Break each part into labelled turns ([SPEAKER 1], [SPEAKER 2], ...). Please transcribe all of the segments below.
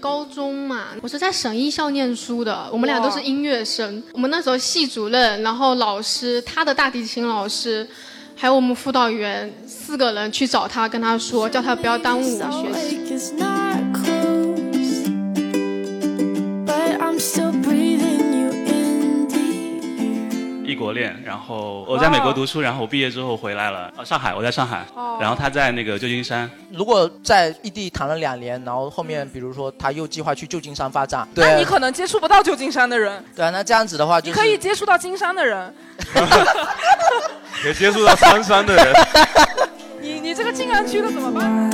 [SPEAKER 1] 高中嘛，我是在省艺校念书的，我们俩都是音乐生。我们那时候系主任，然后老师，他的大提琴老师，还有我们辅导员，四个人去找他，跟他说，叫他不要耽误我学习。
[SPEAKER 2] 异国恋，然后我在美国读书，然后我毕业之后回来
[SPEAKER 3] 哦
[SPEAKER 2] 了，呃上海，我在上海，然后他在那个旧金山，
[SPEAKER 4] 如果在异地谈了两年，然后后面比如说他又计划去旧金山发展，对，
[SPEAKER 3] 嗯那你可能接触不到旧金山的人，
[SPEAKER 4] 对啊，那这样子的话就
[SPEAKER 3] 你
[SPEAKER 4] 是
[SPEAKER 3] 可以接触到金山的人。
[SPEAKER 5] 也接触到三山的人。
[SPEAKER 3] 你你这个静安区的怎么办？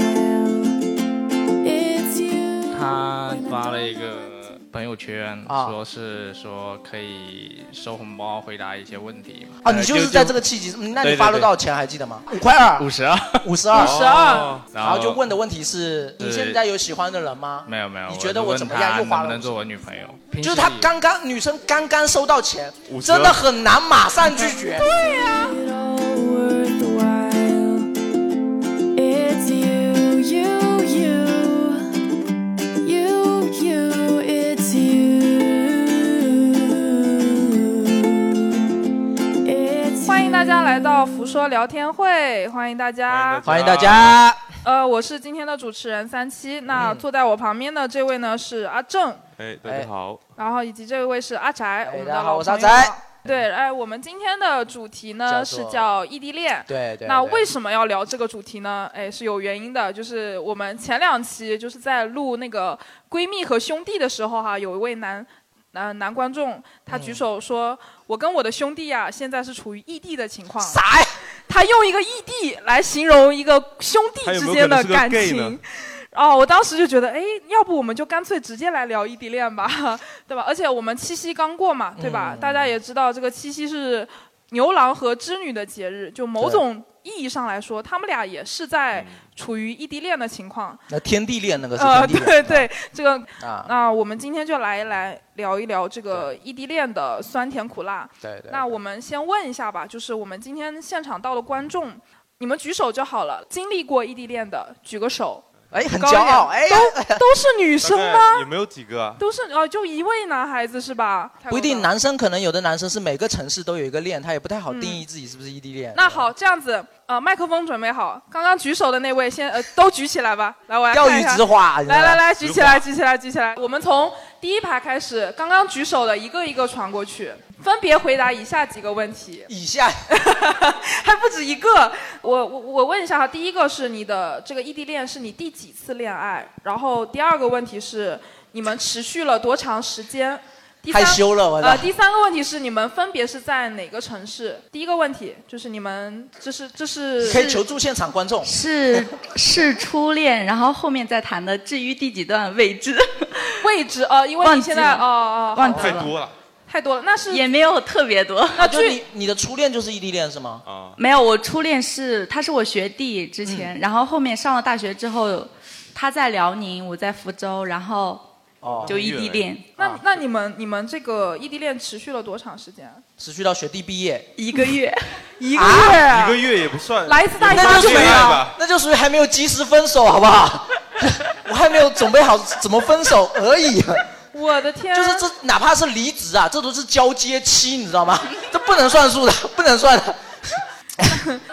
[SPEAKER 6] 他发了一个 朋友圈，
[SPEAKER 4] 啊
[SPEAKER 6] 说是说可以收红包回答一些问题。呃
[SPEAKER 4] 啊，你就是在这个契机，嗯那你
[SPEAKER 6] 对对哦
[SPEAKER 4] 发了多少钱还记得吗？五块 二，
[SPEAKER 6] 五十
[SPEAKER 5] 啊
[SPEAKER 6] 二，
[SPEAKER 4] 五十二，
[SPEAKER 5] 哦
[SPEAKER 3] 52
[SPEAKER 4] 然后就问的问题是：你现在有喜欢的人吗？
[SPEAKER 6] 没有没有，
[SPEAKER 4] 你觉得
[SPEAKER 6] 就
[SPEAKER 4] 我
[SPEAKER 6] 问
[SPEAKER 4] 怎么样？
[SPEAKER 6] 他
[SPEAKER 4] 又花
[SPEAKER 6] 能不
[SPEAKER 4] 了
[SPEAKER 6] 能
[SPEAKER 4] 50。
[SPEAKER 6] 做我女朋友？
[SPEAKER 4] 就是他刚刚女生刚刚收到钱，
[SPEAKER 5] 十
[SPEAKER 4] 真的很难马上拒 绝。
[SPEAKER 3] 欢迎大家来到福说聊天会，欢迎大家。
[SPEAKER 4] 欢迎大家，嗯
[SPEAKER 3] 呃，我是今天的主持人三七，那坐在我旁边的这位呢是阿正，
[SPEAKER 5] 哎，大家好，
[SPEAKER 3] 然后以及这位是阿宅，我们的
[SPEAKER 4] 哎大家好
[SPEAKER 3] 老
[SPEAKER 4] 我是阿
[SPEAKER 3] 朋友了
[SPEAKER 4] 宅。
[SPEAKER 3] 对，哎，我们今天的主题呢
[SPEAKER 4] 叫做
[SPEAKER 3] 是叫异地恋。
[SPEAKER 4] 对对。
[SPEAKER 3] 那
[SPEAKER 4] 对
[SPEAKER 3] 为什么要聊这个主题呢？哎，是有原因的，就是我们前两期就是在录那个闺蜜和兄弟的时候哈、有一位男男男观众他举手说，我跟我的兄弟呀、现在是处于异地的情况。
[SPEAKER 4] 啥呀？
[SPEAKER 3] 他用一个异地来形容一个兄弟之间的
[SPEAKER 5] 他有
[SPEAKER 3] 感
[SPEAKER 5] 没有可能是个 gay
[SPEAKER 3] 情
[SPEAKER 5] 呢。
[SPEAKER 3] 哦，我当时就觉得，哎，要不我们就干脆直接来聊异地恋吧， 对吧？而且我们七夕刚过嘛，对
[SPEAKER 4] 嗯
[SPEAKER 3] 吧？大家也知道，这个七夕是牛郎和织女的节日，就某
[SPEAKER 4] 对
[SPEAKER 3] 种意义上来说，他们俩也是在处于异地恋的情况。
[SPEAKER 4] 那天地恋那个是
[SPEAKER 3] 呃，
[SPEAKER 4] 天地
[SPEAKER 3] 对
[SPEAKER 4] 恋
[SPEAKER 3] 对，这个
[SPEAKER 4] 啊，
[SPEAKER 3] 那我们今天就来来聊一聊这个异地恋的酸甜苦辣。
[SPEAKER 4] 对对。
[SPEAKER 3] 那我们先问一下吧，就是我们今天现场到的观众，你们举手就好了。经历过异地恋的举个手，
[SPEAKER 4] 哎，很
[SPEAKER 3] 高
[SPEAKER 4] 骄
[SPEAKER 3] 一点
[SPEAKER 4] 傲哎呀，
[SPEAKER 3] 都是女生吗？
[SPEAKER 5] 也没有几个啊，
[SPEAKER 3] 都是哦，就一位男孩子是吧？
[SPEAKER 4] 不一定，
[SPEAKER 3] 男。
[SPEAKER 4] 男生可能有的男生是每个城市都有一个恋，他也不太好定义自己是不是异地恋。
[SPEAKER 3] 那好，这样子，呃，麦克风准备好，刚刚举手的那位先呃都举起来吧， 来我来
[SPEAKER 4] 钓
[SPEAKER 3] 看一
[SPEAKER 4] 鱼
[SPEAKER 3] 下
[SPEAKER 4] 执法，你知道
[SPEAKER 3] 来
[SPEAKER 4] 吧
[SPEAKER 3] 来，来，举起来，举起来，举起来！我们从第一排开始，刚刚举手的一个一个传过去，分别回答以下几个问题，
[SPEAKER 4] 以下
[SPEAKER 3] 还不止一个。我我我问一下哈，第一个是你的这个异地恋是你第几次恋爱？然后第二个问题是你们持续了多长时间？第三
[SPEAKER 4] 害羞了，我
[SPEAKER 3] 呃，
[SPEAKER 4] 的。
[SPEAKER 3] 第三个问题是你们分别是在哪个城市？第一个问题就是你们这是这是
[SPEAKER 4] 可以求助现场观众。
[SPEAKER 7] 是是初恋，然后后面再谈的，至于第几段未 知，
[SPEAKER 3] 位置呃，因为
[SPEAKER 7] 忘
[SPEAKER 3] 你
[SPEAKER 7] 记
[SPEAKER 3] 现在
[SPEAKER 7] 了
[SPEAKER 3] 哦哦哦
[SPEAKER 7] 忘记
[SPEAKER 5] 太
[SPEAKER 7] 了，
[SPEAKER 5] 多了
[SPEAKER 3] 太多了，那是
[SPEAKER 7] 也没有特别多。
[SPEAKER 3] 那
[SPEAKER 4] 就
[SPEAKER 3] 距
[SPEAKER 4] 你你的初恋就是异地恋是吗？
[SPEAKER 5] 啊，
[SPEAKER 8] 哦
[SPEAKER 7] 没有，我初恋是他是我学弟之
[SPEAKER 4] 嗯
[SPEAKER 7] 前，然后后面上了大学之后，他在辽宁，我在福州，然后
[SPEAKER 4] 哦，
[SPEAKER 7] 就异地恋，
[SPEAKER 3] 那那你们你们这个异地恋持续了多长时间？啊
[SPEAKER 4] 持续到学弟毕业，
[SPEAKER 7] 一个月。
[SPEAKER 3] 一个月，
[SPEAKER 5] 啊
[SPEAKER 3] 啊
[SPEAKER 5] 一个月也不算，
[SPEAKER 3] 来一次大啊姨
[SPEAKER 4] 那
[SPEAKER 3] 妈就
[SPEAKER 4] 就属于
[SPEAKER 3] 没
[SPEAKER 5] 恋
[SPEAKER 3] 有
[SPEAKER 5] 爱。吧
[SPEAKER 4] 那就属于还没有及时分手，好 不好？我还没有准备好怎么分手而已，就
[SPEAKER 3] 我的天，啊
[SPEAKER 4] 是这哪怕是离职啊，这都是交接期，你 知道吗？这不能算数的，不能算的。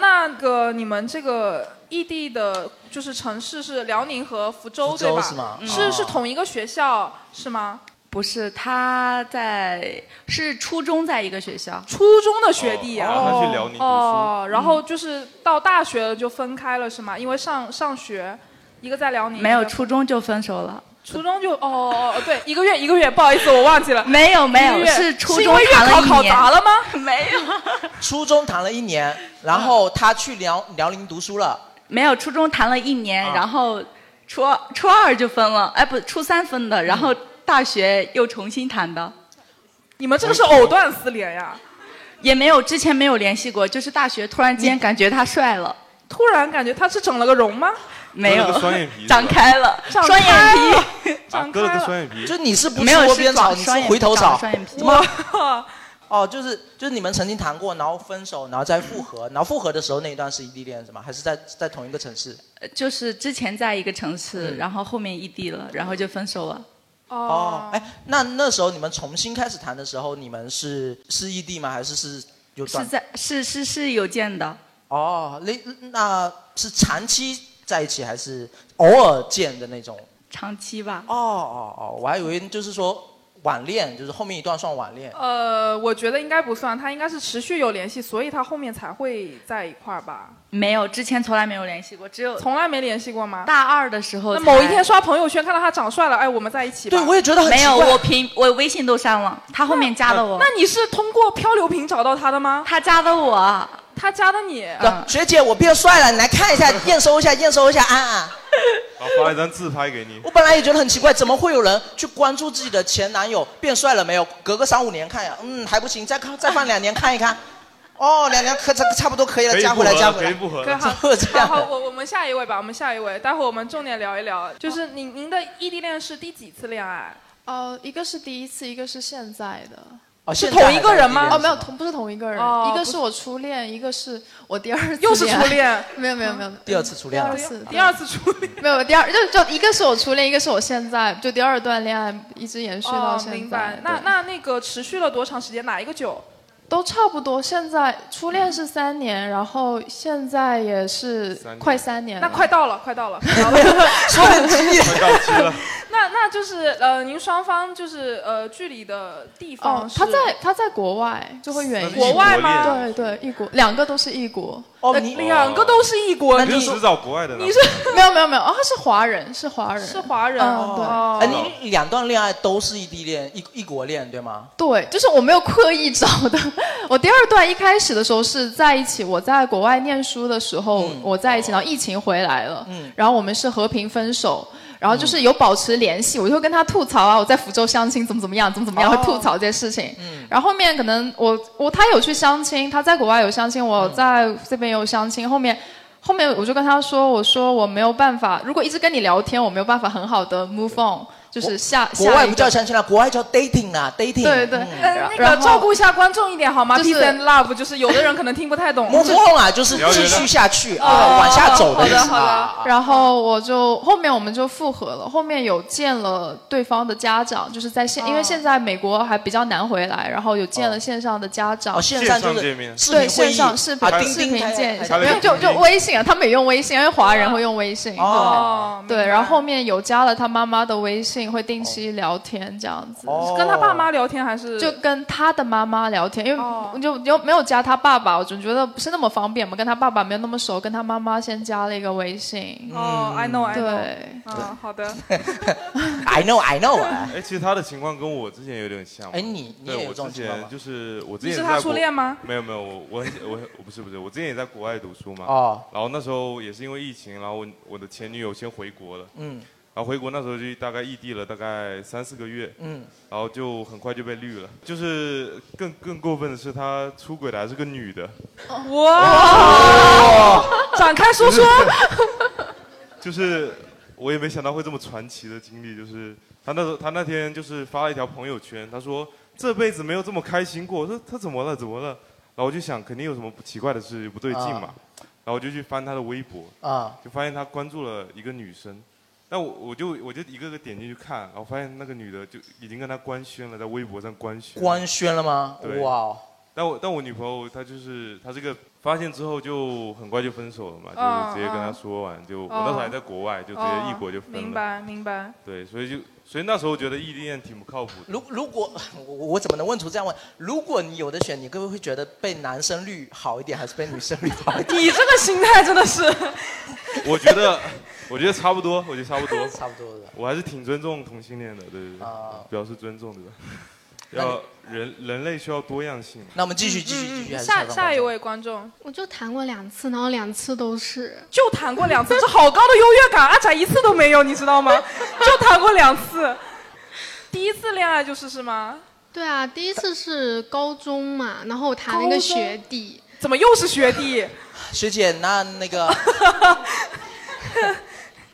[SPEAKER 3] 那个你们这个异地的，就是城市是辽宁和福州
[SPEAKER 4] 福州
[SPEAKER 3] 对吧？
[SPEAKER 4] 是吗
[SPEAKER 3] 嗯
[SPEAKER 4] 嗯
[SPEAKER 3] 是是同一个学校是吗？
[SPEAKER 7] 不是，他在是初中在一个学校，
[SPEAKER 3] 初中的学弟啊。
[SPEAKER 5] 然后哦他去辽宁读书，
[SPEAKER 3] 哦，然后就是到大学了就分开了是吗？因为上上学，一个在辽宁，
[SPEAKER 7] 没有
[SPEAKER 3] 一个
[SPEAKER 7] 初中就分手了，
[SPEAKER 3] 初中就哦哦哦，对，一个月一个月，不好意思，我忘记了，
[SPEAKER 7] 没有没
[SPEAKER 3] 一个
[SPEAKER 7] 有
[SPEAKER 3] 月
[SPEAKER 7] 是初
[SPEAKER 3] 因
[SPEAKER 7] 中
[SPEAKER 3] 为月
[SPEAKER 7] 谈
[SPEAKER 3] 考
[SPEAKER 7] 了一
[SPEAKER 3] 考
[SPEAKER 7] 年，
[SPEAKER 3] 砸了吗？
[SPEAKER 7] 没有
[SPEAKER 4] 初中谈了一年，然后他去辽辽宁读书了，啊
[SPEAKER 7] 没有初中谈了一年，然后初二初二就分了，哎不初三分
[SPEAKER 4] 嗯
[SPEAKER 7] 的，然后大学又重新谈的，
[SPEAKER 3] 你们这个是藕断丝连呀！
[SPEAKER 7] 也没有之前没有联系过，就是大学突然间感觉他帅了，
[SPEAKER 3] 突然感觉他是整了个容吗？
[SPEAKER 7] 没
[SPEAKER 5] 割了
[SPEAKER 7] 有
[SPEAKER 5] 个双眼皮
[SPEAKER 7] 长开了，
[SPEAKER 3] 长
[SPEAKER 7] 双
[SPEAKER 3] 开
[SPEAKER 7] 眼皮
[SPEAKER 5] 啊，
[SPEAKER 3] 长
[SPEAKER 5] 割了
[SPEAKER 3] 开
[SPEAKER 5] 个
[SPEAKER 3] 了
[SPEAKER 5] 双眼皮，
[SPEAKER 4] 就你是不
[SPEAKER 7] 没
[SPEAKER 4] 吃
[SPEAKER 7] 有
[SPEAKER 4] 窝
[SPEAKER 7] 是
[SPEAKER 4] 边草，
[SPEAKER 7] 长
[SPEAKER 4] 你是
[SPEAKER 7] 双眼
[SPEAKER 4] 回头
[SPEAKER 7] 长
[SPEAKER 4] 草
[SPEAKER 7] 双，眼皮，
[SPEAKER 3] 哇，
[SPEAKER 4] 哦，就是就是你们曾经谈过，然后分手，然后再复合，然后复合的时候那一段是异地恋是吗？还是在在同一个城市？
[SPEAKER 7] 呃就是之前在一个城
[SPEAKER 4] 嗯
[SPEAKER 7] 市，然后后面异地了，然后就分手了。
[SPEAKER 4] 哦，哎，那那时候你们重新开始谈的时候，你们是是异地吗？还是是有断？
[SPEAKER 7] 是在是是是邮件的。
[SPEAKER 4] 哦，那那是长期在一起还是偶尔见的那种？
[SPEAKER 7] 长期吧。
[SPEAKER 4] 哦哦哦，我还以为就是说晚恋，就是后面一段算晚恋。
[SPEAKER 3] 呃，我觉得应该不算，他应该是持续有联系，所以他后面才会在一块儿吧。
[SPEAKER 7] 没有，之前从来没有联系过，只有
[SPEAKER 3] 从来没联系过吗？
[SPEAKER 7] 大二的时候
[SPEAKER 3] 那
[SPEAKER 7] 才。
[SPEAKER 3] 某一天刷朋友圈看到他长帅了，哎，我们在一起吧。
[SPEAKER 7] 没有，我屏我微信都删了，他后面加了我。
[SPEAKER 3] 那你是通过漂流瓶找到他的吗？
[SPEAKER 7] 他加的我，
[SPEAKER 3] 他加的你。
[SPEAKER 4] 学姐，我变帅了，你来看一下，验收一下，验收一下，安安。
[SPEAKER 5] 我发一张自拍给你
[SPEAKER 4] 我。本来也觉得很奇怪，怎么会有人去关注自己的前男友变帅了没有？隔个三五年看呀，嗯，还不行，再看再放两年看一看。哦，两年可差差不多可以了，
[SPEAKER 5] 可以
[SPEAKER 4] 加回来，
[SPEAKER 5] 不合了
[SPEAKER 4] 加回
[SPEAKER 5] 可
[SPEAKER 4] 来，
[SPEAKER 5] 以不合了
[SPEAKER 3] 哥
[SPEAKER 4] 怎
[SPEAKER 3] 好，
[SPEAKER 4] 么会有这
[SPEAKER 3] 好
[SPEAKER 4] 样
[SPEAKER 3] 好，
[SPEAKER 4] 的？
[SPEAKER 3] 我我们下一位吧，我们下一位，待会儿我们重点聊一聊，就是您您的异地恋是第几次恋爱？
[SPEAKER 9] 呃，一个是第一次，一个是现在的。
[SPEAKER 4] 哦
[SPEAKER 3] 是同一个人吗？
[SPEAKER 9] 哦，没有，同不是同一个人，
[SPEAKER 3] 哦
[SPEAKER 9] 一个是我初恋，一个是我第二次恋爱。
[SPEAKER 3] 又是初 恋
[SPEAKER 9] 没有没有没有，没有
[SPEAKER 4] 第二次初
[SPEAKER 9] 第
[SPEAKER 4] 恋啊了
[SPEAKER 9] 二。次
[SPEAKER 3] 第二次初恋，
[SPEAKER 9] 没有第二就就一个是我初恋，一个是我现在就第二段恋爱一直延续到
[SPEAKER 3] 哦，
[SPEAKER 9] 现在。
[SPEAKER 3] 明白。
[SPEAKER 9] 对
[SPEAKER 3] 那那那个持续了多长时间？哪一个久？
[SPEAKER 9] 都差不多，现在初恋是三年，然后现在也是
[SPEAKER 3] 三年
[SPEAKER 9] 快三年
[SPEAKER 3] 那快到了，快 到了。
[SPEAKER 4] 说很激 烈。
[SPEAKER 9] 哦
[SPEAKER 3] 那那就是呃，您双方就是呃，距离的地方
[SPEAKER 9] 哦，
[SPEAKER 3] 是
[SPEAKER 9] 他在他在国外就会远一些。
[SPEAKER 3] 国外吗
[SPEAKER 9] 对对，异国，两个都是异国。
[SPEAKER 4] 哦，
[SPEAKER 3] 两个都是异国，
[SPEAKER 5] 你就只找国外的呢。
[SPEAKER 3] 你是
[SPEAKER 9] 没有没有没有，哦，他是华人，是华人，
[SPEAKER 3] 是华人
[SPEAKER 9] 嗯，对。
[SPEAKER 3] 哦
[SPEAKER 4] 哎，你两段恋爱都是异地恋，异异国恋对吗？
[SPEAKER 9] 对，就是我没有刻意找的。 我第二段一开始的时候是在一起，我在国外念书的时候、我在一起，然后疫情回来了，
[SPEAKER 4] 嗯
[SPEAKER 9] 然后我们是和平分手，然后就是有保持联系，我就会跟他吐槽啊，我在福州相亲怎么怎么样，怎么怎么样，
[SPEAKER 8] 哦
[SPEAKER 9] 会吐槽这些事情。
[SPEAKER 4] 嗯
[SPEAKER 9] 然后后面可能我我他有去相亲，他在国外有相
[SPEAKER 4] 嗯
[SPEAKER 9] 亲，我在这边也有相亲，后面。后面我就跟他说：“我说我没有办法，如果一直跟你聊天，我没有办法很好的 move on，就是下
[SPEAKER 4] 国
[SPEAKER 9] 下
[SPEAKER 4] 外
[SPEAKER 9] 一
[SPEAKER 4] 不
[SPEAKER 9] 个
[SPEAKER 4] 叫相亲了，国外叫 dating 啊，dating。
[SPEAKER 9] 对哎对
[SPEAKER 4] 嗯
[SPEAKER 3] 呃那个
[SPEAKER 9] 然后
[SPEAKER 3] 照顾一下观众一点好吗
[SPEAKER 9] 就是
[SPEAKER 3] ？Peace and love，就是有的人可能听不太懂。
[SPEAKER 4] 摸摸啦，就是继续下去，
[SPEAKER 3] 哦
[SPEAKER 4] 啊，往下走
[SPEAKER 3] 好
[SPEAKER 4] 意
[SPEAKER 3] 的
[SPEAKER 4] 思
[SPEAKER 3] 好的
[SPEAKER 4] 啊。
[SPEAKER 9] 然后我就后面我们就复合了，后面有见了对方的家长，就是在
[SPEAKER 4] 啊
[SPEAKER 9] 线，因为现在美国还比较难回来，然后有见了线上的家长，
[SPEAKER 4] 哦线上就是线上见面视频
[SPEAKER 9] 对
[SPEAKER 4] 会
[SPEAKER 9] 线
[SPEAKER 4] 议
[SPEAKER 9] 上视
[SPEAKER 4] 啊
[SPEAKER 9] 频
[SPEAKER 4] 钉
[SPEAKER 9] 视
[SPEAKER 4] 钉
[SPEAKER 9] 频
[SPEAKER 4] 开
[SPEAKER 9] 见一下，
[SPEAKER 4] 开
[SPEAKER 9] 没有
[SPEAKER 4] 钉
[SPEAKER 9] 就
[SPEAKER 4] 钉
[SPEAKER 9] 就微信啊，他们也用微信，因为华人会用微信，
[SPEAKER 3] 哦
[SPEAKER 9] 对，对然后后面有加了他妈妈的微信，会定期聊天这样子，
[SPEAKER 4] 哦
[SPEAKER 3] 跟他爸妈聊天还是哦
[SPEAKER 9] 就跟他的妈妈聊天，因为我就就没有加他爸爸，我总觉得不是那么方便嘛，跟他爸爸没有那么熟，跟他妈妈先加了一个微信。
[SPEAKER 3] 哦，I know I know。
[SPEAKER 9] 对，
[SPEAKER 3] 啊，好的。
[SPEAKER 4] I know, I know 啊。
[SPEAKER 5] 哎，其实他的情况跟我之前有点像。
[SPEAKER 4] 哎你你也
[SPEAKER 5] 对
[SPEAKER 4] 有
[SPEAKER 5] 我
[SPEAKER 4] 这种
[SPEAKER 5] 之
[SPEAKER 4] 情况吗
[SPEAKER 5] 前就是我之前
[SPEAKER 3] 你是
[SPEAKER 5] 在
[SPEAKER 3] 他初
[SPEAKER 5] 国
[SPEAKER 3] 恋吗
[SPEAKER 5] 没有没有，我我很我很我不是不是，我之前也在国外读书嘛。
[SPEAKER 4] 哦。
[SPEAKER 5] 然后那时候也是因为疫情，然后我我的前女友先回国了。
[SPEAKER 4] 嗯。
[SPEAKER 5] 然后回国那时候就大概异地了大概三四个月。
[SPEAKER 4] 嗯。
[SPEAKER 5] 然后就很快就被绿了，就是更更过分的是，他出轨的还是个女的。
[SPEAKER 3] 哇，展开说 说。
[SPEAKER 5] 就是我也没想到会这么传奇的经历，就是他那时候他那天就是发了一条朋友圈，他说这辈子没有这么开心过。我说他怎么了？怎么了？然后我就想肯定有什么不奇怪的事不对劲嘛，
[SPEAKER 4] 啊
[SPEAKER 5] 然后我就去翻他的微博，
[SPEAKER 4] 啊
[SPEAKER 5] 就发现他关注了一个女生。但我我就我就一个个点进去看，然后发现那个女的就已经跟他官宣了，在微博上官宣。
[SPEAKER 4] 官宣了吗
[SPEAKER 5] 对。
[SPEAKER 4] 哇哦！
[SPEAKER 5] 但我但我女朋友她就是她这个发现之后就很快就分手了嘛，
[SPEAKER 3] 嗯
[SPEAKER 5] 就
[SPEAKER 4] 啊
[SPEAKER 5] 是直接跟他
[SPEAKER 3] 嗯
[SPEAKER 5] 说完就、
[SPEAKER 3] 哦
[SPEAKER 5] 我那时候还在国外，就直接
[SPEAKER 1] 哦
[SPEAKER 5] 异国就分了。
[SPEAKER 3] 明白明白。
[SPEAKER 5] 对，所以就所以那时候觉得异地恋挺不靠谱的。
[SPEAKER 4] 如如果我我怎么能问出这样问？如果你有的选，你会不会觉得被男生绿好一点，还是被女生绿好 一点？
[SPEAKER 3] 你这个心态真的是，
[SPEAKER 5] 我觉得 我觉得差不多，我觉得差不多，
[SPEAKER 4] 差不多的。哦
[SPEAKER 5] 我还是挺尊重同性恋的，对对对，表示尊重对吧？
[SPEAKER 4] 那
[SPEAKER 5] 要人人类需要多样性。
[SPEAKER 4] 那我们继续
[SPEAKER 1] 嗯
[SPEAKER 4] 继续继续，还是
[SPEAKER 3] 下下一位观众
[SPEAKER 1] 我就谈过两次，然后两次都是
[SPEAKER 3] 就谈过两次，这好高的优越感，阿展一次都没有，你知道吗？ 就谈过两次，第一次恋爱就是是吗？
[SPEAKER 1] 对啊，第一次是高中嘛，然后我谈了一
[SPEAKER 3] 高
[SPEAKER 1] 个
[SPEAKER 3] 中
[SPEAKER 1] 学弟，
[SPEAKER 3] 怎么又是学弟？
[SPEAKER 4] 学姐，那那个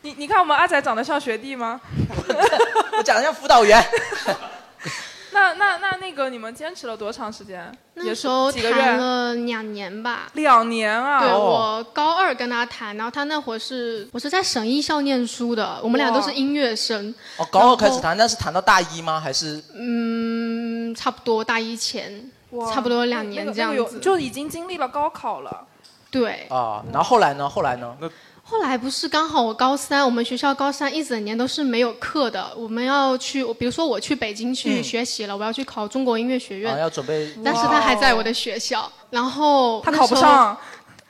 [SPEAKER 3] 你你看我们阿仔长得像学弟吗？
[SPEAKER 4] 哦我讲一下辅导员。
[SPEAKER 3] 那那那那个你们坚持了多长时间？
[SPEAKER 1] 那
[SPEAKER 3] 也
[SPEAKER 1] 时候
[SPEAKER 3] 是几个
[SPEAKER 1] 谈
[SPEAKER 3] 月？
[SPEAKER 1] 了两年吧。
[SPEAKER 3] 两年啊！
[SPEAKER 1] 对，
[SPEAKER 3] 哦
[SPEAKER 1] 我高二跟他谈，然后他那会儿是我是在省艺校念书的，我们俩都是音乐生。
[SPEAKER 4] 哦，高二开始谈，那是谈到大一吗？还是
[SPEAKER 1] 嗯，差不多大一前，
[SPEAKER 3] 哇
[SPEAKER 1] 差不多两年
[SPEAKER 3] 那个
[SPEAKER 1] 这样
[SPEAKER 3] 那个
[SPEAKER 1] 子。
[SPEAKER 3] 有就已经经历了高考了。
[SPEAKER 1] 对，
[SPEAKER 4] 啊？然后后来呢？后来呢？
[SPEAKER 1] 后来不是刚好我高三，我们学校高三一整年都是没有课的，我们要去，比如说我去北京去
[SPEAKER 4] 嗯
[SPEAKER 1] 学习了，我要去考中国音乐学院
[SPEAKER 4] 啊，，要准备
[SPEAKER 1] 但是他还在我的学校，然后
[SPEAKER 3] 他
[SPEAKER 1] 那
[SPEAKER 3] 考不
[SPEAKER 1] 时候
[SPEAKER 3] 上，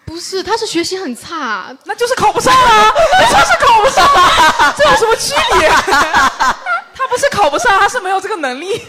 [SPEAKER 1] 不是，他是学习很差，
[SPEAKER 3] 那就是考不上啊！那就是考不上啊！这有什么区别？ 他不是考不上，他是没有这个能力。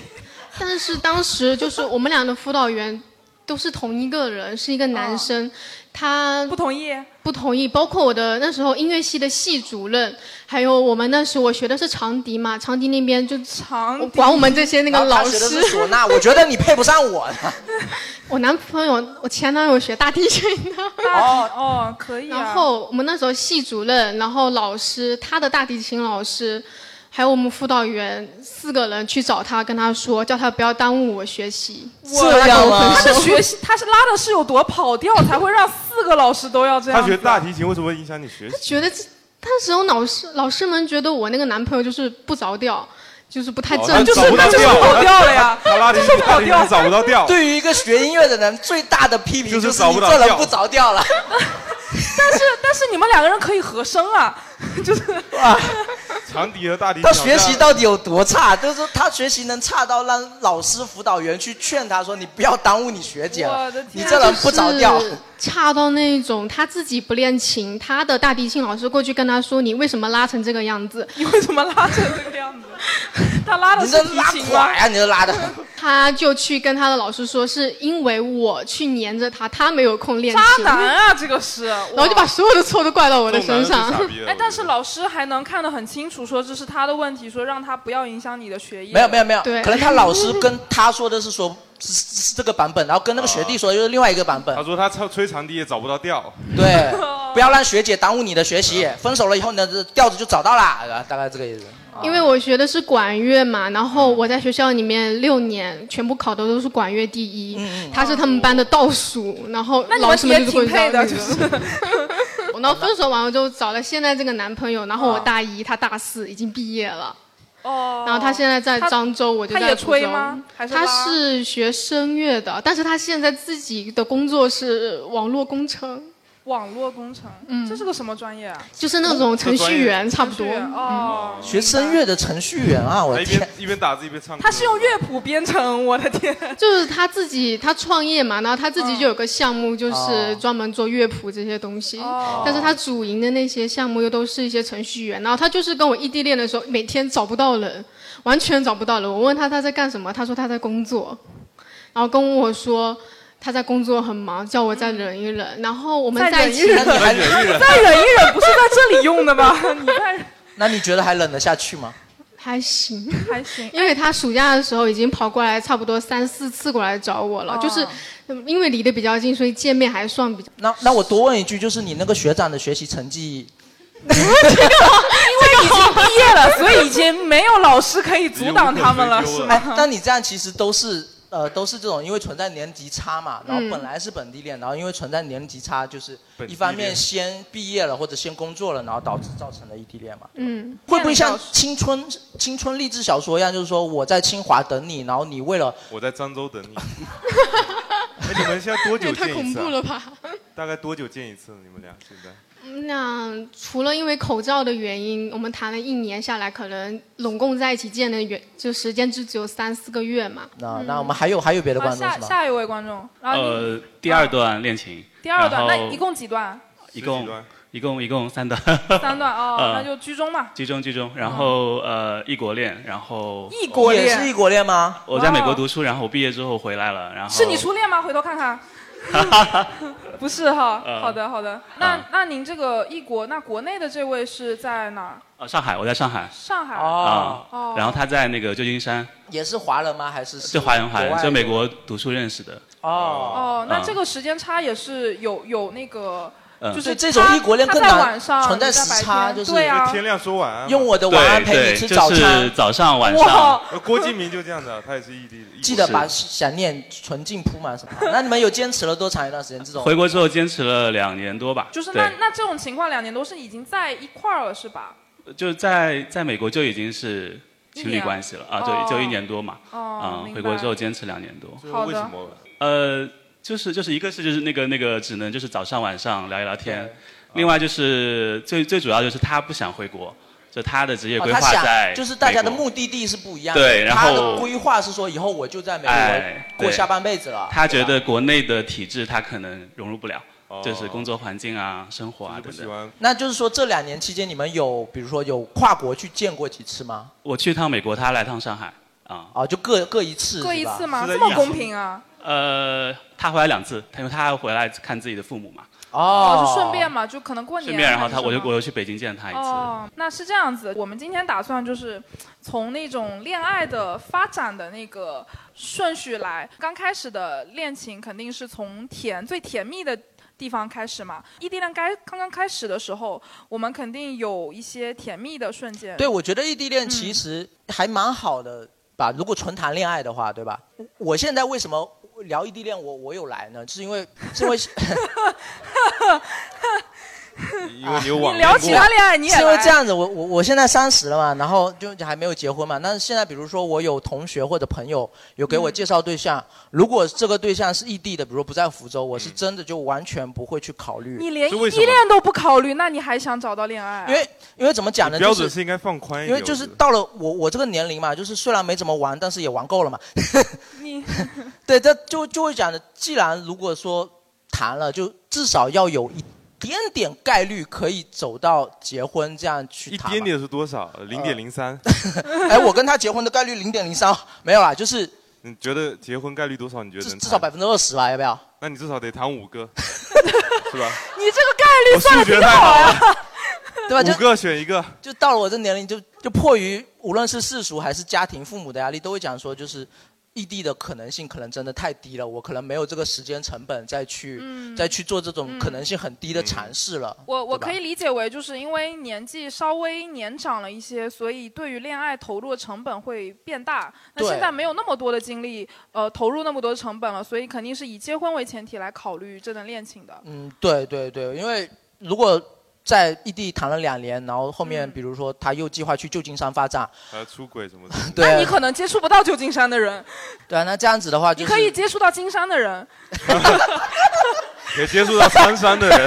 [SPEAKER 1] 但是当时就是我们俩的辅导员都是同一个人，是一个男生，他
[SPEAKER 3] 哦不同意。
[SPEAKER 1] 不同意，包括我的那时候音乐系的系主任，还有我们那时候我学的是长笛嘛，长笛那边就
[SPEAKER 3] 长笛
[SPEAKER 1] 管我们这些那
[SPEAKER 4] 然
[SPEAKER 1] 个
[SPEAKER 4] 哦后他
[SPEAKER 1] 老
[SPEAKER 4] 学的
[SPEAKER 1] 师
[SPEAKER 4] 是。唢呐，我觉得你配不上我。
[SPEAKER 1] 我男朋友，我前男友学大提琴的。
[SPEAKER 3] 哦哦，可以啊。
[SPEAKER 1] 然后我们那时候系主任，然后老师，他的大提琴老师，还有我们辅导员四个人去找他，跟他说，叫他不要耽误我学习。
[SPEAKER 4] 这样吗
[SPEAKER 3] 他的学习，他是拉的是有多跑调，才 会让四个老师都要这样
[SPEAKER 5] 他
[SPEAKER 3] 子。啊
[SPEAKER 5] 学大提琴为什么会影响你学习？
[SPEAKER 1] 觉得这那时候老师老师们觉得我那个男朋友就是不着调，就是不太正
[SPEAKER 5] 哦他
[SPEAKER 1] 经。
[SPEAKER 3] 就是
[SPEAKER 5] 找不到
[SPEAKER 3] 那就是
[SPEAKER 5] 调，
[SPEAKER 3] 跑调了呀
[SPEAKER 5] 他他拉提
[SPEAKER 3] 就是
[SPEAKER 5] 琴，
[SPEAKER 3] 跑
[SPEAKER 5] 大提
[SPEAKER 3] 调
[SPEAKER 5] 琴找不到调。
[SPEAKER 4] 对于一个学音乐的人，最大的批评
[SPEAKER 5] 就是
[SPEAKER 4] 就是
[SPEAKER 5] 找
[SPEAKER 4] 你
[SPEAKER 5] 不到
[SPEAKER 4] 这人
[SPEAKER 5] 调
[SPEAKER 4] 不着调了。
[SPEAKER 3] 但是但是你们两个人可以和声啊，就是
[SPEAKER 5] 长笛和大提琴
[SPEAKER 4] 他
[SPEAKER 5] 好像。
[SPEAKER 4] 学习到底有多差？就是他学习能差到让老师、辅导员去劝他说：“你不要耽误你学姐了
[SPEAKER 3] 我的，天
[SPEAKER 4] 你这人不着调。”
[SPEAKER 1] 就是差到那种他自己不练琴，他的大提琴老师过去跟他说：“你为什么拉成这个样子
[SPEAKER 3] 你为什么拉成这个样子？他拉的
[SPEAKER 4] 你
[SPEAKER 3] 是
[SPEAKER 4] 这
[SPEAKER 3] 提啊
[SPEAKER 4] 拉
[SPEAKER 3] 琴吗
[SPEAKER 4] 垮？呀！你这拉的，？”
[SPEAKER 1] 他就去跟他的老师说：“是因为我去黏着他，他没有空练
[SPEAKER 3] 渣
[SPEAKER 1] 琴。”
[SPEAKER 3] 男啊，这个是。然
[SPEAKER 1] 然后就把所有的错都怪到我的
[SPEAKER 5] 这种男
[SPEAKER 1] 身
[SPEAKER 5] 人最
[SPEAKER 1] 上。
[SPEAKER 5] 傻逼了
[SPEAKER 3] 哎，但是老师还能看得很清楚，说这是他的问题，说让他不要影响你的学业。
[SPEAKER 4] 没有没有没有，
[SPEAKER 1] 对
[SPEAKER 4] 可能他老师跟他说的是说是是是这个版本，然后跟那个学弟说的就是另外一个版本
[SPEAKER 5] 他。说他吹吹长笛也找不到调， 啊
[SPEAKER 4] 对，不要让学姐耽误你的学习。分手了以后呢，这调子就找到了，啊大概这个意思。
[SPEAKER 5] 哦
[SPEAKER 1] 因为我学的是管乐嘛，然后我在学校里面六年全部考的都是管乐第一，
[SPEAKER 4] 嗯
[SPEAKER 1] 他是他们班的倒数，然后
[SPEAKER 3] 那你
[SPEAKER 1] 老
[SPEAKER 3] 们
[SPEAKER 1] 师
[SPEAKER 3] 也
[SPEAKER 1] 们就
[SPEAKER 3] 挺
[SPEAKER 1] 会知道
[SPEAKER 3] 配
[SPEAKER 1] 那
[SPEAKER 3] 的，
[SPEAKER 1] 个。
[SPEAKER 3] 就是。
[SPEAKER 1] 然后分手完 我就找了现在这个男朋友，然后我大一，他大四，已经毕业了，
[SPEAKER 3] 哦。
[SPEAKER 1] 然后他现在在漳州，我就
[SPEAKER 3] 他
[SPEAKER 1] 在
[SPEAKER 3] 也
[SPEAKER 1] 福
[SPEAKER 3] 吹
[SPEAKER 1] 州
[SPEAKER 3] 吗还是
[SPEAKER 1] 他
[SPEAKER 3] 拉
[SPEAKER 1] 是学声乐的，但是他现在自己的工作是网络工程，
[SPEAKER 3] 网络工程，这是个什么专业啊？
[SPEAKER 1] 嗯就是那种程序员差不多嗯
[SPEAKER 3] 对。哦。
[SPEAKER 4] 学声乐的程序员啊，我
[SPEAKER 5] 他
[SPEAKER 4] 的
[SPEAKER 5] 一
[SPEAKER 4] 天
[SPEAKER 5] 边！一边打字一边唱歌。
[SPEAKER 3] 他是用乐谱编程，我的天！
[SPEAKER 1] 就是他自己，他创业嘛，然后他自己就有个项目，就是专门做乐谱这些东西。
[SPEAKER 3] 哦
[SPEAKER 1] 但是他主营的那些项目又都是一些程序员，然后他就是跟我异地恋的时候，每天找不到人，完全找不到人。我问他他在干什么，他说他在工作，然后跟我说他在工作很忙，叫我再忍一忍。然后我们
[SPEAKER 3] 再
[SPEAKER 1] 在
[SPEAKER 3] 忍
[SPEAKER 1] 一
[SPEAKER 3] 一
[SPEAKER 1] 起，
[SPEAKER 3] 忍
[SPEAKER 4] 那你还
[SPEAKER 3] 再忍一忍，不是在这里用的 吗？你再忍
[SPEAKER 4] 那你觉得还忍得下去吗？
[SPEAKER 1] 还行。
[SPEAKER 3] 还行。
[SPEAKER 1] 因为他暑假的时候已经跑过来，差不多三四次过来找我
[SPEAKER 3] 哦
[SPEAKER 1] 了，就是嗯因为离得比较近，所以见面还算比较。
[SPEAKER 4] 那那我多问一句，就是你那个学长的学习成绩，
[SPEAKER 3] 因为已经毕业了，所以已经没有老师可以阻挡他们了，
[SPEAKER 5] 已经无
[SPEAKER 3] 是
[SPEAKER 5] 可追究了
[SPEAKER 4] 哎
[SPEAKER 3] 吗，？
[SPEAKER 4] 但你这样其实都是呃都是这种，因为存在年级差嘛，然后
[SPEAKER 3] 嗯
[SPEAKER 4] 本来是本地恋，然后因为存在年级差，就是
[SPEAKER 5] 本地
[SPEAKER 4] 一方面
[SPEAKER 5] 恋
[SPEAKER 4] 先毕业了或者先工作了，然后导致造成了异地恋嘛。
[SPEAKER 1] 嗯，
[SPEAKER 4] 会不会像
[SPEAKER 3] 是
[SPEAKER 4] 青春青春励志小说一样，就是说我在清华等你，然后你为了
[SPEAKER 5] 我在漳州等你。哎，你们现在多久
[SPEAKER 1] 也太
[SPEAKER 5] 见
[SPEAKER 1] 恐
[SPEAKER 5] 一次
[SPEAKER 1] 怖
[SPEAKER 5] 啊、
[SPEAKER 1] 了吧！
[SPEAKER 5] 大概多久见一次呢？你们俩现在？
[SPEAKER 1] 嗯那除了因为口罩的原因，我们谈了一年下来，可能拢共在一起见的远，就时间就只有三四个月嘛。
[SPEAKER 4] 那
[SPEAKER 3] 嗯
[SPEAKER 4] 那我们还有还有别的
[SPEAKER 3] 好，
[SPEAKER 4] 观
[SPEAKER 1] 啊
[SPEAKER 4] 众
[SPEAKER 3] 哦下
[SPEAKER 4] 是吗？
[SPEAKER 3] 下一位观众，然后你
[SPEAKER 2] 呃，第二段恋情，
[SPEAKER 3] 第二段，
[SPEAKER 2] 然
[SPEAKER 3] 那
[SPEAKER 2] 后
[SPEAKER 3] 一共几段？
[SPEAKER 2] 一
[SPEAKER 5] 十几
[SPEAKER 2] 共
[SPEAKER 5] 段
[SPEAKER 2] 一共一共三段，
[SPEAKER 3] 三段哦
[SPEAKER 2] 呃，
[SPEAKER 3] 那就居中嘛。
[SPEAKER 2] 集中集中。然后呃，异国恋，然后
[SPEAKER 3] 哦异国
[SPEAKER 4] 也是
[SPEAKER 3] 恋
[SPEAKER 4] 异国恋吗？
[SPEAKER 2] 我在美国读书，然后我毕业之后回来了，然后
[SPEAKER 3] 是你初恋吗？回头 看看。不是哈，
[SPEAKER 2] 呃
[SPEAKER 3] 好的好的。那
[SPEAKER 2] 啊
[SPEAKER 3] 那您这个异国，那国内的这位是在哪儿？
[SPEAKER 2] 呃上海，我在上海
[SPEAKER 3] 上海。
[SPEAKER 4] 哦，
[SPEAKER 2] 啊
[SPEAKER 3] 哦，
[SPEAKER 2] 然后他在那个旧金山，
[SPEAKER 4] 也是华人吗？还是
[SPEAKER 2] 就华人华人，
[SPEAKER 4] 国外
[SPEAKER 2] 就美国读书认识的。
[SPEAKER 4] 哦
[SPEAKER 3] 哦，那
[SPEAKER 2] 嗯
[SPEAKER 3] 这个时间差也是有有那个
[SPEAKER 2] 嗯
[SPEAKER 3] 就是
[SPEAKER 4] 所以这种异国恋更
[SPEAKER 3] 他在
[SPEAKER 4] 难
[SPEAKER 3] 晚上
[SPEAKER 4] 存在
[SPEAKER 3] 你在
[SPEAKER 4] 时
[SPEAKER 3] 白
[SPEAKER 4] 差
[SPEAKER 3] 天
[SPEAKER 4] 就是
[SPEAKER 3] 对啊，
[SPEAKER 5] 天亮说晚安嘛。
[SPEAKER 4] 用我的晚安
[SPEAKER 2] 对
[SPEAKER 4] 陪
[SPEAKER 2] 对，
[SPEAKER 4] 你吃
[SPEAKER 2] 就
[SPEAKER 4] 早
[SPEAKER 2] 是
[SPEAKER 4] 餐。
[SPEAKER 2] 早上晚上
[SPEAKER 3] 哇，
[SPEAKER 5] 呃郭敬明就这样的，他也是异地。异国
[SPEAKER 4] 记得
[SPEAKER 5] 恋
[SPEAKER 4] 把想念纯净铺满什么？ 那你们有坚持了多长一段时间？哦这种
[SPEAKER 2] 回国之后坚持了两年多吧，
[SPEAKER 3] 就是
[SPEAKER 2] 对
[SPEAKER 3] 那那这种情况，两年多是已经在一块儿了，是吧？
[SPEAKER 2] 就在在美国就已经是情
[SPEAKER 3] 一
[SPEAKER 2] 侣
[SPEAKER 3] 年
[SPEAKER 2] 关系了啊，
[SPEAKER 3] 哦
[SPEAKER 2] 就就一年多嘛，
[SPEAKER 3] 哦，
[SPEAKER 2] 啊，
[SPEAKER 3] 明白
[SPEAKER 2] 回国之后坚持两年多，
[SPEAKER 5] 这
[SPEAKER 3] 好
[SPEAKER 5] 个
[SPEAKER 3] 的
[SPEAKER 5] 为什么？
[SPEAKER 2] 呃，就是就是一个是就是那个那个只能就是早上晚上聊一聊天，另外就是最最主要就是他不想回国，就他的职业
[SPEAKER 4] 哦
[SPEAKER 2] 规
[SPEAKER 4] 他
[SPEAKER 2] 划在、
[SPEAKER 4] 想就是大家的。目的地是不一样的。
[SPEAKER 2] 对然后
[SPEAKER 4] 他的规划是说以后我就在美
[SPEAKER 2] 哎
[SPEAKER 4] 国过
[SPEAKER 2] 对
[SPEAKER 4] 下半辈子了。
[SPEAKER 2] 他觉
[SPEAKER 4] 对吧
[SPEAKER 2] 得国内的体制他可能融入不了，
[SPEAKER 5] 哦
[SPEAKER 2] 就是工作环境啊、生活啊
[SPEAKER 5] 就是
[SPEAKER 2] 等
[SPEAKER 5] 不喜
[SPEAKER 2] 等。
[SPEAKER 5] 欢
[SPEAKER 4] 那就是说这两年期间，你们有比如说有跨国去见过几次吗？
[SPEAKER 2] 我去趟美国，他来趟上海啊、
[SPEAKER 4] 啊，就各各一次，
[SPEAKER 3] 各一
[SPEAKER 4] 是吧
[SPEAKER 3] 次吗？
[SPEAKER 5] 是在
[SPEAKER 3] 这么
[SPEAKER 5] 疫
[SPEAKER 3] 公
[SPEAKER 5] 情
[SPEAKER 3] 平啊？
[SPEAKER 2] 呃，他回来两次，他因为他要回来看自己的父母嘛，
[SPEAKER 4] 哦
[SPEAKER 3] 哦，，就顺便嘛，就可能过年。
[SPEAKER 2] 顺便然后他我就
[SPEAKER 3] 还是什
[SPEAKER 2] 我
[SPEAKER 3] 么
[SPEAKER 2] 又去北京见他一次。
[SPEAKER 3] 哦，那是这样子。我们今天打算就是从那种恋爱的发展的那个顺序来。刚开始的恋情肯定是从甜最甜蜜的地方开始嘛。异地恋该刚刚开始的时候，我们肯定有一些甜蜜的瞬间。嗯
[SPEAKER 4] 对，我觉得异地恋其实还蛮好的吧，如果纯谈恋爱的话，对吧？我现在为什么聊异地恋我我有来呢？是因为是因为是
[SPEAKER 5] 因为你有
[SPEAKER 3] 你
[SPEAKER 5] 网
[SPEAKER 3] 聊
[SPEAKER 5] 恋
[SPEAKER 3] 其
[SPEAKER 5] 过
[SPEAKER 3] 他恋爱你也
[SPEAKER 4] 因为
[SPEAKER 3] 来
[SPEAKER 4] 这样子，我我我现在三十了嘛，然后就还没有结婚嘛。但是现在比如说我有同学或者朋友有给我介绍对象，如果这个对象是异地的，比如说不在福州，我是真的就完全不会去考虑。
[SPEAKER 3] 你连
[SPEAKER 5] 嗯是为
[SPEAKER 3] 异
[SPEAKER 5] 什
[SPEAKER 3] 地
[SPEAKER 5] 么
[SPEAKER 3] 恋都不考虑，那你还想找到恋爱啊、
[SPEAKER 4] 因为因为怎么讲呢？
[SPEAKER 5] 标
[SPEAKER 4] 就
[SPEAKER 5] 准
[SPEAKER 4] 是
[SPEAKER 5] 是应该放宽一
[SPEAKER 4] 因
[SPEAKER 5] 点，
[SPEAKER 4] 为就是
[SPEAKER 5] 我觉得
[SPEAKER 4] 到了我我这个年龄嘛，就是虽然没怎么玩，但是也玩够了嘛。
[SPEAKER 3] 你
[SPEAKER 4] 对，这就就会讲的，既然如果说谈了，就至少要有一点点概率可以走到结婚这样去
[SPEAKER 5] 一
[SPEAKER 4] 谈。
[SPEAKER 5] 点。点是多少？零点零三。
[SPEAKER 4] 哎，我跟他结婚的概率零点零三，哦没有啦，就是
[SPEAKER 5] 你觉得结婚概率多少？你觉得
[SPEAKER 4] 至
[SPEAKER 5] 能
[SPEAKER 4] 至少
[SPEAKER 5] 谈
[SPEAKER 4] 百分之二十吧，要不要？
[SPEAKER 5] 那你至少得谈 五个，是吧？
[SPEAKER 3] 你这个概率
[SPEAKER 5] 我
[SPEAKER 3] 算的
[SPEAKER 5] 数学
[SPEAKER 3] 挺
[SPEAKER 5] 太好
[SPEAKER 3] 好啊呀、
[SPEAKER 5] 了，
[SPEAKER 4] 对吧？就
[SPEAKER 5] 五个选一个。
[SPEAKER 4] 就到了我这年龄就，就迫于无论是世俗还是家庭父母的压力，都会讲说，就是异地的可能性可能真的太低了，我可能没有这个时间成本再去、
[SPEAKER 3] 嗯
[SPEAKER 4] 再去做这种
[SPEAKER 3] 嗯
[SPEAKER 4] 可能性很低的尝试了。
[SPEAKER 3] 我我
[SPEAKER 4] 对吧
[SPEAKER 3] 可以理解为，就是因为年纪稍微年长了一些，所以对于恋爱投入的成本会变大。那
[SPEAKER 4] 对
[SPEAKER 3] 现在没有那么多的精力，呃，投入那么多的成本了，所以肯定是以结婚为前提来考虑这段恋情的。
[SPEAKER 4] 嗯，对对对，因为如果在异地谈了两年，然后后面
[SPEAKER 3] 嗯
[SPEAKER 4] 比如说他又计划去旧金山发展，
[SPEAKER 5] 还有出轨什么的，
[SPEAKER 3] 那你
[SPEAKER 4] 对
[SPEAKER 3] 可能接触不到旧金山的人，
[SPEAKER 4] 对啊，那这样子的话就
[SPEAKER 3] 你
[SPEAKER 4] 是
[SPEAKER 3] 可以接触到金山的 人，
[SPEAKER 5] 也接触到苍山的人，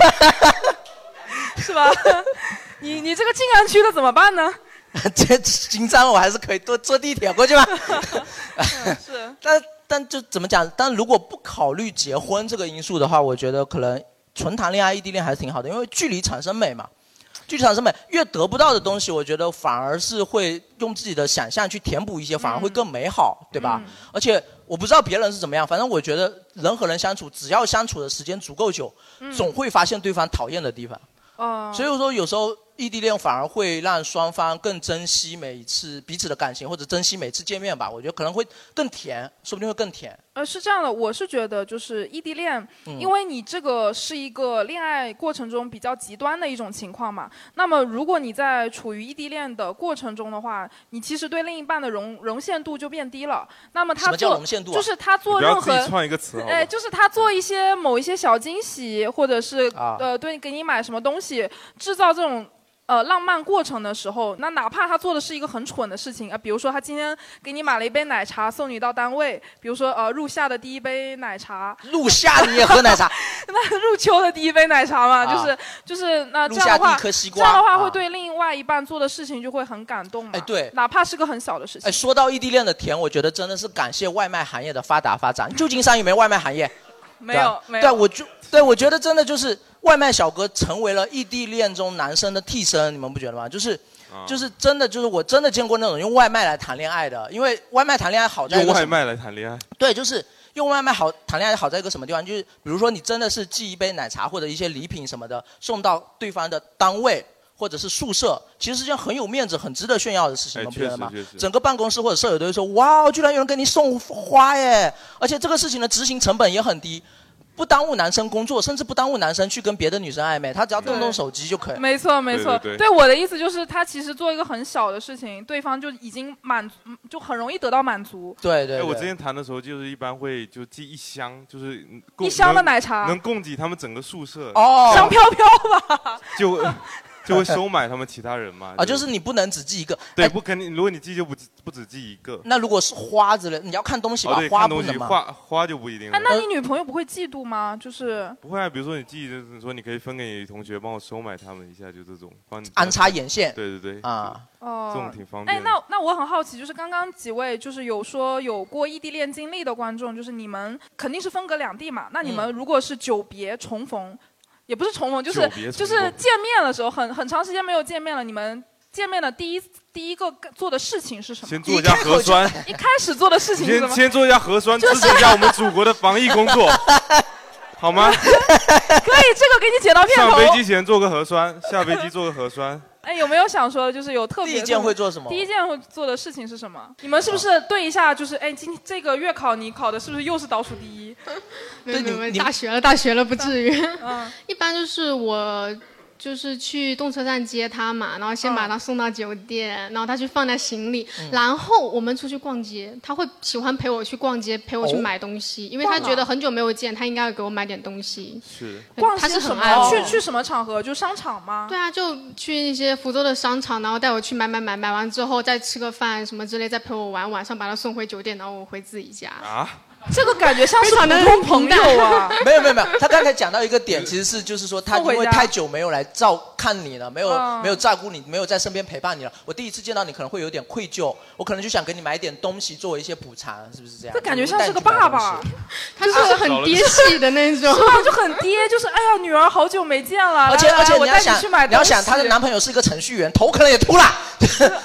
[SPEAKER 3] 是吧？ 你你这个静安区的怎么办呢？
[SPEAKER 4] 接金山，我还是可以多坐地铁过去吧。
[SPEAKER 3] 是，
[SPEAKER 4] 但但就怎么讲？但如果不考虑结婚这个因素的话，我觉得可能纯谈恋爱、异地恋还是挺好的，因为距离产生美嘛。距离产生美，越得不到的东西，我觉得反而是会用自己的想象去填补一些，反而会更美好，对吧？而且我不知道别人是怎么样，反正我觉得人和人相处，只要相处的时间足够久，总会发现对方讨厌的地方。
[SPEAKER 3] 嗯、
[SPEAKER 4] 所以说，有时候异地恋反而会让双方更珍惜每一次彼此的感情，或者珍惜每次见面吧。我觉得可能会更甜，说不定会更甜。
[SPEAKER 3] 呃，是这样的，我是觉得就是异地恋，
[SPEAKER 4] 嗯
[SPEAKER 3] 因为你这个是一个恋爱过程中比较极端的一种情况嘛。那么如果你在处于异地恋的过程中的话，你其实对另一半的容容限度就变低了。那么
[SPEAKER 4] 什
[SPEAKER 3] 他
[SPEAKER 4] 么叫
[SPEAKER 3] 做
[SPEAKER 4] 容限度啊
[SPEAKER 3] 就是他
[SPEAKER 5] 你
[SPEAKER 3] 做
[SPEAKER 5] 不
[SPEAKER 3] 任
[SPEAKER 5] 要自
[SPEAKER 3] 何
[SPEAKER 5] 己创一个词好吧
[SPEAKER 3] 哎，？就是他做一些某一些小惊喜，或者是、
[SPEAKER 4] 啊
[SPEAKER 3] 呃，对，给你买什么东西，制造这种。呃，浪漫过程的时候，那哪怕他做的是一个很蠢的事情啊、比如说他今天给你买了一杯奶茶送你到单位，比如说呃入夏的第一杯奶茶，
[SPEAKER 4] 入夏你也喝奶茶，
[SPEAKER 3] 那入秋的第一杯奶茶嘛，
[SPEAKER 4] 啊
[SPEAKER 3] 就是就是那
[SPEAKER 4] 入
[SPEAKER 3] 这样的
[SPEAKER 4] 夏第一
[SPEAKER 3] 话，
[SPEAKER 4] 颗西
[SPEAKER 3] 这
[SPEAKER 4] 瓜。
[SPEAKER 3] 样的话
[SPEAKER 4] 啊
[SPEAKER 3] 会对另外一半做的事情就会很感动嘛。
[SPEAKER 4] 哎对
[SPEAKER 3] 哪怕是个很小的事情
[SPEAKER 4] 哎，。说到异地恋的甜，我觉得真的是感谢外卖行业的发达发展。旧金山有没有外卖行业？
[SPEAKER 3] 没
[SPEAKER 4] 对吧
[SPEAKER 3] 有没
[SPEAKER 4] 对啊，
[SPEAKER 3] 有，
[SPEAKER 4] 我就对我觉得真的就是外卖小哥成为了异地恋中男生的替身，你们不觉得吗？就是。就是真的，就是我真的见过那种用外卖来谈恋爱的，因为外卖谈恋爱好在
[SPEAKER 5] 用
[SPEAKER 4] 一个什
[SPEAKER 5] 外
[SPEAKER 4] 么
[SPEAKER 5] 卖来谈恋爱，
[SPEAKER 4] 对，就是用外卖好谈恋爱好在一个什么地方？就是比如说你真的是寄一杯奶茶或者一些礼品什么的送到对方的单位或者是宿舍，其实是件很有面子、很值得炫耀的事情，
[SPEAKER 5] 哎
[SPEAKER 4] 你们不觉得吗
[SPEAKER 5] 确实确？实
[SPEAKER 4] 整个办公室或者舍友都会说：“哇，居然有人给你送花耶！”而且这个事情的执行成本也很低。不耽误男生工作，甚至不耽误男生去跟别的女生暧昧，他只要动动手机就可以。
[SPEAKER 3] 没错，没错。
[SPEAKER 4] 对
[SPEAKER 3] 我的意思就是，他其实做一个很小的事情，对方就已经满足，嗯就很容易得到满足。
[SPEAKER 4] 对
[SPEAKER 5] 哎我之前谈的时候，就是一般会就寄一箱，就是
[SPEAKER 3] 一箱的奶茶
[SPEAKER 5] 能能供给他们整个宿舍
[SPEAKER 4] 哦
[SPEAKER 3] 香飘飘吧。
[SPEAKER 5] 就会就 会收买他们其他人嘛。
[SPEAKER 4] 啊，就是你不能只记一个。
[SPEAKER 5] 对，不肯定，如果你记就不不只记一个。
[SPEAKER 4] 那如果是花之类，你要看东西吧，
[SPEAKER 5] 哦，对，
[SPEAKER 4] 花
[SPEAKER 5] 看
[SPEAKER 4] 不
[SPEAKER 5] 东西
[SPEAKER 4] 能吗？
[SPEAKER 5] 花花就不一定了
[SPEAKER 3] 哎，。那你女朋友不会嫉妒吗？就是
[SPEAKER 5] 不会啊，比如说你记，就是说你可以分给你同学，帮我收买他们一下，就这种，帮你
[SPEAKER 4] 安插眼线
[SPEAKER 5] 对对对，
[SPEAKER 4] 啊，
[SPEAKER 3] 哦，
[SPEAKER 5] 这种挺方
[SPEAKER 3] 哎，
[SPEAKER 5] 便的。
[SPEAKER 3] 那那我很好奇，就是刚刚几位就是有说有过异地恋经历的观众，就是你们肯定是分隔两地嘛，那你们
[SPEAKER 4] 嗯
[SPEAKER 3] 如果是久别重逢，也不是重逢，就是
[SPEAKER 8] 久别重逢
[SPEAKER 3] 就是见面的时候，很很长时间没有见面了，你们见面的第一第一个做的事情是什么？
[SPEAKER 5] 先做一下核酸
[SPEAKER 3] 一开始做的 事情是什
[SPEAKER 5] 先
[SPEAKER 3] 么？
[SPEAKER 5] 先做一下核酸，支
[SPEAKER 3] 就是
[SPEAKER 5] 持一下我们祖国的防疫工作，好 吗？
[SPEAKER 3] 可以，这个给你剪到片
[SPEAKER 5] 上
[SPEAKER 3] 头。
[SPEAKER 5] 飞机前做个核酸，下飞机做个核酸。
[SPEAKER 3] 哎，有没有想说，就是有特别的
[SPEAKER 4] 第一件会做什么
[SPEAKER 3] 第一件会做的事情是什么？你们是不是对一下？就是哎，今这个月考你考的是不是又是倒数第一？
[SPEAKER 1] 没有没有没有大学了，大学了不至 于。
[SPEAKER 5] 嗯
[SPEAKER 1] 一般就是我就是去动车站接他嘛，然后先把他送到酒店，然后他去放在行李，
[SPEAKER 5] 嗯
[SPEAKER 1] 然后我们出去逛街。他会喜欢陪我去逛街，陪我去
[SPEAKER 3] 哦
[SPEAKER 5] 啊
[SPEAKER 1] 买东西，因为他
[SPEAKER 3] 逛哪
[SPEAKER 1] 觉得很久没有见，他应该要给我买点东西。
[SPEAKER 5] 是
[SPEAKER 3] 逛
[SPEAKER 1] 他
[SPEAKER 3] 些
[SPEAKER 1] 是
[SPEAKER 3] 什
[SPEAKER 1] 很爱
[SPEAKER 3] 么？
[SPEAKER 1] 我
[SPEAKER 3] 去去什么场合？就商场吗？
[SPEAKER 1] 对啊，就去一些福州的商场，然后带我去买买买，买完之后再吃个饭什么之类，再陪我玩，晚上把他送回酒店，然后我回自己家。
[SPEAKER 5] 啊，
[SPEAKER 3] 这个感觉像
[SPEAKER 1] 非常的
[SPEAKER 3] 普通朋友啊
[SPEAKER 4] 没有没有没有，他刚才讲到一个点，其实是就是说他因为太久没有来照看你了，没有、
[SPEAKER 3] 嗯
[SPEAKER 4] 没有照顾你，没有在身边陪伴你了。我第一次见到你可能会有点愧疚，我可能就想给你买点东西作为一些补偿，是不是这样？
[SPEAKER 3] 这感觉像
[SPEAKER 4] 带
[SPEAKER 3] 是
[SPEAKER 4] 你
[SPEAKER 3] 个
[SPEAKER 4] 去买
[SPEAKER 3] 爸
[SPEAKER 4] 东西
[SPEAKER 3] 爸，
[SPEAKER 1] 他就是很爹系的那种，
[SPEAKER 3] 是吧？就很爹，就是哎呀，女儿好久没见了，
[SPEAKER 4] 而且
[SPEAKER 3] 来来
[SPEAKER 4] 而且
[SPEAKER 3] 我
[SPEAKER 4] 你要
[SPEAKER 3] 带
[SPEAKER 4] 想
[SPEAKER 3] 去买，
[SPEAKER 4] 你要想她的男朋友是一个程序员，头可能也秃了，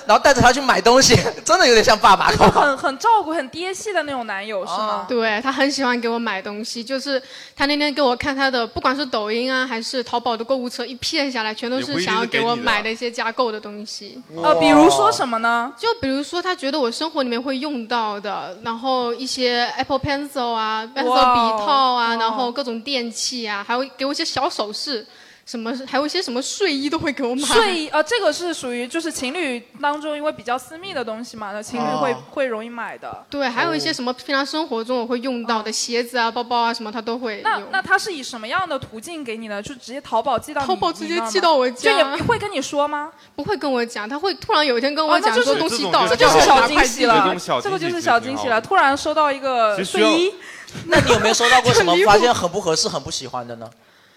[SPEAKER 4] 然后带着她去买东西，真的有点像爸爸。
[SPEAKER 3] 友很很照顾、很爹系的那种男友是
[SPEAKER 4] 哦
[SPEAKER 3] 吗？
[SPEAKER 1] 对他很喜欢给我买东西，就是他那天给我看他的，不管是抖音啊还是淘宝的购物车，一片下来全都
[SPEAKER 3] 也不一定
[SPEAKER 1] 想要
[SPEAKER 3] 是给
[SPEAKER 1] 给我
[SPEAKER 3] 你的啊
[SPEAKER 1] 买的一些加购的东西。
[SPEAKER 3] 呃，比如说什么呢？
[SPEAKER 1] 就比如说他觉得我生活里面会用到的，然后一些 Apple Pencil 啊、Pencil 笔套啊，然后各种电器啊，还有给我一些小首饰，什么还有一些什么睡衣都会给我买。
[SPEAKER 3] 睡衣呃，这个是属于就是情侣当中因为比较私密的东西嘛，那情侣会、
[SPEAKER 1] 哦
[SPEAKER 3] 会容易买的。
[SPEAKER 1] 对，还有一些什么平常生活中我会用
[SPEAKER 3] 哦
[SPEAKER 1] 到的鞋子啊、包包啊什么，他都会
[SPEAKER 3] 那
[SPEAKER 1] 有。
[SPEAKER 3] 那他是以什么样的途径给你呢？就直接淘宝寄到你
[SPEAKER 1] 淘宝
[SPEAKER 3] 你
[SPEAKER 1] 直接
[SPEAKER 3] 那儿吗
[SPEAKER 1] 寄到我
[SPEAKER 3] 就也
[SPEAKER 1] 家
[SPEAKER 3] 不会跟你说吗？
[SPEAKER 1] 不会跟我讲，他会突然有一天跟我
[SPEAKER 3] 哦那
[SPEAKER 1] 讲
[SPEAKER 3] 就
[SPEAKER 1] 说
[SPEAKER 3] 是
[SPEAKER 1] 东西到了，
[SPEAKER 3] 这就是
[SPEAKER 1] 然后我
[SPEAKER 3] 小
[SPEAKER 1] 拿
[SPEAKER 3] 惊
[SPEAKER 1] 快
[SPEAKER 3] 喜
[SPEAKER 1] 递
[SPEAKER 3] 了
[SPEAKER 5] 这种小，
[SPEAKER 3] 这
[SPEAKER 5] 惊
[SPEAKER 3] 个
[SPEAKER 5] 喜
[SPEAKER 3] 就是
[SPEAKER 5] 是
[SPEAKER 3] 小
[SPEAKER 5] 挺
[SPEAKER 3] 惊
[SPEAKER 5] 好
[SPEAKER 3] 喜
[SPEAKER 5] 的
[SPEAKER 3] 了。突然收到一个
[SPEAKER 5] 其实需
[SPEAKER 3] 睡衣，
[SPEAKER 4] 那你有没有收到过什 么
[SPEAKER 1] 很离谱
[SPEAKER 4] 发现很不合适、很不喜欢的呢？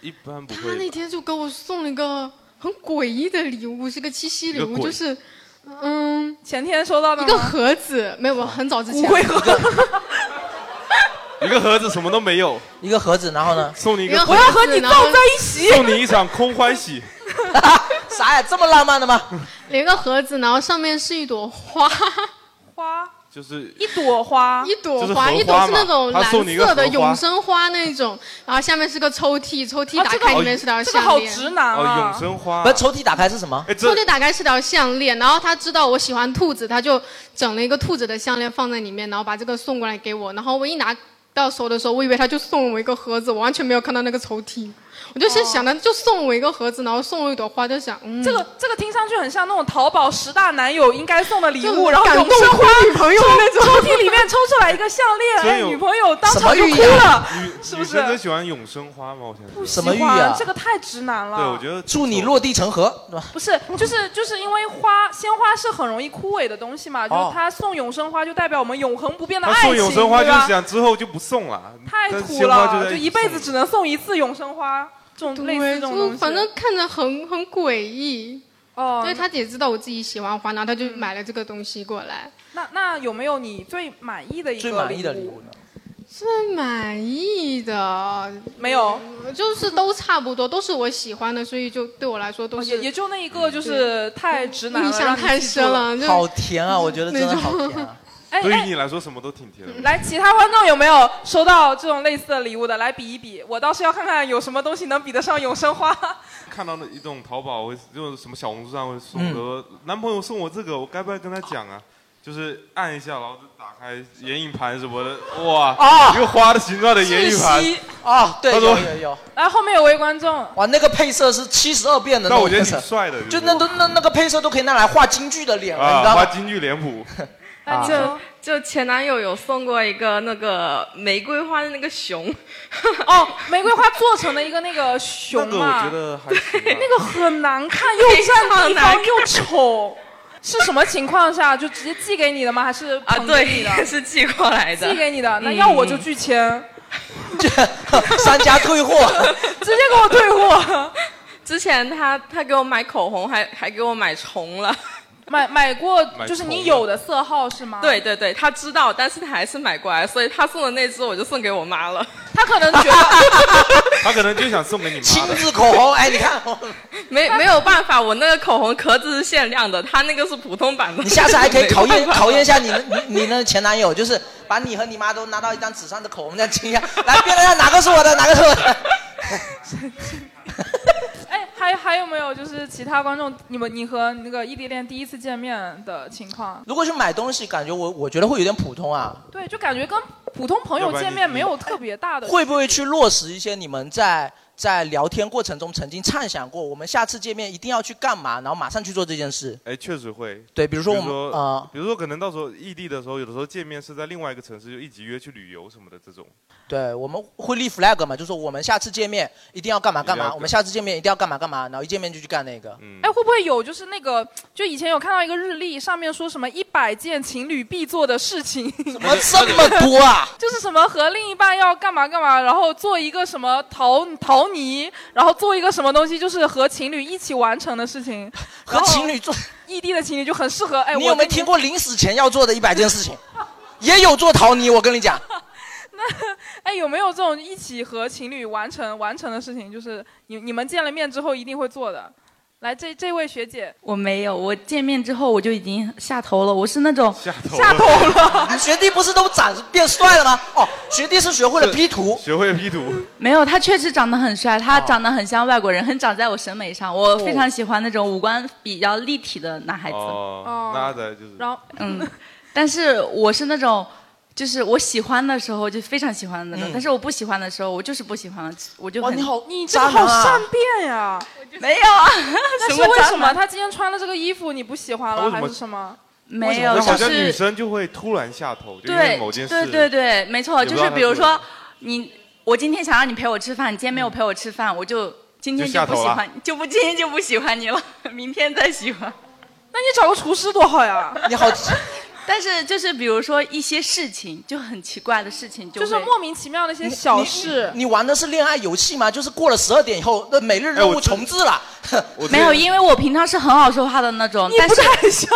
[SPEAKER 5] 一般不
[SPEAKER 1] 他那天就给我送了一个很诡异的礼物，是个七夕礼
[SPEAKER 4] 一
[SPEAKER 1] 物，
[SPEAKER 4] 个鬼
[SPEAKER 1] 就是嗯，
[SPEAKER 3] 前天收到的
[SPEAKER 1] 一个
[SPEAKER 3] 吗
[SPEAKER 1] 盒子，没有，我很早之前，
[SPEAKER 5] 一个盒子什么都没有，
[SPEAKER 4] 一个盒子，然后呢？
[SPEAKER 5] 送你一
[SPEAKER 1] 一
[SPEAKER 5] 个
[SPEAKER 1] 个，盒子我要和你然后抱在
[SPEAKER 3] 一
[SPEAKER 5] 送你一场空欢 喜。
[SPEAKER 4] 啥呀？这么浪漫的吗？
[SPEAKER 1] 连个盒子，然后上面是一朵花，
[SPEAKER 5] 就是
[SPEAKER 3] 一朵花，
[SPEAKER 1] 一朵
[SPEAKER 5] 就是荷
[SPEAKER 1] 花，
[SPEAKER 5] 花
[SPEAKER 1] 一朵是那种
[SPEAKER 5] 嘛他
[SPEAKER 1] 蓝
[SPEAKER 5] 送你一个
[SPEAKER 1] 色的
[SPEAKER 5] 荷花
[SPEAKER 1] 永生花那种，然后下面是个抽屉，抽屉
[SPEAKER 3] 啊
[SPEAKER 1] 打
[SPEAKER 3] 这个
[SPEAKER 1] 开
[SPEAKER 3] 好
[SPEAKER 1] 里面是条
[SPEAKER 3] 这个
[SPEAKER 1] 项
[SPEAKER 3] 好
[SPEAKER 1] 链，
[SPEAKER 3] 直男啊！
[SPEAKER 5] 哦永生花哎
[SPEAKER 4] 不是抽屉打开是什么？
[SPEAKER 1] 抽屉打开是条项链，然后他知道我喜欢兔子，他就整了一个兔子的项链放在里面，然后把这个送过来给我。然后我一拿到手的时候，我以为他就送我一个盒子，我完全没有看到那个抽屉，我就先想着就送我一个盒子，然后送我一朵花，就想嗯，
[SPEAKER 3] 这个这个听上去很像那种淘宝十大男友应该送的礼物，
[SPEAKER 1] 就
[SPEAKER 3] 然后
[SPEAKER 1] 嗯感
[SPEAKER 3] 永
[SPEAKER 1] 动
[SPEAKER 3] 生花
[SPEAKER 1] 哭女朋友
[SPEAKER 3] 抽
[SPEAKER 1] 那种
[SPEAKER 3] 抽屉里面抽出来一个项链，
[SPEAKER 5] 真
[SPEAKER 3] 哎，
[SPEAKER 5] 有
[SPEAKER 3] 女朋友当
[SPEAKER 5] 什
[SPEAKER 3] 场
[SPEAKER 5] 么
[SPEAKER 3] 就
[SPEAKER 5] 寓
[SPEAKER 3] 哭
[SPEAKER 5] 意
[SPEAKER 4] 啊
[SPEAKER 3] 了，是
[SPEAKER 5] 女
[SPEAKER 3] 不是
[SPEAKER 5] 生？真喜欢永生花吗？我想
[SPEAKER 3] 不
[SPEAKER 5] 想
[SPEAKER 3] 喜欢，这个太直男了。
[SPEAKER 5] 啊对，我觉得
[SPEAKER 4] 啊祝你落地成盒，对吧？
[SPEAKER 3] 不是，就是就是因为花鲜花是很容易枯萎的东西嘛，就是他送永生花就代表我们永恒不变的
[SPEAKER 5] 哦他
[SPEAKER 3] 爱情，
[SPEAKER 5] 送永生花
[SPEAKER 3] 对
[SPEAKER 5] 就
[SPEAKER 3] 吧
[SPEAKER 5] 是想之后就不送了，
[SPEAKER 3] 太
[SPEAKER 5] 但是
[SPEAKER 3] 土
[SPEAKER 5] 鲜花
[SPEAKER 3] 了，
[SPEAKER 5] 就
[SPEAKER 3] 就
[SPEAKER 5] 在
[SPEAKER 3] 一辈子只能送一次永生花，这种类似这
[SPEAKER 1] 对，
[SPEAKER 3] 种东
[SPEAKER 1] 就
[SPEAKER 3] 西。
[SPEAKER 1] 反正看着很很诡异。
[SPEAKER 3] 哦，
[SPEAKER 1] 对，他也知道我自己喜欢花，然后他就买了这个东西过来。
[SPEAKER 3] 那那有没有你最满意的一个
[SPEAKER 4] 最满意的
[SPEAKER 3] 礼
[SPEAKER 4] 礼
[SPEAKER 3] 物
[SPEAKER 4] 物？呢？
[SPEAKER 1] 最满意的
[SPEAKER 3] 没有，
[SPEAKER 1] 就是都差不多，都是我喜欢的，所以就对我来说都是、
[SPEAKER 3] 哦
[SPEAKER 1] 嗯
[SPEAKER 3] 也也就那一个，就是太直男了，
[SPEAKER 1] 印象太深了，就
[SPEAKER 4] 好甜啊！我觉得真的好甜。啊
[SPEAKER 1] 种。
[SPEAKER 3] 哎
[SPEAKER 5] 对于
[SPEAKER 3] 哎，
[SPEAKER 5] 你来说什么都挺甜的。
[SPEAKER 3] 来，其他观众有没有收到这种类似的礼物的？来比一比，我倒是要看看有什么东西能比得上永 生花。
[SPEAKER 5] 看到那一
[SPEAKER 4] 嗯
[SPEAKER 5] 种淘宝会，就是什么小红书上会送很多，男朋友送我这个，我该不该跟他讲啊？就是按一下，然后就打开眼影盘什么的，哇，
[SPEAKER 3] 哦
[SPEAKER 5] 一个花的形状的眼影盘
[SPEAKER 3] 窒息，
[SPEAKER 4] 啊，对，
[SPEAKER 5] 他
[SPEAKER 4] 有
[SPEAKER 5] 说
[SPEAKER 4] 有有，
[SPEAKER 3] 然后后面有位观众，
[SPEAKER 4] 哇，那个配色是七十二变的
[SPEAKER 5] 那
[SPEAKER 4] 种
[SPEAKER 5] 我觉
[SPEAKER 4] 配
[SPEAKER 5] 得
[SPEAKER 4] 色
[SPEAKER 5] 挺，帅的，
[SPEAKER 4] 就那都那那个配色都可以拿来画京剧的啊脸了，你知
[SPEAKER 5] 啊，
[SPEAKER 4] 道
[SPEAKER 5] 花
[SPEAKER 4] 吗？
[SPEAKER 5] 京剧脸谱，
[SPEAKER 3] 那你说
[SPEAKER 7] 哎就就前男友有送过一个那个呃玫瑰花的那个熊，
[SPEAKER 3] 哦，玫瑰花做成的一个那个熊
[SPEAKER 5] 那个我
[SPEAKER 3] 嘛，
[SPEAKER 5] 觉得还行吧。
[SPEAKER 3] 那个很难看， 又占地方又丑，是什么情况下就直接寄给你的吗？还是
[SPEAKER 7] 啊，
[SPEAKER 3] 捧给你
[SPEAKER 7] 对
[SPEAKER 3] 的？，
[SPEAKER 7] 是寄过来的嗯
[SPEAKER 3] 寄。给你的，那要我就拒签，
[SPEAKER 4] 商家退 货，
[SPEAKER 3] 直接给我退货。
[SPEAKER 7] 之前他他给我买口红，还还给我买重了。
[SPEAKER 3] 买买过
[SPEAKER 5] 买
[SPEAKER 3] 就是
[SPEAKER 5] 错
[SPEAKER 3] 你
[SPEAKER 5] 了
[SPEAKER 3] 有的色号是吗？
[SPEAKER 7] 对，对对，他知道，但是他还是买过来，所以他送的那支我就送给我妈了。
[SPEAKER 3] 他可能觉得
[SPEAKER 5] 他可能就想送给你
[SPEAKER 4] 亲
[SPEAKER 5] 妈的，
[SPEAKER 4] 自口红，哎，你看，
[SPEAKER 7] 没没有办法，我那个口红壳子是限量的，他那个是普通版的。
[SPEAKER 4] 你下次还可以 考
[SPEAKER 7] 没
[SPEAKER 4] 验
[SPEAKER 7] 办法
[SPEAKER 4] 考验一下你那你你那前男友，就是把你和你妈都 拿到一张纸上的口红再亲一下，来辨认一下哪个是我的，哪个是我的。
[SPEAKER 3] 哎，还还有没有就是其他观众，你们你和那个异地恋第一次见面的情况？
[SPEAKER 4] 如果去买东西，感觉我我觉得会有点普通啊，
[SPEAKER 3] 对，就感觉跟普通朋友
[SPEAKER 5] 要不然
[SPEAKER 3] 见
[SPEAKER 5] 你
[SPEAKER 3] 面
[SPEAKER 5] 你
[SPEAKER 3] 没有特别大的
[SPEAKER 4] 会不会去落实一些你们在在聊天过程中曾经畅想过，我们下次见面一定要去干嘛，然后马上去做这件事？
[SPEAKER 5] 哎，确实会。
[SPEAKER 4] 对，比如
[SPEAKER 5] 比
[SPEAKER 4] 说
[SPEAKER 5] 如
[SPEAKER 4] 我们
[SPEAKER 5] 说，
[SPEAKER 4] 呃，
[SPEAKER 5] 比如说可能到时候异地的时候，有的时候见面是在另外一个城市，就一起约去旅游什么的这种。
[SPEAKER 4] 对，我们会立 flag 嘛，就说我们下次见面一定要干嘛干
[SPEAKER 5] 一定要
[SPEAKER 4] 嘛，
[SPEAKER 5] 干
[SPEAKER 4] 我们下次见面一定要干嘛干嘛，然后一见面就去干那个。
[SPEAKER 5] 啊嗯
[SPEAKER 3] 哎，，会不会有就是那个，就以前有看到一个日历，上面说什么一百件情侣必做的事情，
[SPEAKER 4] 怎么这么多啊？
[SPEAKER 3] 就是什么和另一半要干嘛干嘛，然后做一个什么陶陶泥，然后做一个什么东西，就是和情侣一起完成的事情。
[SPEAKER 4] 和情侣做，
[SPEAKER 3] 异地的情侣就很适合。哎，
[SPEAKER 4] 你
[SPEAKER 3] 我
[SPEAKER 4] 有没
[SPEAKER 3] 跟
[SPEAKER 4] 有听？过临死前要做的一百件事情？ 也有做陶泥，我跟你讲，
[SPEAKER 3] 哎，有没有这种一起和情侣完成完成的事情？就是你你们见了面之后一定会做的。来，这这位学姐，
[SPEAKER 8] 我没有，我见面之后我就已经下头了。我是那种
[SPEAKER 5] 下头
[SPEAKER 3] 下头 了，
[SPEAKER 4] 学弟不是都长变帅了吗？哦，学弟是学会了 P 图，哦
[SPEAKER 5] 学会 P 图，
[SPEAKER 8] 没有，他确实长得很帅，他长得很像外国人，很长在我审美上。我非常喜欢那种五官比较立体的男孩子。
[SPEAKER 5] 哦，那的就是
[SPEAKER 3] 然后
[SPEAKER 8] 嗯，但是我是那种，就是我喜欢的时候就非常喜欢的那种，但是我不喜欢的时候，我就是不喜欢，我就
[SPEAKER 5] 哦
[SPEAKER 4] 哇，
[SPEAKER 8] 很
[SPEAKER 4] 你好，
[SPEAKER 3] 嗯你这
[SPEAKER 4] 渣
[SPEAKER 3] 个
[SPEAKER 4] 男
[SPEAKER 3] 好
[SPEAKER 4] 啊
[SPEAKER 3] 善变呀、
[SPEAKER 8] 没有 啊。
[SPEAKER 3] 但是
[SPEAKER 8] 么
[SPEAKER 3] 为
[SPEAKER 8] 渣
[SPEAKER 3] 什么
[SPEAKER 8] 男
[SPEAKER 3] 他今天穿的这个衣服你不喜欢
[SPEAKER 5] 哦他为
[SPEAKER 3] 了
[SPEAKER 5] 什
[SPEAKER 3] 还
[SPEAKER 5] 么
[SPEAKER 3] 是什么？
[SPEAKER 8] 没有，
[SPEAKER 5] 那好
[SPEAKER 8] 就
[SPEAKER 5] 像女
[SPEAKER 8] 是
[SPEAKER 5] 生就会突然下头，就因为
[SPEAKER 8] 对
[SPEAKER 5] 某件事。
[SPEAKER 8] 对对对，没错，
[SPEAKER 5] 也不
[SPEAKER 8] 就
[SPEAKER 5] 知道
[SPEAKER 8] 是
[SPEAKER 5] 他
[SPEAKER 8] 比如
[SPEAKER 5] 做了
[SPEAKER 8] 说你，我今天想让你陪我吃饭，你今天没有陪我吃饭，我就今
[SPEAKER 5] 嗯就
[SPEAKER 8] 天就
[SPEAKER 5] 下
[SPEAKER 8] 不
[SPEAKER 5] 头
[SPEAKER 8] 喜
[SPEAKER 5] 了
[SPEAKER 8] 欢，就不今天就不喜欢你了， 明天再喜欢。
[SPEAKER 3] 那你找个厨师多好呀！
[SPEAKER 4] 你好，
[SPEAKER 8] 但是就是比如说一些事情，就很奇怪的事情
[SPEAKER 3] 就
[SPEAKER 8] 就会，
[SPEAKER 3] 是莫名其妙的一些小事。
[SPEAKER 4] 你玩的是恋爱游戏吗？就是过了十二点以后，那每日任
[SPEAKER 5] 哎
[SPEAKER 4] 务
[SPEAKER 5] 我知
[SPEAKER 4] 重置了。
[SPEAKER 5] 我之
[SPEAKER 8] 没
[SPEAKER 5] 前
[SPEAKER 8] 有，因为我平常是很好说话的那种，但
[SPEAKER 3] 不
[SPEAKER 8] 是
[SPEAKER 3] 太像，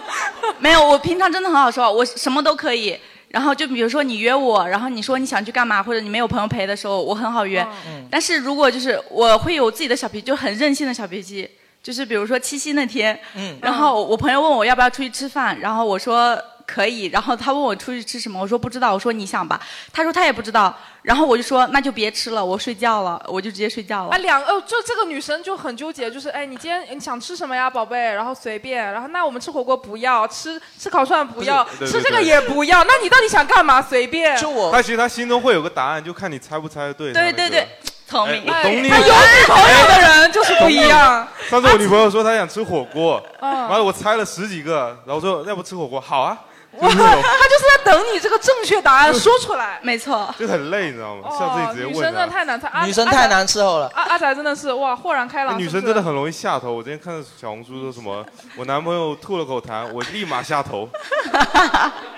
[SPEAKER 8] 没有，我平常真的很好说话，我什么都可以。然后就比如说你约我，然后你说你想去干嘛，或者你没有朋友陪的时候，我很好约。但是如果就是我会有自己的小脾气，就很任性的小脾气，就是比如说七夕那天，
[SPEAKER 4] 嗯
[SPEAKER 8] 然后我朋友问我要不要出去吃饭，然后我说可以，然后他问我出去吃什么，我说不知道，我说你想吧，他说他也不知道，然后我就说那就别吃了，我睡觉了，我就直接睡觉了
[SPEAKER 3] 啊，。两哦，就这个女生就很纠结，就是哎，你今天你想吃什么呀，宝贝？然后随便，然后那我们吃火锅不要，吃吃烤串不要，
[SPEAKER 5] 对对
[SPEAKER 3] 吃这个
[SPEAKER 5] 对
[SPEAKER 3] 也不要，那你到底想干嘛？随便。
[SPEAKER 4] 就我
[SPEAKER 5] 他其实他心中会有个答案，就看你猜不猜得对。
[SPEAKER 8] 对
[SPEAKER 5] 他那
[SPEAKER 8] 对
[SPEAKER 5] 个
[SPEAKER 8] 对，聪
[SPEAKER 5] 哎
[SPEAKER 8] 明，。
[SPEAKER 5] 我懂你
[SPEAKER 3] 他。有女朋友的人就是不一样。
[SPEAKER 5] 上次我女朋友说她想吃火锅，
[SPEAKER 3] 嗯
[SPEAKER 5] 完了我猜了十几个，然后说要不吃火锅，好啊，
[SPEAKER 3] 哇，他就是在等你这个正确答案说出来。
[SPEAKER 8] 没错。
[SPEAKER 5] 就很累，你知道吗？像自
[SPEAKER 3] 哦，
[SPEAKER 5] 己直
[SPEAKER 3] 女
[SPEAKER 5] 接
[SPEAKER 3] 生真
[SPEAKER 5] 问
[SPEAKER 3] 的
[SPEAKER 5] 她。
[SPEAKER 3] 太难猜，啊
[SPEAKER 4] 女生太。难伺候了。
[SPEAKER 3] 阿阿阿仔真的是哇，豁然开
[SPEAKER 5] 那
[SPEAKER 3] 朗。
[SPEAKER 5] 哎女
[SPEAKER 3] 是不
[SPEAKER 5] 生
[SPEAKER 3] 是
[SPEAKER 5] 真的很容易下头。我之前看小红书说什么， 我男朋友吐了口痰，我立马 下头，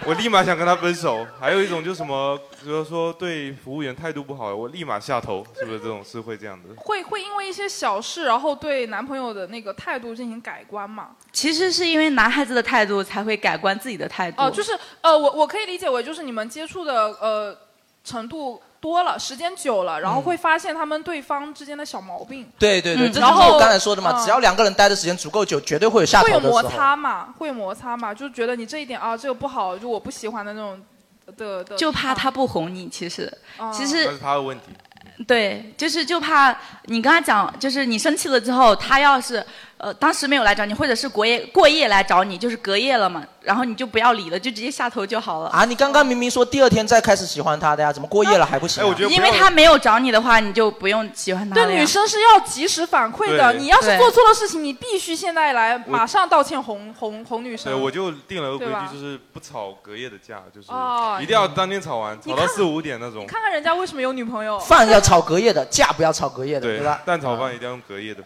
[SPEAKER 5] 我立马想跟他分手。还有一种就是什么，比如说对服务员态度不好，我立马下头，是不是这种是会这样的？
[SPEAKER 3] 会会因为一些小事，然后对男朋友的那个态度进行改观嘛？
[SPEAKER 8] 其实是因为男孩子的态度才会改观自己的态度。
[SPEAKER 3] 哦、就是呃，我我可以理解为就是你们接触的呃程度多了，时间久了，然后会发现他们对方之间的小毛病，
[SPEAKER 4] 嗯对对对，
[SPEAKER 8] 嗯
[SPEAKER 4] 这就
[SPEAKER 3] 然
[SPEAKER 4] 是
[SPEAKER 3] 后
[SPEAKER 4] 我刚才说的嘛，
[SPEAKER 3] 嗯
[SPEAKER 4] 只要两个人待的时间足够久，绝对会有下头
[SPEAKER 3] 会
[SPEAKER 4] 的时
[SPEAKER 3] 有
[SPEAKER 4] 候。
[SPEAKER 3] 摩擦嘛，会有摩擦嘛，就觉得你这一点啊，这个不好，就我不喜欢的那种的啊的，
[SPEAKER 8] 就怕他不哄你，其实，
[SPEAKER 3] 啊
[SPEAKER 8] 其
[SPEAKER 5] 那
[SPEAKER 8] 实
[SPEAKER 5] 是他的问题。
[SPEAKER 8] 对，就是就怕你跟他讲，就是你生气了之后，他要是呃，当时没有来找你，或者是过夜过夜来找你，就是隔夜了嘛，然后你就不要理了，就直接下头就好了。
[SPEAKER 4] 啊，你刚刚明明说第二天再开始喜欢他的呀，怎么过夜了还不
[SPEAKER 5] 哎
[SPEAKER 4] 行啊、
[SPEAKER 8] 因为他没有找你的话，你就不用喜欢他
[SPEAKER 3] 对
[SPEAKER 8] 了呀
[SPEAKER 3] 女生是要及时反馈的，
[SPEAKER 5] 对
[SPEAKER 3] 啊你要是
[SPEAKER 5] 对
[SPEAKER 3] 做错了事情，你必须现在来，
[SPEAKER 5] 我
[SPEAKER 3] 马上道歉哄哄哄女
[SPEAKER 5] 对，
[SPEAKER 3] 生。
[SPEAKER 5] 我就定了个规
[SPEAKER 3] 对吧
[SPEAKER 5] 矩，就是不吵隔夜的架，就是
[SPEAKER 3] 哦
[SPEAKER 5] 一定要当天吵完，
[SPEAKER 3] 你
[SPEAKER 5] 吵
[SPEAKER 3] 看
[SPEAKER 5] 到四五点那种。
[SPEAKER 3] 看看人家为什么有女朋友。
[SPEAKER 4] 饭要炒隔夜的，架不要炒隔夜的，对
[SPEAKER 5] 对
[SPEAKER 4] 吧？，
[SPEAKER 5] 蛋炒饭一定要用隔夜的。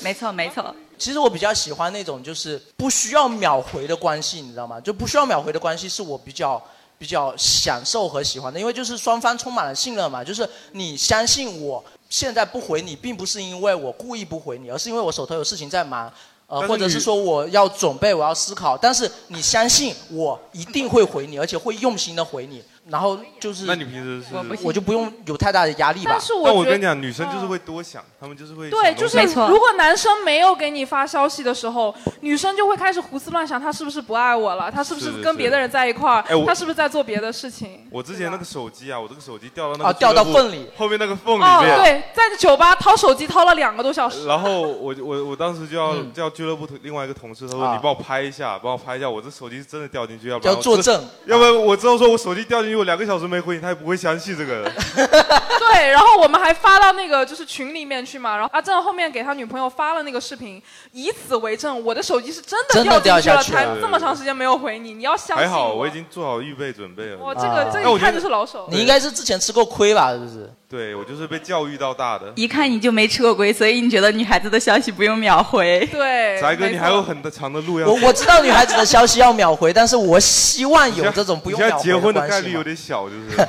[SPEAKER 8] 没错，没错。
[SPEAKER 4] 其实我比较喜欢那种就是不需要秒回的关系，你知道吗？就不需要秒回的关系是我比较比较享受和喜欢的，因为就是双方充满了信任嘛，就是你相信我现在不回你，并不是因为我故意不回你，而是因为我手头有事情在忙。呃，
[SPEAKER 5] 但是
[SPEAKER 4] 或者是
[SPEAKER 5] 你
[SPEAKER 4] 说我要准备，我要思考，但是你相信我一定会回你，而且会用心的回你，然后就是
[SPEAKER 5] 那你平时是？
[SPEAKER 4] 我就不用有太大的压力吧。
[SPEAKER 3] 但是我但我觉得嗯
[SPEAKER 5] 跟你讲，女生就是会多想，她们就是会
[SPEAKER 3] 对，就是如果男生没有给你发消息的时候，女生就会开始胡思乱想，他是不是不爱我了？他是不
[SPEAKER 5] 是
[SPEAKER 3] 是
[SPEAKER 5] 是
[SPEAKER 3] 跟别的人在一块儿
[SPEAKER 5] 哎我？
[SPEAKER 3] 他是不是在做别的事情？
[SPEAKER 5] 我之前那个手机啊，我这个手机掉到那
[SPEAKER 4] 啊
[SPEAKER 5] 个
[SPEAKER 4] 掉到
[SPEAKER 5] 俱乐部
[SPEAKER 4] 缝里，
[SPEAKER 5] 后面那个缝里
[SPEAKER 3] 哦，
[SPEAKER 5] 面。
[SPEAKER 3] 对，在酒吧掏手机掏了两个多小时。
[SPEAKER 5] 然后我就我我当时就要、
[SPEAKER 4] 嗯
[SPEAKER 5] 叫俱乐部同另外一个同事，他说、
[SPEAKER 3] 啊
[SPEAKER 5] 你帮我拍一下，帮我拍一下，我这手机是真的掉进去，要不
[SPEAKER 4] 要
[SPEAKER 5] 然我
[SPEAKER 4] 作
[SPEAKER 5] 这
[SPEAKER 4] 证，
[SPEAKER 5] 要不然我之后说我手机掉进去，我两个小时没回你，他也 不会相信这个。
[SPEAKER 3] 对，然后我们还发到那个就是群里面去嘛，然后阿正后面给他女朋友发了那个视频，以此为证，我的手机是真的
[SPEAKER 5] 真的
[SPEAKER 3] 掉进去了，
[SPEAKER 5] 掉下去
[SPEAKER 3] 才
[SPEAKER 5] 了
[SPEAKER 3] 这么长时间没有回你，你要相
[SPEAKER 5] 还
[SPEAKER 3] 信
[SPEAKER 5] 好
[SPEAKER 3] 我。
[SPEAKER 5] 我已经做好预备准备了。
[SPEAKER 3] 哇这个啊这个
[SPEAKER 5] 但我
[SPEAKER 3] 一
[SPEAKER 5] 觉得
[SPEAKER 3] 看就是老手
[SPEAKER 4] 你应该是之前吃过亏吧？是不是？
[SPEAKER 5] 对我就是被教育到大的。
[SPEAKER 8] 一看你就没吃过亏，所以你觉得女孩子的消息不用秒回。
[SPEAKER 3] 对
[SPEAKER 5] 翟哥，你还有很长的路要走。
[SPEAKER 4] 我我知道女孩子的消息要秒回，但是我希望有这种 不
[SPEAKER 5] 你
[SPEAKER 4] 用
[SPEAKER 5] 现在
[SPEAKER 4] 秒
[SPEAKER 5] 结
[SPEAKER 4] 回
[SPEAKER 5] 婚的
[SPEAKER 4] 关
[SPEAKER 5] 概
[SPEAKER 4] 系
[SPEAKER 5] 率
[SPEAKER 4] 嘛
[SPEAKER 5] 有点小，就是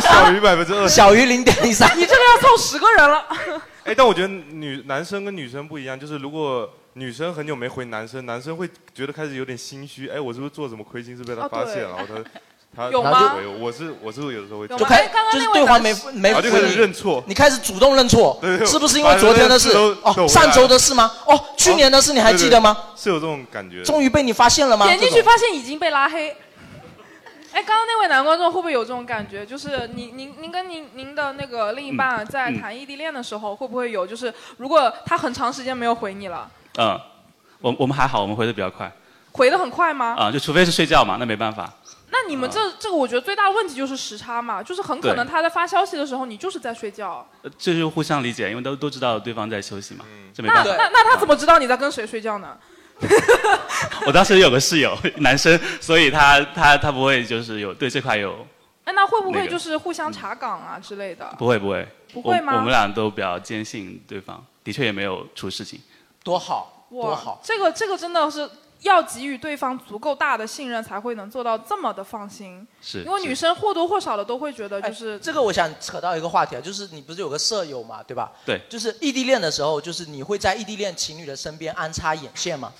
[SPEAKER 5] 小于百分之二，
[SPEAKER 4] 小于零点一三。
[SPEAKER 3] 你这个要凑十个人了。
[SPEAKER 5] 哎，但我觉得女男生跟女生不一样，就是如果女生很久没回男生，男生会觉得开始有点心虚，哎，我是不是做什么亏心事被他
[SPEAKER 3] 哦
[SPEAKER 5] 发现，
[SPEAKER 3] 对
[SPEAKER 5] 然后他他
[SPEAKER 3] 有
[SPEAKER 5] 他
[SPEAKER 3] 吗
[SPEAKER 5] 就回我，我是我是有的时候会
[SPEAKER 3] 有
[SPEAKER 4] 就
[SPEAKER 3] 吗
[SPEAKER 4] 开
[SPEAKER 3] 哎刚刚
[SPEAKER 4] 就是
[SPEAKER 3] 那位
[SPEAKER 4] 对方
[SPEAKER 3] 男
[SPEAKER 4] 没
[SPEAKER 3] 士
[SPEAKER 4] 没
[SPEAKER 5] 然后就
[SPEAKER 4] 回
[SPEAKER 5] 开
[SPEAKER 4] 你
[SPEAKER 5] 始认错
[SPEAKER 4] 你开始主动认错
[SPEAKER 5] 对对，
[SPEAKER 4] 是不是因为昨天的事
[SPEAKER 5] 把人家的事都
[SPEAKER 4] 哦
[SPEAKER 5] 都，
[SPEAKER 4] 上周的事吗？哦，去年的事你还记得吗？
[SPEAKER 5] 哦对对对是有这种感觉。
[SPEAKER 4] 终于被你发现了吗？
[SPEAKER 3] 点进
[SPEAKER 4] 这
[SPEAKER 3] 去
[SPEAKER 4] 种
[SPEAKER 3] 发现已经被拉黑。哎，刚刚那位男观众会不会有这种感觉？就是您您您跟您您的那个另一半
[SPEAKER 2] 嗯
[SPEAKER 3] 在
[SPEAKER 2] 嗯
[SPEAKER 3] 谈异地恋的时候，会不会有就是如果他很长时间没有回你了，
[SPEAKER 2] 嗯，我我们还好，我们回的比较快
[SPEAKER 3] 回的很快吗？
[SPEAKER 2] 啊、就除非是睡觉嘛，那没办法。
[SPEAKER 3] 那你们这这个，我觉得最大的问题就是时差嘛，就是很可
[SPEAKER 2] 啊对
[SPEAKER 3] 能他在发消息的时候，你就是在睡觉。
[SPEAKER 2] 呃这就是互相理解，因为都都知道对方在休息嘛，
[SPEAKER 5] 嗯
[SPEAKER 2] 这没
[SPEAKER 3] 那
[SPEAKER 2] 办法。
[SPEAKER 3] 那那他怎么知道你在跟谁睡觉呢？
[SPEAKER 2] 我当时有个室友， 男生，所以他他他不会就是有对这块有
[SPEAKER 3] 哎，那会不
[SPEAKER 2] 那
[SPEAKER 3] 会
[SPEAKER 2] 个
[SPEAKER 3] 就是互相查岗
[SPEAKER 2] 嗯
[SPEAKER 3] 啊之类的？
[SPEAKER 2] 不会不会
[SPEAKER 3] 不会
[SPEAKER 2] 我
[SPEAKER 3] 吗
[SPEAKER 2] 我们俩都比较坚信对方，的确也没有出事情。
[SPEAKER 4] 多好，多
[SPEAKER 3] 哇
[SPEAKER 4] 好，，
[SPEAKER 3] 这个这个真的是要给予对方足够大的信任，才会能做到这么的放心。
[SPEAKER 4] 是
[SPEAKER 3] 因为女生或多或少的都会觉得就是
[SPEAKER 4] 哎这个我想扯到一个话题啊，就是你不是有个舍友嘛，对吧？
[SPEAKER 2] 对，
[SPEAKER 4] 就是异地恋的时候，就是你会在异地恋情侣的身边安插眼线吗？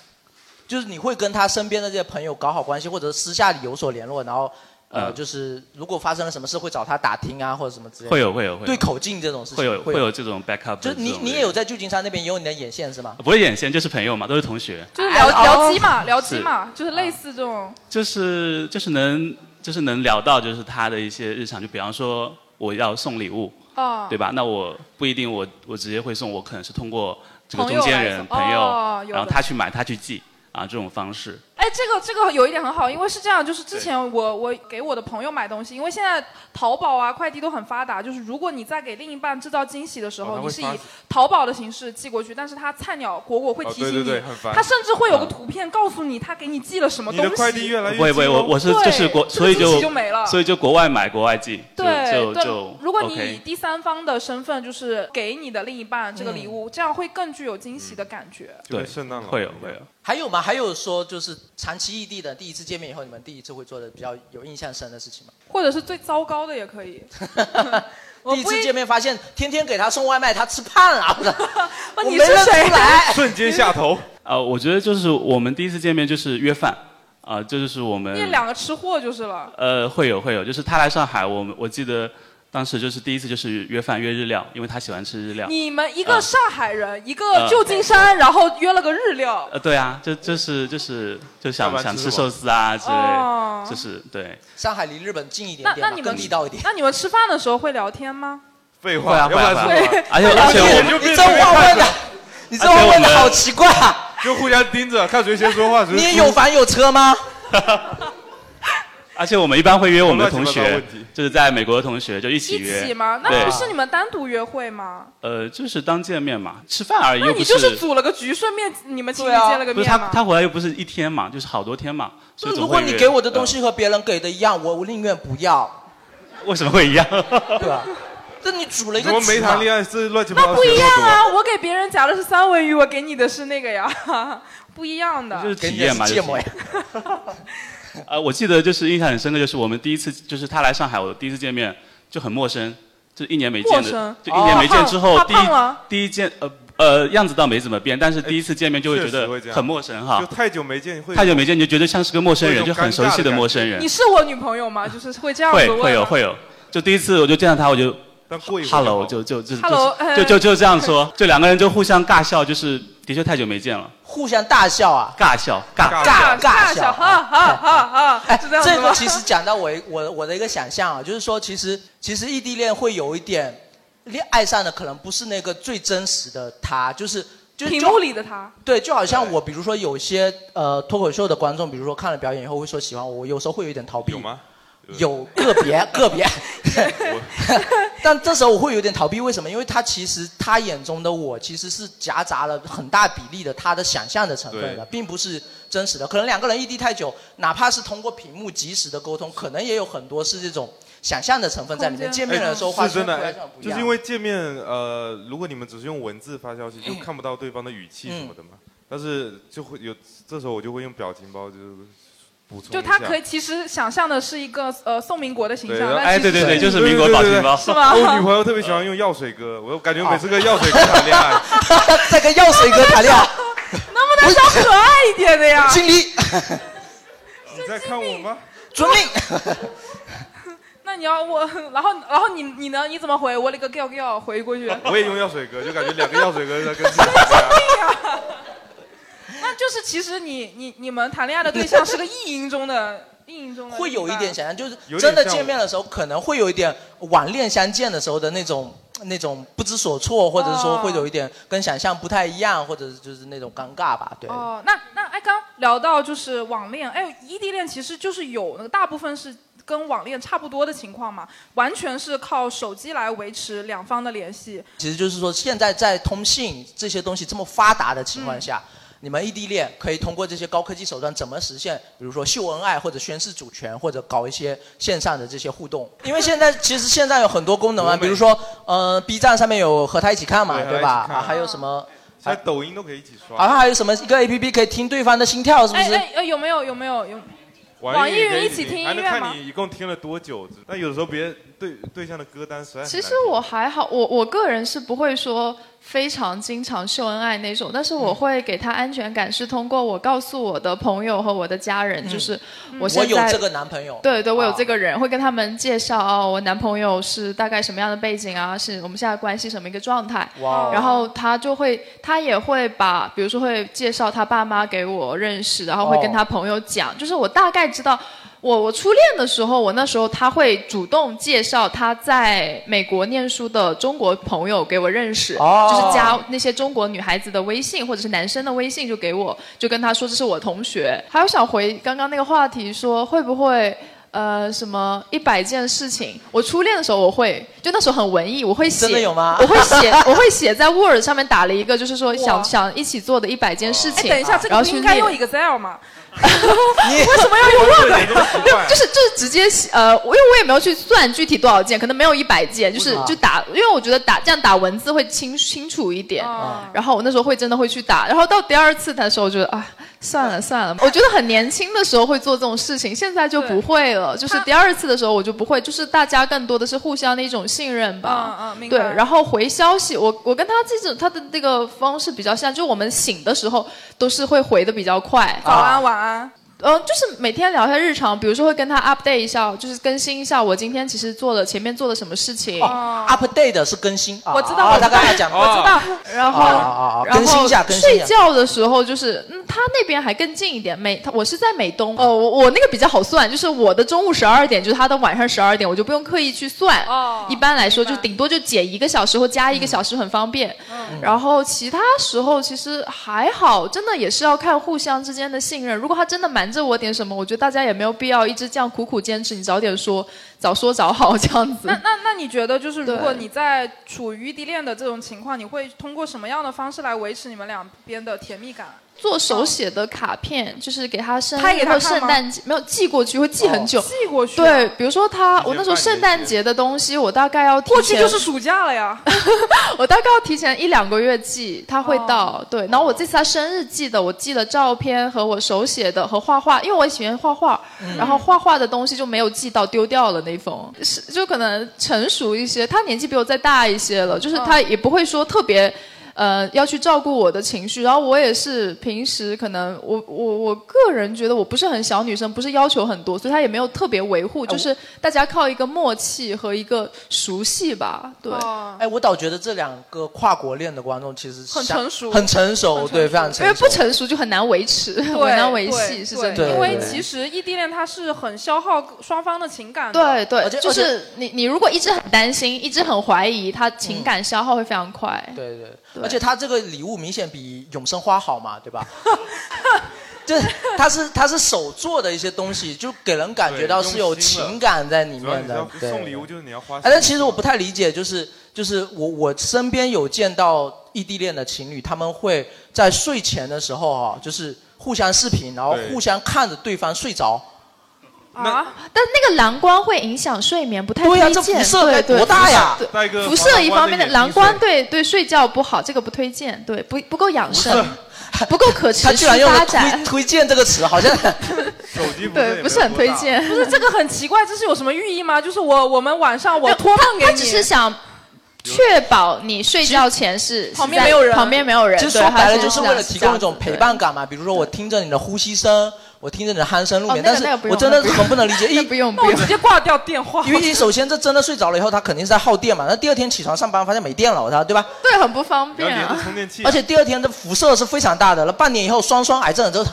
[SPEAKER 4] 就是你会跟他身边的这些朋友搞好关系，或者私下里有所联络，然后呃，
[SPEAKER 2] 嗯
[SPEAKER 4] 就是如果发生了什么事，会找他打听啊，或者什么之类的。
[SPEAKER 2] 会有会有会有
[SPEAKER 4] 对口径这种事情
[SPEAKER 2] 会有
[SPEAKER 4] 会
[SPEAKER 2] 会有这种 backup
[SPEAKER 4] 就
[SPEAKER 2] 的这种人。
[SPEAKER 4] 是你你也有在旧金山那边也有你的眼线是吗？
[SPEAKER 2] 不会眼线，就是朋友嘛，都是同学，
[SPEAKER 3] 就是聊聊机嘛，
[SPEAKER 2] 哎哦是
[SPEAKER 3] 聊机嘛，就是类似这种。
[SPEAKER 2] 就是就是能就是能聊到就是他的一些日常，就比方说我要送礼物，
[SPEAKER 3] 哦
[SPEAKER 2] 对吧？那我不一定我我直接会送，我可能是通过这个
[SPEAKER 3] 朋
[SPEAKER 2] 中
[SPEAKER 3] 友
[SPEAKER 2] 间
[SPEAKER 3] 来
[SPEAKER 2] 人
[SPEAKER 3] 送
[SPEAKER 2] 朋友，
[SPEAKER 3] 哦有
[SPEAKER 2] 然后
[SPEAKER 3] 的
[SPEAKER 2] 他去买他去寄啊这种方式。
[SPEAKER 3] 哎，这个这个有一点很好，因为是这样，就是之
[SPEAKER 2] 对
[SPEAKER 3] 前我我给我的朋友买东西，因为现在淘宝啊、快递都很发达，就是如果你在给另一半制造惊喜的时候，
[SPEAKER 5] 哦他
[SPEAKER 3] 你
[SPEAKER 5] 会
[SPEAKER 3] 是以
[SPEAKER 5] 发
[SPEAKER 3] 淘宝的形式寄过去，但是他菜鸟果果会提醒你，
[SPEAKER 5] 哦对对对很烦嗯
[SPEAKER 3] 他甚至会有个图片告诉你他给你寄了什么
[SPEAKER 5] 你
[SPEAKER 3] 东西。
[SPEAKER 5] 的快递越来越哦
[SPEAKER 2] 不会不会，我我是
[SPEAKER 3] 对
[SPEAKER 2] 就是国，
[SPEAKER 3] 这个
[SPEAKER 2] 所以
[SPEAKER 3] 惊
[SPEAKER 2] 就
[SPEAKER 3] 喜就没了
[SPEAKER 2] 所以就国外买国外寄，就
[SPEAKER 3] 对
[SPEAKER 2] 就
[SPEAKER 3] 对
[SPEAKER 2] 就，
[SPEAKER 3] 如果你以
[SPEAKER 2] OK
[SPEAKER 3] 第三方的身份就是给你的另一半这个礼物，这样会更具有惊喜
[SPEAKER 5] 嗯
[SPEAKER 3] 的感觉。
[SPEAKER 2] 嗯对
[SPEAKER 5] 圣诞老
[SPEAKER 2] 会有会有，
[SPEAKER 4] 还有吗？还有说就是长期异地的，第一次见面以后，你们第一次会做的比较有印象深的事情吗？
[SPEAKER 3] 或者是最糟糕的也可 以。
[SPEAKER 4] 第一次见面发现天天给他送外卖，他吃胖了， 我操我
[SPEAKER 3] 你
[SPEAKER 4] 没
[SPEAKER 3] 是
[SPEAKER 4] 认出
[SPEAKER 3] 谁啊哎
[SPEAKER 4] 来。
[SPEAKER 5] 瞬间下头。
[SPEAKER 2] 呃，我觉得就是我们第一次见面就是约饭，啊、这就是我们
[SPEAKER 3] 那两个吃货就是了。
[SPEAKER 2] 呃，会有会有，就是他来上海，我们我记得当时就是第一次就是约饭约日料，因为他喜欢吃日料。
[SPEAKER 3] 你们一个
[SPEAKER 2] 啊
[SPEAKER 3] 上海人，一个旧金山，然后约了个日料。
[SPEAKER 2] 呃，对啊，就就是就是就
[SPEAKER 5] 要不
[SPEAKER 2] 想
[SPEAKER 5] 然
[SPEAKER 2] 想
[SPEAKER 5] 吃
[SPEAKER 2] 吃
[SPEAKER 5] 什
[SPEAKER 2] 寿
[SPEAKER 5] 么
[SPEAKER 2] 司啊之类，
[SPEAKER 3] 哦
[SPEAKER 2] 就是对，
[SPEAKER 4] 上海离日本近一点
[SPEAKER 3] 那
[SPEAKER 4] 点
[SPEAKER 3] 那
[SPEAKER 4] 吧，
[SPEAKER 3] 你们
[SPEAKER 4] 更地道一点。
[SPEAKER 3] 那你们吃饭的时候会聊天吗？
[SPEAKER 5] 废
[SPEAKER 2] 会
[SPEAKER 5] 话，
[SPEAKER 2] 啊
[SPEAKER 5] 要不
[SPEAKER 2] 会啊
[SPEAKER 5] 然
[SPEAKER 2] 会啊
[SPEAKER 4] 哎
[SPEAKER 5] 是吧哎
[SPEAKER 2] 而且而且我
[SPEAKER 5] 你就
[SPEAKER 4] 你
[SPEAKER 5] 变
[SPEAKER 4] 真
[SPEAKER 5] 成
[SPEAKER 4] 话问的，你这么问的好奇怪啊！
[SPEAKER 5] 就互相盯着，看谁先说话。谁
[SPEAKER 4] 你有房有车吗？
[SPEAKER 2] 而且我们一般会约我们的同
[SPEAKER 5] 乱七八糟
[SPEAKER 2] 学
[SPEAKER 5] 问，
[SPEAKER 2] 就是在美国的同学就一起
[SPEAKER 3] 一
[SPEAKER 2] 约。
[SPEAKER 3] 起吗？那
[SPEAKER 2] 对啊
[SPEAKER 3] 不是你们单独约会吗？
[SPEAKER 2] 呃，就是当见面嘛，吃饭而已，
[SPEAKER 3] 那
[SPEAKER 2] 又
[SPEAKER 3] 你
[SPEAKER 2] 不
[SPEAKER 3] 就是组了个局，顺便你们情
[SPEAKER 4] 啊
[SPEAKER 3] 侣见了个
[SPEAKER 2] 不是
[SPEAKER 3] 面
[SPEAKER 2] 他
[SPEAKER 3] 吗？
[SPEAKER 2] 他回来又不是一天嘛，就是好多天嘛，所以总
[SPEAKER 4] 如
[SPEAKER 2] 会
[SPEAKER 4] 果
[SPEAKER 2] 约
[SPEAKER 4] 你给我的
[SPEAKER 3] 嗯
[SPEAKER 4] 东西和别人给的一样，我我宁愿不 要，
[SPEAKER 2] 呃 为什么会 一样？
[SPEAKER 4] 对吧？这你组了一个
[SPEAKER 5] 怎么没谈
[SPEAKER 4] 局嘛
[SPEAKER 5] 恋爱？哎这乱七八糟。
[SPEAKER 3] 那不一样啊！我给别人夹的是三文鱼，我给你的是那个呀， 不一样的。
[SPEAKER 2] 就是体验嘛，
[SPEAKER 4] 给
[SPEAKER 2] 就
[SPEAKER 4] 你的是芥
[SPEAKER 2] 是
[SPEAKER 4] 末呀。
[SPEAKER 2] 呃，我记得就是印象很深刻，就是我们第一次，就是他来上海，我第一次见面就很陌生，就一年没见
[SPEAKER 3] 陌生
[SPEAKER 2] 的，就一年没见之后
[SPEAKER 3] 哦，
[SPEAKER 2] 第
[SPEAKER 3] 他胖了
[SPEAKER 2] 一第一见呃呃样子倒没怎么变，但是第一次见面就会觉
[SPEAKER 5] 确实会这
[SPEAKER 2] 得
[SPEAKER 5] 样
[SPEAKER 2] 很陌生哈
[SPEAKER 5] 就，太久没见会
[SPEAKER 2] 太久没见你就觉得像是个陌生人，
[SPEAKER 5] 会有
[SPEAKER 2] 就
[SPEAKER 5] 一种
[SPEAKER 2] 很熟悉的陌生人
[SPEAKER 3] 你，是我女朋友吗？就是会这样子
[SPEAKER 2] 会
[SPEAKER 3] 问吗
[SPEAKER 2] 会有会有，就第一次我就见到他我就
[SPEAKER 5] 但过一会儿
[SPEAKER 2] hello 就就就就
[SPEAKER 3] Hello，呃
[SPEAKER 2] 就就就这样说，就两个人就互相尬笑，就是的确太久没见了，
[SPEAKER 4] 互相大笑啊！
[SPEAKER 2] 尬笑尬
[SPEAKER 5] 尬
[SPEAKER 3] 尬
[SPEAKER 4] 尬
[SPEAKER 3] 笑，
[SPEAKER 4] 笑啊
[SPEAKER 3] 哈哈哈哈，
[SPEAKER 4] 哎，
[SPEAKER 3] 是这样子
[SPEAKER 4] 这
[SPEAKER 3] 吗
[SPEAKER 4] 个？其实讲到我一我我的一个想象啊，就是说，其实其实异地恋会有一点，恋爱上的可能不是那个最真实的他，就是就是
[SPEAKER 3] 屏
[SPEAKER 4] 就
[SPEAKER 3] 幕里的他，
[SPEAKER 4] 对，就好像我，比如说有些呃脱口秀的观众，比如说看了表演以后会说喜欢我，我有时候会有一点逃避。
[SPEAKER 5] 有？吗？
[SPEAKER 4] 有个 别个别， 但这时候我会有点逃避，为什么？因为他其实他眼中的我其实是夹杂了很大比例的他的想象的成分
[SPEAKER 5] 对，
[SPEAKER 4] 的并不是真实的。可能两个人异地太久，哪怕是通过屏幕及时的沟通，可能也有很多是这种想象的成分在里面。
[SPEAKER 3] 空间
[SPEAKER 4] 见面的时候话
[SPEAKER 5] 是
[SPEAKER 4] 说
[SPEAKER 5] 真
[SPEAKER 4] 出
[SPEAKER 5] 的，
[SPEAKER 4] 来
[SPEAKER 5] 哎
[SPEAKER 4] 就很不一
[SPEAKER 5] 就
[SPEAKER 4] 样。
[SPEAKER 5] 是因为见面，呃，如果你们只是用文字发消息，就看不到对方的语气什么的嘛。但是就会有，这时候我就会用表情包，就是补充一下。
[SPEAKER 3] 就他可以其实想象的是一个呃宋民国的形
[SPEAKER 5] 对
[SPEAKER 3] 象，
[SPEAKER 5] 然后
[SPEAKER 3] 但
[SPEAKER 2] 哎
[SPEAKER 3] 其实
[SPEAKER 2] 对对对，就是
[SPEAKER 5] 对
[SPEAKER 2] 民国
[SPEAKER 5] 对
[SPEAKER 2] 表
[SPEAKER 5] 对
[SPEAKER 2] 情
[SPEAKER 5] 对
[SPEAKER 2] 包，
[SPEAKER 3] 是吗？
[SPEAKER 5] 哦我女朋友特别喜欢用药水哥，我感觉每次跟药水哥谈恋爱，
[SPEAKER 4] 在跟药水哥谈 恋爱，
[SPEAKER 3] 能不能稍可爱一点的呀？
[SPEAKER 4] 经理
[SPEAKER 5] 你在看我吗？
[SPEAKER 4] 遵命。
[SPEAKER 3] 那你要我， 然后然后你你呢？你怎么回？我勒个 g i g i 回过去。
[SPEAKER 5] 啊我也用药水哥，就感觉两个药水哥在跟自己谈恋爱。
[SPEAKER 3] 那就是其实你你你们谈恋爱的对象是个意淫中 的意淫中的，
[SPEAKER 4] 会有一点。想象，就是
[SPEAKER 5] 有点
[SPEAKER 4] 真的
[SPEAKER 5] 像
[SPEAKER 4] 见面的时候，可能会有一点晚恋相见的时候的那种那种不知所措，或者说
[SPEAKER 3] 哦
[SPEAKER 4] 会有一点跟想象不太一样，或者就是那种尴尬吧。对，
[SPEAKER 3] 哦，那那哎，刚聊到就是网恋，哎，异地恋其实就是有那个大部分是跟网恋差不多的情况嘛，完全是靠手机来维持两方的联系。
[SPEAKER 4] 其实就是说，现在在通信这些东西这么发达的情况下，
[SPEAKER 3] 嗯
[SPEAKER 4] 你们异地恋可以通过这些高科技手段怎么实现？比如说秀恩爱，或者宣示主权，或者搞一些线上的这些互动。因为现在其实现在有很多功能啊，
[SPEAKER 5] 多美
[SPEAKER 4] 比如说呃，B 站上面有和他一起看嘛，
[SPEAKER 5] 对和
[SPEAKER 4] 对
[SPEAKER 5] 他一
[SPEAKER 4] 吧
[SPEAKER 5] 起？看
[SPEAKER 4] 啊，还有什么？
[SPEAKER 5] 现在抖音都可以一起
[SPEAKER 4] 好
[SPEAKER 5] 刷，
[SPEAKER 4] 像还有什么一个 A P P 可以听对方的心跳，是不
[SPEAKER 3] 哎
[SPEAKER 4] 是？
[SPEAKER 3] 哎哎，有没有有没有有？
[SPEAKER 5] 网
[SPEAKER 3] 网易云
[SPEAKER 5] 可以
[SPEAKER 3] 一起听
[SPEAKER 5] 还
[SPEAKER 3] 音
[SPEAKER 5] 能
[SPEAKER 3] 乐吗
[SPEAKER 5] 看你一共听了多久。但有时候别人对对象的歌单实在很
[SPEAKER 9] 其实
[SPEAKER 5] 难听
[SPEAKER 9] 我还好，我我个人是不会说非常经常秀恩爱那种，但是
[SPEAKER 5] 嗯
[SPEAKER 9] 我会给他安全感，是通过我告诉我的朋友和我的家人，就是
[SPEAKER 5] 嗯
[SPEAKER 9] 我
[SPEAKER 4] 我
[SPEAKER 9] 现
[SPEAKER 4] 有
[SPEAKER 9] 在
[SPEAKER 4] 这个男朋友。
[SPEAKER 9] 对对，我有
[SPEAKER 4] 啊
[SPEAKER 9] 这个人，会跟他们介绍哦，我男朋友是大概什么样的背景啊，是我们现在关系什么一个状态。
[SPEAKER 4] 哇哦
[SPEAKER 9] 然后他就会，他也会把，比如说会介绍他爸妈给我认识，然后
[SPEAKER 4] 哦
[SPEAKER 9] 会跟他朋友讲，就是我大概知道，我我初恋的时候，我那时候他会主动介绍他在美国念书的中国朋友给我认识，
[SPEAKER 4] 哦
[SPEAKER 9] 就是加那些中国女孩子的微信或者是男生的微信就给我，就跟他说这是我同学。还有想回刚刚那个话题说会不会。呃，什么一百件事情？我初恋的时候，我会就那时候很文艺，我会写，
[SPEAKER 4] 真的有吗
[SPEAKER 9] 我会写，我会写在 Word 上面打了一个，就是说
[SPEAKER 3] 哇
[SPEAKER 9] 想想一起做的一百件事
[SPEAKER 3] 哎，
[SPEAKER 9] 情。啊
[SPEAKER 3] 等一下，这
[SPEAKER 9] 然后
[SPEAKER 3] 个不
[SPEAKER 9] 去
[SPEAKER 3] 应该
[SPEAKER 9] 列
[SPEAKER 3] 用 Excel 吗？
[SPEAKER 4] 你
[SPEAKER 3] 为什么要用 Word？
[SPEAKER 5] 对这么奇怪
[SPEAKER 9] 就是就是直接写呃，我因为我也没有去算具体多少件，可能没有一百件，就是
[SPEAKER 4] 为什么
[SPEAKER 9] 就打，因为我觉得打这样打文字会清清楚一点。
[SPEAKER 3] 啊，
[SPEAKER 9] 然后我那时候会真的会去打，然后到第二次的时候，我觉得啊，算了算了。我觉得很年轻的时候会做这种事情，现在就不会了。就是第二次的时候我就不会，就是大家更多的是互相的一种信任吧。
[SPEAKER 3] 嗯嗯明白
[SPEAKER 9] 对，然后回消息，我我跟他这种他的那个方式比较像，就我们醒的时候都是会回的比较快。
[SPEAKER 3] 早安晚安，
[SPEAKER 9] 嗯，就是每天聊一下日常，比如说会跟他 update 一下，就是更新一下我今天其实做了前面做了什么事情，
[SPEAKER 4] 哦，update 是更新啊。
[SPEAKER 3] 我知道
[SPEAKER 4] 啊
[SPEAKER 3] 我知道
[SPEAKER 4] 大概讲过。
[SPEAKER 5] 哦
[SPEAKER 3] 我知道。
[SPEAKER 9] 然后、
[SPEAKER 4] 啊啊啊
[SPEAKER 9] 然
[SPEAKER 4] 更新
[SPEAKER 9] 后
[SPEAKER 4] 一下更新一
[SPEAKER 9] 睡
[SPEAKER 4] 下
[SPEAKER 9] 觉的时候就是，嗯，他那边还更近一点，美他我是在美东，哦，我我那个比较好算，就是我的中午十二点就是他的晚上十二点，我就不用刻意去算。哦，一般来说就顶多就减一个小时或加一个小时，很方便。
[SPEAKER 10] 嗯
[SPEAKER 9] 然后其他时候其实还好，真的也是要看互相之间的信任。如果他真的瞒着我点什么，我觉得大家也没有必要一直这样苦苦坚持，你早点说，早说早好这样子。
[SPEAKER 3] 那那那你觉得，就是如果
[SPEAKER 9] 对
[SPEAKER 3] 你在处于异地恋的这种情况，你会通过什么样的方式来维持你们两边的甜蜜感？
[SPEAKER 9] 做手写的卡片，就是给他生
[SPEAKER 3] 拍给
[SPEAKER 9] 日
[SPEAKER 3] 嗯他
[SPEAKER 9] 或
[SPEAKER 3] 看吗
[SPEAKER 9] 圣诞节，没有寄过去，会寄很久。
[SPEAKER 3] 寄过去啊
[SPEAKER 9] 对，比如说他，我那时候圣诞节的东西，我大概要提前
[SPEAKER 3] 过去就是暑假了呀。
[SPEAKER 9] 我大概要提前一两个月寄，他会到。对，然后我这次他生日寄的，我寄了照片和我手写的和画画，因为我喜欢画画，
[SPEAKER 10] 嗯
[SPEAKER 9] 然后画画的东西就没有寄到，丢掉了那封。是就可能成熟一些，他年纪比我再大一些了，就是他也不会说特别。呃，要去照顾我的情绪，然后我也是平时可能我我我个人觉得我不是很小女生，不是要求很多，所以他也没有特别维护，就是大家靠一个默契和一个熟悉吧，对。
[SPEAKER 4] 哎，我倒觉得这两个跨国恋的观众其实
[SPEAKER 9] 很
[SPEAKER 4] 相
[SPEAKER 9] 成熟
[SPEAKER 4] 很成熟，对，非常成熟。
[SPEAKER 9] 因为不成熟就很难维持，
[SPEAKER 3] 对
[SPEAKER 9] 很难维
[SPEAKER 3] 对
[SPEAKER 9] 系，是真
[SPEAKER 3] 对
[SPEAKER 9] 的。
[SPEAKER 3] 因为其实异地恋它是很消耗双方的情感
[SPEAKER 9] 对
[SPEAKER 3] 的。
[SPEAKER 9] 对，就是你你如果一直很担心，一直很怀疑，他情感消耗会非常快。
[SPEAKER 4] 嗯对对，而且他这个礼物明显比永生花好嘛，对吧？就是他是他是手做的一些东西，就给人感觉到是有情感在里
[SPEAKER 5] 主要
[SPEAKER 4] 面
[SPEAKER 5] 你是
[SPEAKER 4] 的
[SPEAKER 5] 要。
[SPEAKER 4] 对
[SPEAKER 5] 送礼物，就是你要花
[SPEAKER 4] 哎，
[SPEAKER 5] 心思。
[SPEAKER 4] 但其实我不太理解，就是就是我我身边有见到异地恋的情侣，他们会在睡前的时候啊，就是互相视频，然后
[SPEAKER 9] 对
[SPEAKER 4] 互相看着对方睡着。
[SPEAKER 3] 啊，
[SPEAKER 9] 但那个蓝光会影响睡眠，不太
[SPEAKER 4] 对呀
[SPEAKER 9] 推荐。
[SPEAKER 4] 这辐射该
[SPEAKER 9] 对对
[SPEAKER 4] 多大呀
[SPEAKER 9] 对
[SPEAKER 4] 戴个
[SPEAKER 9] 辐射一方面的
[SPEAKER 4] 防蓝光的
[SPEAKER 9] 蓝光，
[SPEAKER 4] 眼镜
[SPEAKER 9] 对对，睡觉不好，这个不推荐，对不不够养生， 不够可持
[SPEAKER 4] 他居
[SPEAKER 9] 续
[SPEAKER 4] 然用
[SPEAKER 9] 发
[SPEAKER 4] 了
[SPEAKER 9] 展。
[SPEAKER 4] 推推荐这个词，好 像
[SPEAKER 9] 对，不是很推荐。
[SPEAKER 3] 不是这个很奇怪，这是有什么寓意吗？就是我我们晚上我托梦给
[SPEAKER 9] 他
[SPEAKER 3] 你，
[SPEAKER 9] 只是想确保你睡觉前是
[SPEAKER 3] 旁边
[SPEAKER 9] 是在
[SPEAKER 3] 没有人
[SPEAKER 9] 旁边没有人。
[SPEAKER 4] 其实
[SPEAKER 9] 对
[SPEAKER 4] 说白
[SPEAKER 9] 他
[SPEAKER 4] 了就是
[SPEAKER 9] 这
[SPEAKER 4] 为
[SPEAKER 9] 样
[SPEAKER 4] 了
[SPEAKER 9] 子
[SPEAKER 4] 提
[SPEAKER 9] 这
[SPEAKER 4] 供
[SPEAKER 9] 样
[SPEAKER 4] 一种
[SPEAKER 9] 子
[SPEAKER 4] 陪伴感嘛。比如说我听着你的呼吸声，我听着你的鼾声入
[SPEAKER 9] 哦
[SPEAKER 4] 眠，
[SPEAKER 9] 那
[SPEAKER 4] 但
[SPEAKER 9] 个
[SPEAKER 4] 是
[SPEAKER 9] 那个不
[SPEAKER 4] 我
[SPEAKER 9] 用
[SPEAKER 4] 真
[SPEAKER 9] 那
[SPEAKER 4] 的
[SPEAKER 9] 个不
[SPEAKER 4] 很不能 理解。一
[SPEAKER 9] 不用
[SPEAKER 3] 那我直接挂掉电话。
[SPEAKER 4] 因为你首先这真的睡着了以后，它肯定是在耗电嘛。那第二天起床上班发现没电了，我操，对吧？
[SPEAKER 9] 对，很不方便啊。
[SPEAKER 5] 电器
[SPEAKER 4] 而且第二天的辐射是非常大的，那半年以后双双癌症了之后，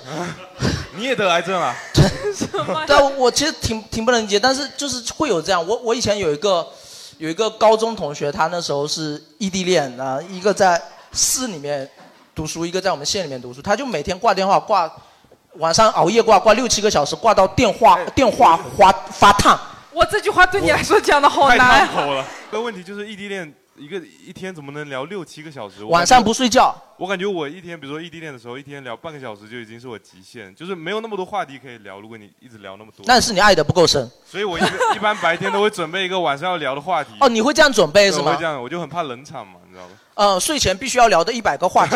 [SPEAKER 5] 你也嗯得癌症了。
[SPEAKER 4] 对啊，我其实挺挺不能理解，但是就是会有这样。我我以前有一个有一个高中同学，他那时候是异地恋啊，一个在市里面读书，一个在我们县里面读书，他就每天挂电话挂，晚上熬夜挂挂六七个小时，挂到电 话电话发发烫。
[SPEAKER 3] 我这句话对你来说讲的好
[SPEAKER 5] 太
[SPEAKER 3] 难啊
[SPEAKER 5] 烫。口了。 个问题就是异地恋，一个一天怎么能聊六七个小时？我
[SPEAKER 4] 晚上不睡觉。
[SPEAKER 5] 我感觉我一天，比如说异地恋的时候，一天聊半个小时就已经是我极限，就是没有那么多话题可以聊。如果你一直聊那么多，
[SPEAKER 4] 那是你爱的不够深
[SPEAKER 5] 所以我一个一般白天都会准备一个晚上要聊的话题。
[SPEAKER 4] 哦，你会这样准备是
[SPEAKER 5] 对我会
[SPEAKER 4] 吗
[SPEAKER 5] 这？样，我就很怕冷场嘛，你知道吧？
[SPEAKER 4] 呃，睡前必须要聊的一百个 话题。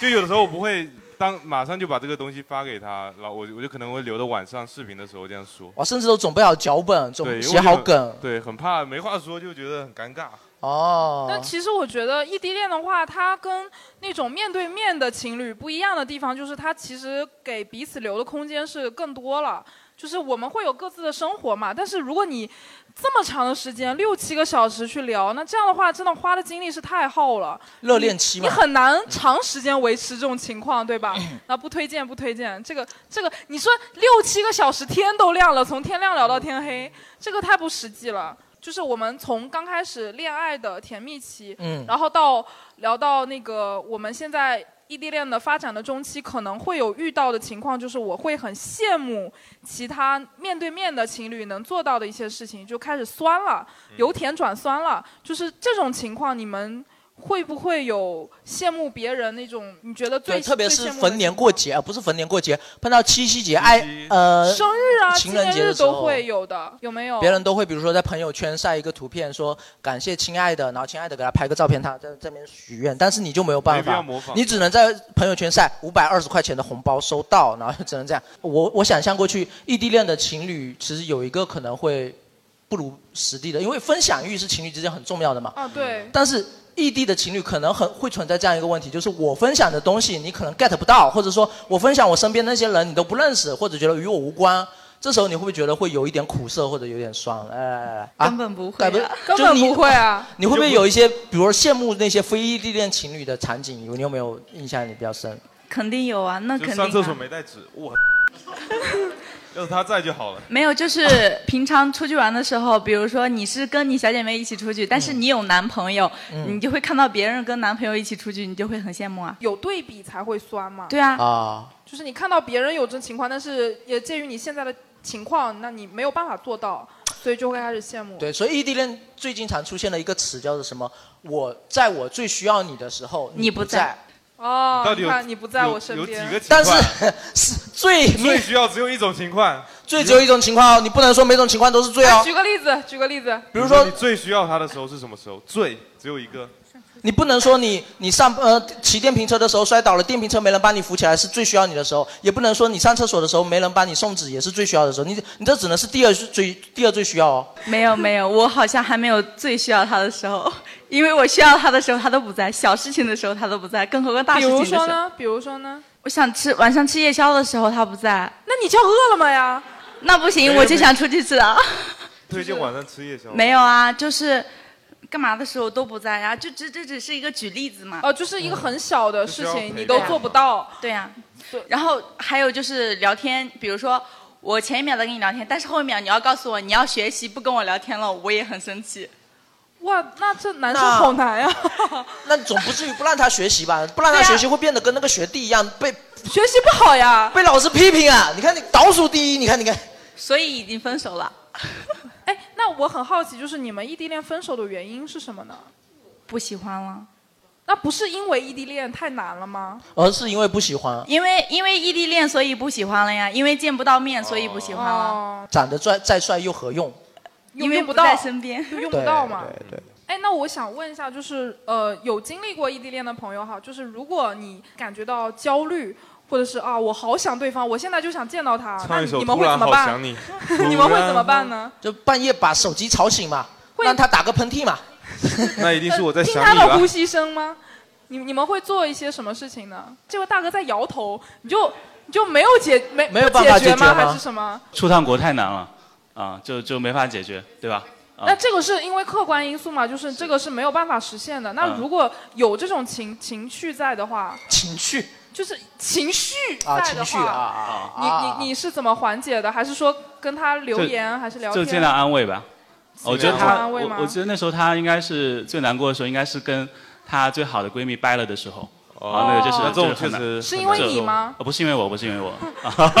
[SPEAKER 5] 就有的时候我不会当马上就把这个东西发给他，然后我我就可能会留到晚上视频的时候这样说。
[SPEAKER 4] 我哦甚至都准备好脚本，
[SPEAKER 5] 对，
[SPEAKER 4] 准
[SPEAKER 5] 因为
[SPEAKER 4] 写好
[SPEAKER 5] 我就很
[SPEAKER 4] 梗。
[SPEAKER 5] 对，很怕没话说，就觉得很尴尬。
[SPEAKER 4] 哦，
[SPEAKER 3] 但其实我觉得异地恋的话，它跟那种面对面的情侣不一样的地方，就是它其实给彼此留的空间是更多了。就是我们会有各自的生活嘛，但是如果你这么长的时间，六七个小时去聊，那这样的话，真的花的精力是太耗了。
[SPEAKER 4] 热恋期嘛
[SPEAKER 3] 你，你很难长时间维持这种情况，对吧？那不推荐，不推荐。这个这个，你说六七个小时天都亮了，从天亮聊到天黑，这个太不实际了。就是我们从刚开始恋爱的甜蜜期，
[SPEAKER 10] 嗯
[SPEAKER 3] 然后到聊到那个我们现在异地恋的发展的中期，可能会有遇到的情况，就是我会很羡慕其他面对面的情侣能做到的一些事情，就开始酸了，由甜转酸了。就是这种情况，你们会不会有羡慕别人那种？你觉得最
[SPEAKER 4] 对，特别
[SPEAKER 3] 最
[SPEAKER 4] 是
[SPEAKER 3] 羡慕的
[SPEAKER 4] 逢年过节，啊不是逢年过节，碰到七夕节、爱呃
[SPEAKER 3] 生日啊、纪
[SPEAKER 4] 情人
[SPEAKER 3] 念
[SPEAKER 4] 节
[SPEAKER 3] 日
[SPEAKER 4] 的时候
[SPEAKER 3] 都会有的，有没有？
[SPEAKER 4] 别人都会，比如说在朋友圈晒一个图片，说感谢亲爱的，然后亲爱的给他拍个照片，他在这边许愿，但是你就没有办
[SPEAKER 5] 没必要
[SPEAKER 4] 法
[SPEAKER 5] 模仿，
[SPEAKER 4] 你只能在朋友圈晒五百二十块钱的红包收到，然后就只能这样。我我想象过去异地恋的情侣，其实有一个可能会不如实地的，因为分享欲是情侣之间很重要的嘛。
[SPEAKER 3] 啊，对。
[SPEAKER 4] 但是异地的情侣可能很会存在这样一个问题，就是我分享的东西你可能 get 不到，或者说我分享我身边那些人你都不认识，或者觉得与我无关。这时候你会不会觉得会有一点苦涩或者有点酸？哎哎哎，哎
[SPEAKER 7] 根本不会啊
[SPEAKER 4] 改
[SPEAKER 7] 根本不会啊
[SPEAKER 4] 就你你会不会有一些，比如说羡慕那些非异地恋情侣的场景？有你有没有印象你比较深？
[SPEAKER 8] 肯定有啊，那
[SPEAKER 5] 就
[SPEAKER 8] 肯定、啊。
[SPEAKER 5] 上厕所没带纸，我，要是他在就好了。
[SPEAKER 8] 没有， 就是平常出去玩的时候，比如说你是跟你小姐妹一起出去，但是你有男朋友，
[SPEAKER 4] 嗯
[SPEAKER 8] 你就会看到别人跟男朋友一起出去，你就会很羡慕啊。
[SPEAKER 3] 有对比才会酸嘛。
[SPEAKER 8] 对啊
[SPEAKER 4] 啊，
[SPEAKER 3] 就是你看到别人有这情况，但是也鉴于你现在的情况，那你没有办法做到，所以就会开始羡慕。
[SPEAKER 4] 对，所以异地恋最经常出现的一个词叫做什么？我在我最需要你的时候，
[SPEAKER 3] 你
[SPEAKER 4] 不
[SPEAKER 3] 不在哦，你看你不在我身边，
[SPEAKER 4] 但是 是最
[SPEAKER 5] 最需要只有一种情况，
[SPEAKER 4] 最只有一种情况哦，你不能说每种情况都是最哦
[SPEAKER 3] 哎。举个例子，举个例子，
[SPEAKER 5] 啊比如说你最需要他的时候是什么时候？最只有一个。
[SPEAKER 4] 你不能说你你上呃骑电瓶车的时候摔倒了，电瓶车没人帮你扶起来是最需要你的时候，也不能说你上厕所的时候没人帮你送纸也是最需要的时候，你你这只能是第二最第二最需要哦。
[SPEAKER 8] 没有没有，我好像还没有最需要他的时候， 因为我需要他的时候他都不在，小事情的时候他都不在，更何况大
[SPEAKER 3] 比
[SPEAKER 8] 事情
[SPEAKER 3] 如
[SPEAKER 8] 的时
[SPEAKER 3] 说
[SPEAKER 8] 候。
[SPEAKER 3] 呢？比如说呢？
[SPEAKER 8] 我想吃晚上吃夜宵的时候他不在，
[SPEAKER 3] 那你叫饿了么呀？
[SPEAKER 8] 那不行，
[SPEAKER 5] 没有
[SPEAKER 8] 我就想出去吃啊。
[SPEAKER 5] 推荐晚上吃夜宵。
[SPEAKER 8] 没有啊，就是干嘛的时候都不在呀、就这这只是一个举例子嘛。
[SPEAKER 3] 哦，就是一个很小的事
[SPEAKER 8] 嗯就是要陪
[SPEAKER 3] 情，
[SPEAKER 8] 伴
[SPEAKER 3] 你都做不到。
[SPEAKER 8] 对呀、然后还有就是聊天，比如说我前一秒在跟你聊天，但是后一秒你要告诉我你要学习不跟我聊天了，我也很生气。
[SPEAKER 3] 哇，那这男
[SPEAKER 4] 那
[SPEAKER 3] 生好难啊呀、
[SPEAKER 4] 那总不至于不让他学习吧？不让他学习会变得跟那个学弟一样被
[SPEAKER 3] 学习不好呀，
[SPEAKER 4] 被老师批评啊！你看你倒数第一，你看你看，
[SPEAKER 8] 所以已经分 手了。
[SPEAKER 3] 哎那我很好奇，就是你们异地恋分手的原因是什么呢？
[SPEAKER 8] 不喜欢了。
[SPEAKER 3] 那不是因为异地恋太难了吗？
[SPEAKER 4] 而哦是因为不喜欢，啊
[SPEAKER 8] 因为因为异地恋，所以不喜欢了呀；因为见不到面，所以不喜欢了。
[SPEAKER 4] 长得帅再帅又何用？
[SPEAKER 8] 因为
[SPEAKER 3] 哦用
[SPEAKER 8] 不
[SPEAKER 3] 不到
[SPEAKER 8] 在身边，
[SPEAKER 3] 用不到嘛。
[SPEAKER 4] 对对对。
[SPEAKER 3] 哎，那我想问一下，就是呃，有经历过异地恋的朋友哈，就是如果你感觉到焦虑，或者是啊，我好想对方，我现在就想见到他，啊那
[SPEAKER 5] 唱一
[SPEAKER 3] 你
[SPEAKER 5] 首
[SPEAKER 3] 你
[SPEAKER 5] 《
[SPEAKER 3] 们
[SPEAKER 5] 突
[SPEAKER 3] 会
[SPEAKER 5] 然
[SPEAKER 3] 怎么
[SPEAKER 5] 好想
[SPEAKER 3] 办？，
[SPEAKER 5] 你》
[SPEAKER 3] 你们会怎么办呢？
[SPEAKER 4] 就半夜把手机吵醒嘛，让他打个喷嚏嘛。
[SPEAKER 5] 那一定是我在
[SPEAKER 3] 呃听
[SPEAKER 5] 想
[SPEAKER 3] 他
[SPEAKER 5] 你
[SPEAKER 3] 的呼
[SPEAKER 5] 了。
[SPEAKER 3] 吸声吗？你你们会做一些什么事情呢？这位大哥在摇头，你就你就没有解没
[SPEAKER 2] 没有
[SPEAKER 3] 不
[SPEAKER 2] 办法
[SPEAKER 3] 解决
[SPEAKER 2] 解决吗
[SPEAKER 3] 还是什么？
[SPEAKER 2] 出趟国太难了，啊，就就没法解决，对吧？啊
[SPEAKER 3] 那，这个是因为客观因素嘛，就是这个是没有办法实现的。那
[SPEAKER 4] 啊
[SPEAKER 2] 嗯
[SPEAKER 3] 如果有这种情情绪在的话，
[SPEAKER 4] 情绪
[SPEAKER 3] 就是情绪
[SPEAKER 4] 啊，
[SPEAKER 3] 在
[SPEAKER 4] 情
[SPEAKER 3] 的
[SPEAKER 4] 绪
[SPEAKER 3] 话，
[SPEAKER 4] 啊啊
[SPEAKER 5] 哦
[SPEAKER 4] 啊！
[SPEAKER 3] 你你你是怎么缓解的？还是说跟他留言，还是聊
[SPEAKER 2] 就
[SPEAKER 3] 天？
[SPEAKER 2] 尽
[SPEAKER 4] 啊
[SPEAKER 2] 量安慰吧。我觉得
[SPEAKER 3] 尽量
[SPEAKER 2] 她，
[SPEAKER 3] 安慰
[SPEAKER 2] 我
[SPEAKER 3] 吗
[SPEAKER 2] 我觉得那时候她应该是最难过的时候，应该是跟她最好的闺蜜掰了的时候。啊，那个就是
[SPEAKER 5] 哦那这种
[SPEAKER 2] 就是很难
[SPEAKER 5] 确实
[SPEAKER 3] 是因为你吗？
[SPEAKER 2] 呃不是因为我，不是因为我，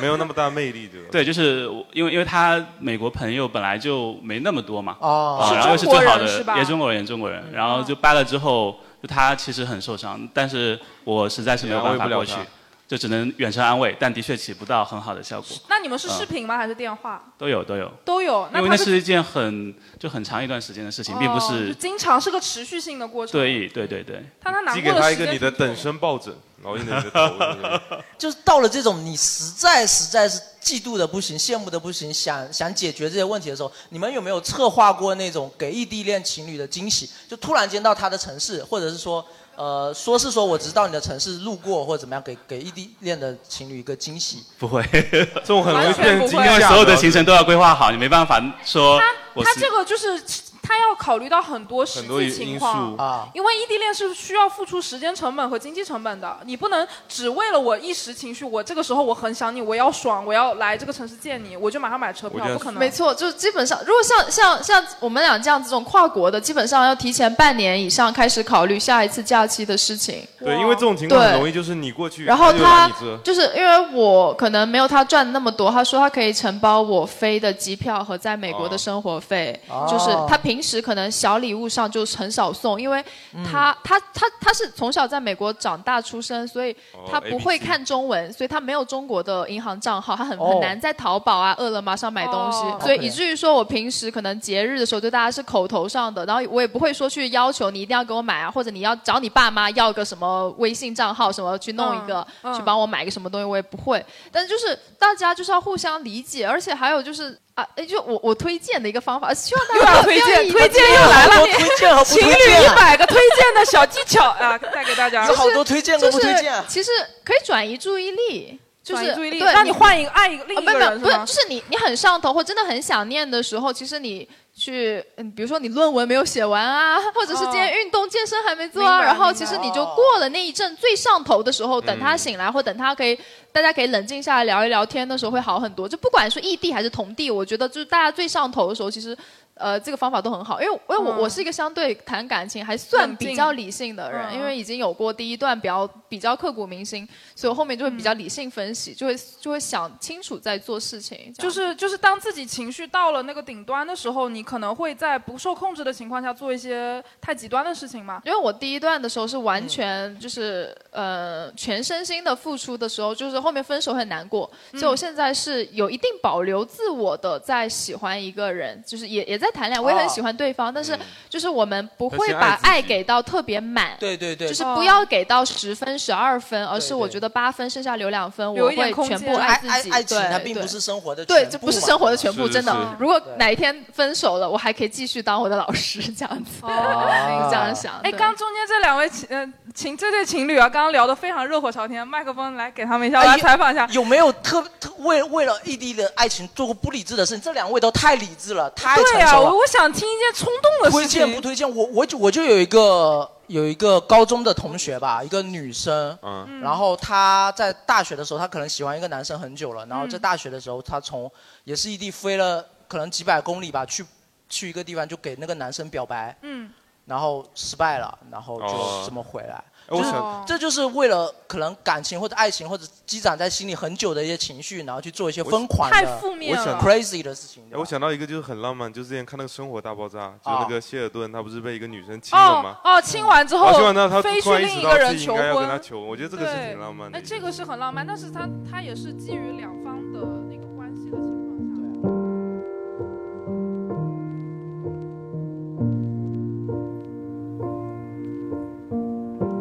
[SPEAKER 5] 没有那么大魅力，对吧？
[SPEAKER 2] 对，就是我因为因为她美国朋友本来就没那么多嘛，
[SPEAKER 4] 哦
[SPEAKER 2] 啊
[SPEAKER 4] 是
[SPEAKER 2] 然后又是
[SPEAKER 4] 中国
[SPEAKER 2] 最好
[SPEAKER 4] 人是
[SPEAKER 2] 的，
[SPEAKER 4] 吧
[SPEAKER 2] 也中国人，也中国人，
[SPEAKER 3] 嗯
[SPEAKER 2] 然后就掰了之后，就她其实很受伤，但是我实在是没有办
[SPEAKER 5] 也安
[SPEAKER 2] 法
[SPEAKER 5] 慰不了
[SPEAKER 2] 过去
[SPEAKER 5] 她，
[SPEAKER 2] 就只能远程安慰，但的确起不到很好的效果。
[SPEAKER 3] 那你们是
[SPEAKER 2] 嗯
[SPEAKER 3] 视
[SPEAKER 4] 啊
[SPEAKER 3] 频吗？还是电话？
[SPEAKER 2] 都有都有，
[SPEAKER 3] 都有。
[SPEAKER 2] 因为
[SPEAKER 3] 他
[SPEAKER 2] 那是一件很就很长一段时间的事情，并不
[SPEAKER 3] 哦就是经常是个持续性的过程。
[SPEAKER 2] 对对对对。
[SPEAKER 3] 但他难
[SPEAKER 5] 寄
[SPEAKER 3] 过
[SPEAKER 5] 给他
[SPEAKER 3] 的
[SPEAKER 5] 一
[SPEAKER 3] 时
[SPEAKER 5] 个你
[SPEAKER 3] 间，
[SPEAKER 5] 的等身抱枕，然后印着你的 头在那里。
[SPEAKER 4] 就是到了这种你实在实在是嫉妒的不行、羡慕的不行，想想解决这些问题的时候，你们有没有策划过那种给异地恋情侣的惊喜？就突然间到他的城市，或者是说，呃，说是说我只是到你的城市路过，或者怎么样，给给异地恋的情侣一个惊喜。
[SPEAKER 2] 不会，这
[SPEAKER 5] 种很
[SPEAKER 4] 容易变成惊吓的
[SPEAKER 2] 因为所有的行程都要规划好，你没办法说我
[SPEAKER 3] 他
[SPEAKER 2] 是
[SPEAKER 3] 这个就是他要考虑到很多实
[SPEAKER 2] 很多
[SPEAKER 3] 际
[SPEAKER 2] 因
[SPEAKER 3] 情况
[SPEAKER 2] 因素啊
[SPEAKER 3] 因为异地恋是需要付出时间成本和经济成本的，你不能只为了我一时情绪，我这个时候我很想你，我要爽，我要来这个城市见你，我就马上买车票，不可能。
[SPEAKER 9] 没错，就基本上，如果像像像我们俩这样子这种跨国的，基本上要提前半年以上开始考虑下一次假期的事情。
[SPEAKER 5] 对，因为这种情况很
[SPEAKER 9] 对
[SPEAKER 5] 容易就是你过去，
[SPEAKER 9] 然后他
[SPEAKER 5] 他就来你
[SPEAKER 9] 就
[SPEAKER 5] 这
[SPEAKER 9] 是因为我可能没有他赚那么多，他说他可以承包我飞的机票和在美国的生活费，
[SPEAKER 10] 哦
[SPEAKER 9] 就是他平时可能小礼物上就是很少送，因为
[SPEAKER 10] 嗯
[SPEAKER 9] 他、他他他是从小在美国长大出生，所以
[SPEAKER 5] 哦
[SPEAKER 9] 他不会
[SPEAKER 10] ABC
[SPEAKER 9] 看中文，所以他没有中国的银行账号，他很、
[SPEAKER 10] 哦
[SPEAKER 9] 很难在淘宝啊、饿了么上买东西，
[SPEAKER 10] 哦
[SPEAKER 9] 所以
[SPEAKER 10] OK
[SPEAKER 9] 以至于说我平时可能节日的时候对大家是口头上的，然后我也不会说去要求你一定要给我买啊，或者你要找你爸妈要个什么微信账号什么去弄一个。
[SPEAKER 10] 嗯
[SPEAKER 9] 去帮我买个什么东西，我也不会。但是就是大家就是要互相理解，而且还有就是啊，哎，就我我推荐的一个方法，希望大家
[SPEAKER 3] 又要
[SPEAKER 9] 不
[SPEAKER 3] 推
[SPEAKER 9] 要
[SPEAKER 3] 荐，
[SPEAKER 9] 以
[SPEAKER 3] 推荐啊又 来了，情侣一百个推荐的小技巧啊，带给大家。
[SPEAKER 9] 就是
[SPEAKER 3] 都啊
[SPEAKER 9] 就是其实可以转移注意力。就
[SPEAKER 3] 转
[SPEAKER 9] 是
[SPEAKER 3] 移注意力
[SPEAKER 9] 对，
[SPEAKER 3] 让你换一个爱一个另一个
[SPEAKER 9] 哦没有没有
[SPEAKER 3] 人是
[SPEAKER 9] 不是
[SPEAKER 3] 吗，
[SPEAKER 9] 就是你你很上头或真的很想念的时候，其实你去，嗯，比如说你论文没有写完啊， 或者是今
[SPEAKER 3] 哦
[SPEAKER 9] 天运动健身还没做
[SPEAKER 10] 明
[SPEAKER 9] 啊，
[SPEAKER 10] 白
[SPEAKER 9] 然后
[SPEAKER 10] 明
[SPEAKER 9] 其
[SPEAKER 10] 白
[SPEAKER 9] 实你就过了那一阵最上头的时候，等他醒来或等他可以，大家可以冷静下来聊一聊天的时候会好很多。就不管是异地还是同地，我觉得就是大家最上头的时候，其实。呃，这个方法都很好，因为因为我、
[SPEAKER 10] 嗯
[SPEAKER 9] 我是一个相对谈感情还算
[SPEAKER 10] 冷静
[SPEAKER 9] 比较理性的人，
[SPEAKER 10] 嗯
[SPEAKER 9] 因为已经有过第一段比较比较刻骨铭心，所以我后面就会比
[SPEAKER 4] 嗯
[SPEAKER 9] 较理性分析，就会就会想清楚在做事情。这样
[SPEAKER 3] 就是就是当自己情绪到了那个顶端的时候，你可能会在不受控制的情况下做一些太极端的事情嘛。
[SPEAKER 9] 因为我第一段的时候是
[SPEAKER 4] 嗯
[SPEAKER 9] 完全就是、呃全身心的付出的时候，就是后面分手很难过，
[SPEAKER 10] 嗯
[SPEAKER 9] 所以我现在是有一定保留自我的，在喜欢一个人，就是也也在谈恋爱，我也很喜欢对
[SPEAKER 4] 嗯
[SPEAKER 9] 方，但是就是我们不
[SPEAKER 4] 但
[SPEAKER 9] 会
[SPEAKER 4] 是爱
[SPEAKER 9] 把
[SPEAKER 4] 自己
[SPEAKER 9] 爱给到特别满，
[SPEAKER 4] 嗯对对哦对，
[SPEAKER 3] 哦
[SPEAKER 9] 就是不要给到十分、十二分，而是我觉得八分剩下留两分，
[SPEAKER 4] 留
[SPEAKER 9] 我
[SPEAKER 4] 一点
[SPEAKER 9] 会
[SPEAKER 4] 空
[SPEAKER 9] 全
[SPEAKER 4] 间
[SPEAKER 9] 部
[SPEAKER 4] 爱
[SPEAKER 9] 自
[SPEAKER 4] 爱
[SPEAKER 9] 己。
[SPEAKER 4] 爱情
[SPEAKER 9] 对
[SPEAKER 4] 它并
[SPEAKER 9] 对
[SPEAKER 4] 不是生活的
[SPEAKER 9] 对，
[SPEAKER 4] 全
[SPEAKER 9] 这
[SPEAKER 4] 部啊
[SPEAKER 9] 不是
[SPEAKER 4] 嘛
[SPEAKER 9] 生活的全部，
[SPEAKER 4] 是
[SPEAKER 9] 真
[SPEAKER 4] 是
[SPEAKER 9] 的。如果
[SPEAKER 4] 对
[SPEAKER 9] 哪一天分手了，我还可以继续当我的老师， 这样子，
[SPEAKER 3] 哦
[SPEAKER 9] 这样想。
[SPEAKER 3] 哎，
[SPEAKER 9] 对
[SPEAKER 3] 刚中间这两位情呃情这对情侣啊，刚刚聊得非常热火朝天，麦克风来给他们一下，我
[SPEAKER 4] 哎
[SPEAKER 3] 来
[SPEAKER 4] 有
[SPEAKER 3] 采访一下。
[SPEAKER 4] 有没有特特为为了异地的爱情做过不理智的事情？这两位都太理智了，太成
[SPEAKER 3] 对呀、
[SPEAKER 4] 熟了。
[SPEAKER 3] 我我想听一件冲动的
[SPEAKER 4] 推
[SPEAKER 3] 事情。
[SPEAKER 4] 荐不推荐？我我就我就有一个有一个高中的同学吧，一个女生，
[SPEAKER 5] 嗯
[SPEAKER 4] 然后她在大学的时候，她可能喜欢一个男生很久了，然
[SPEAKER 3] 嗯
[SPEAKER 4] 后在大学的时候，她从也是异地飞了可能几百公里吧，去去一个地方就给那个男生表白，
[SPEAKER 3] 嗯，
[SPEAKER 4] 然后失败了，然后
[SPEAKER 5] 哦
[SPEAKER 4] 就这么回来。
[SPEAKER 5] 哎我
[SPEAKER 4] 就是
[SPEAKER 3] 哦
[SPEAKER 5] 想
[SPEAKER 4] 这就是为了可能感情或者爱情或者积攒在心里很久的一些情绪，然后去做一些疯狂的、
[SPEAKER 5] 太负面了我想
[SPEAKER 4] crazy 的事情。
[SPEAKER 5] 哎，
[SPEAKER 4] 啊
[SPEAKER 5] 我想到一个就是很浪漫，就是之前看那个《生活大爆炸》，就是那个谢尔顿，他不是被一个女生亲了
[SPEAKER 3] 哦
[SPEAKER 5] 吗？嗯
[SPEAKER 3] 哦，亲完之
[SPEAKER 5] 然后
[SPEAKER 3] 后
[SPEAKER 5] 亲完之后，他
[SPEAKER 3] 飞
[SPEAKER 5] 突
[SPEAKER 3] 去
[SPEAKER 5] 然意
[SPEAKER 3] 另
[SPEAKER 5] 识
[SPEAKER 3] 一
[SPEAKER 5] 到
[SPEAKER 3] 个
[SPEAKER 5] 自
[SPEAKER 3] 人
[SPEAKER 5] 己
[SPEAKER 3] 求
[SPEAKER 5] 应该要跟他
[SPEAKER 3] 婚，
[SPEAKER 5] 求婚，我觉得这个是挺浪漫的
[SPEAKER 3] 哎，。这个是很浪漫，但是他他也是基于两方的那个关系的情况下。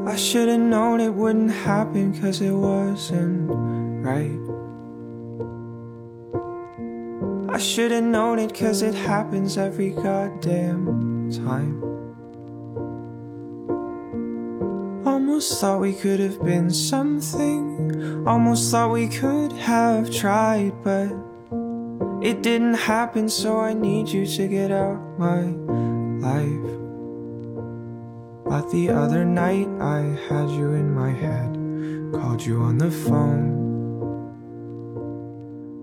[SPEAKER 11] I should've known it wouldn't happen cause it wasn't right. I should've known it cause it happens every goddamn time. Almost thought we could have been something. Almost thought we could have tried, but it didn't happen, so I need you to get out my life. But the other night I had you in my head, called you on the phone.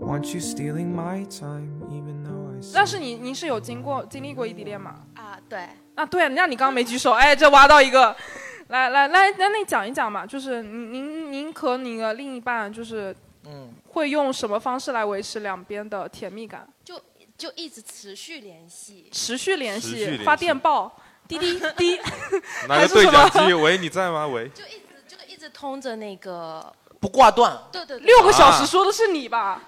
[SPEAKER 11] Want you stealing my time, even though I
[SPEAKER 3] 但是你你是有经过经历过异地恋吗？
[SPEAKER 7] 啊，对。
[SPEAKER 3] 啊，对，那你刚刚没举手，哎，这挖到一个， 来来来，那那讲一讲嘛，就是您您您和你的另一半，就是
[SPEAKER 4] 嗯，
[SPEAKER 3] 会用什么方式来维持两边的甜蜜感？
[SPEAKER 12] 就就一直持续联系。
[SPEAKER 3] 持续联
[SPEAKER 5] 持续
[SPEAKER 3] 系
[SPEAKER 5] 联，系
[SPEAKER 3] 发电 报，滴滴滴，
[SPEAKER 5] 拿个对讲机，喂，你在吗？喂，
[SPEAKER 12] 就一直通着那 个，
[SPEAKER 4] 不挂断，
[SPEAKER 12] 对对对，
[SPEAKER 3] 六个小时说的是你吧？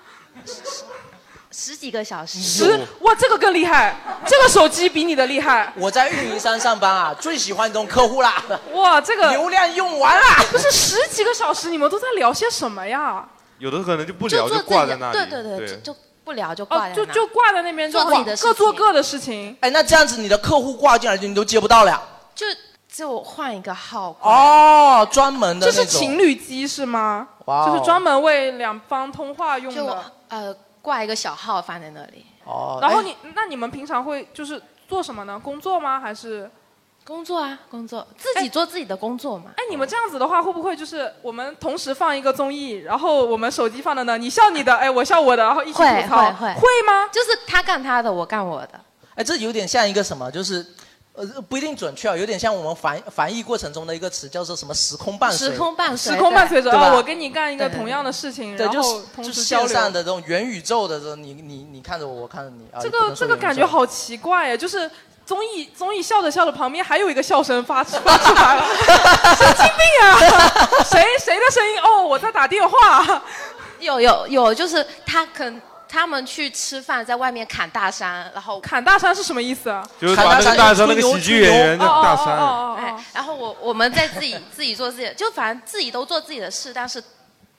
[SPEAKER 12] 十几个小时，
[SPEAKER 3] 十哇，这个更厉害，这个手机比你的厉害。
[SPEAKER 4] 我在运营商上班啊，最喜欢这种客户啦。
[SPEAKER 3] 哇，这个
[SPEAKER 4] 流
[SPEAKER 5] 哎
[SPEAKER 4] 量用完了。
[SPEAKER 3] 不是十几个小时，你们都在聊些什么呀？
[SPEAKER 5] 有的可能就不
[SPEAKER 12] 就
[SPEAKER 5] 聊，
[SPEAKER 12] 做
[SPEAKER 5] 就
[SPEAKER 12] 自己
[SPEAKER 5] 挂在
[SPEAKER 12] 的，
[SPEAKER 5] 那里。
[SPEAKER 12] 对对对，就就不聊就挂
[SPEAKER 3] 哦，
[SPEAKER 12] 在
[SPEAKER 3] 就
[SPEAKER 12] 那
[SPEAKER 3] 就挂在那边，就
[SPEAKER 12] 做自己的事
[SPEAKER 3] 各做各的事情。
[SPEAKER 4] 哎，那这样子你的客户挂进来你都接不到了。
[SPEAKER 12] 就就换一个号。
[SPEAKER 4] 哦，专门的
[SPEAKER 3] 这
[SPEAKER 4] 那种。
[SPEAKER 3] 是情侣机是吗？
[SPEAKER 4] 哇哦
[SPEAKER 3] 就是专门为两方通话用
[SPEAKER 12] 就
[SPEAKER 3] 的。
[SPEAKER 12] 呃挂一个小号放在那里。
[SPEAKER 4] 哦
[SPEAKER 3] 然后你，那你们平常会就是做什么呢？工作吗？还是？哎
[SPEAKER 12] 工作啊，工作，自己做自己的工作嘛。
[SPEAKER 3] 哎，你们这样子的话，会不会就是我们同时放一个综艺，然后我们手机放的呢？你笑你的，哎，我笑我的，然后一起吐
[SPEAKER 12] 会
[SPEAKER 3] 槽，
[SPEAKER 12] 哎会会
[SPEAKER 3] 会吗？
[SPEAKER 12] 就是他干他的，我干我的。
[SPEAKER 4] 哎，这有点像一个什么，就是。呃，不一定准确啊，有点像我们翻翻译过程中的一个词，叫做什么“时空伴随”。
[SPEAKER 12] 时空伴随
[SPEAKER 3] 时空伴随着
[SPEAKER 4] 对吧
[SPEAKER 3] 啊，我跟你干一个同样的事情，
[SPEAKER 4] 对，
[SPEAKER 3] 然
[SPEAKER 4] 就
[SPEAKER 3] 后
[SPEAKER 4] 是
[SPEAKER 3] 同
[SPEAKER 4] 就
[SPEAKER 3] 时
[SPEAKER 4] 是
[SPEAKER 3] 交
[SPEAKER 4] 线
[SPEAKER 3] 流。
[SPEAKER 4] 上的这种元宇宙的这种，你你你看着我，我看着你啊。
[SPEAKER 3] 这
[SPEAKER 4] 也不
[SPEAKER 3] 个
[SPEAKER 4] 能
[SPEAKER 3] 这
[SPEAKER 4] 说
[SPEAKER 3] 个
[SPEAKER 4] 元宇宙
[SPEAKER 3] 感觉好奇怪呀，就是综艺综艺笑着笑着，旁边还有一个笑声发出发出来了，神经病啊！ 谁谁的声音？哦，我在打电话。
[SPEAKER 12] 有有有，就是他肯他们去吃饭，在外面砍大山，然后
[SPEAKER 3] 砍大山是什么意思啊？哦
[SPEAKER 5] 就是 把那个大山那个喜剧演员叫大山，
[SPEAKER 12] 哎，然后我我们在自己自己做自己的，就反正自己都做自己的事，但是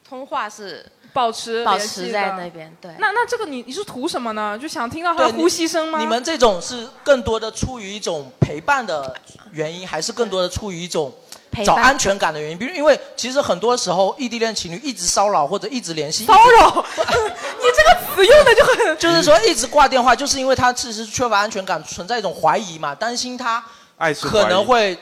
[SPEAKER 12] 通话是
[SPEAKER 3] 保持
[SPEAKER 12] 保
[SPEAKER 3] 联
[SPEAKER 12] 持
[SPEAKER 3] 系
[SPEAKER 12] 在
[SPEAKER 3] 的
[SPEAKER 12] 那边对
[SPEAKER 3] 那那这个你你是图什么呢？就想听到他
[SPEAKER 4] 对
[SPEAKER 3] 的啊
[SPEAKER 4] 你
[SPEAKER 3] 呼吸声吗？
[SPEAKER 4] 你们这种是更多的出于一种陪伴的原因，还是更多的出于一种
[SPEAKER 3] 陪
[SPEAKER 4] 找
[SPEAKER 3] 伴
[SPEAKER 4] 安全感的原因？比如，因为其实很多时候异地恋情侣一直骚扰或者一直联系，
[SPEAKER 3] 骚扰， 你这个词用的就很，
[SPEAKER 4] 就是说一直挂电话，就是因为他其实缺乏安全感，存在一种怀疑嘛，担心他
[SPEAKER 5] 爱是
[SPEAKER 4] 可
[SPEAKER 5] 怀
[SPEAKER 4] 能
[SPEAKER 5] 疑
[SPEAKER 4] 会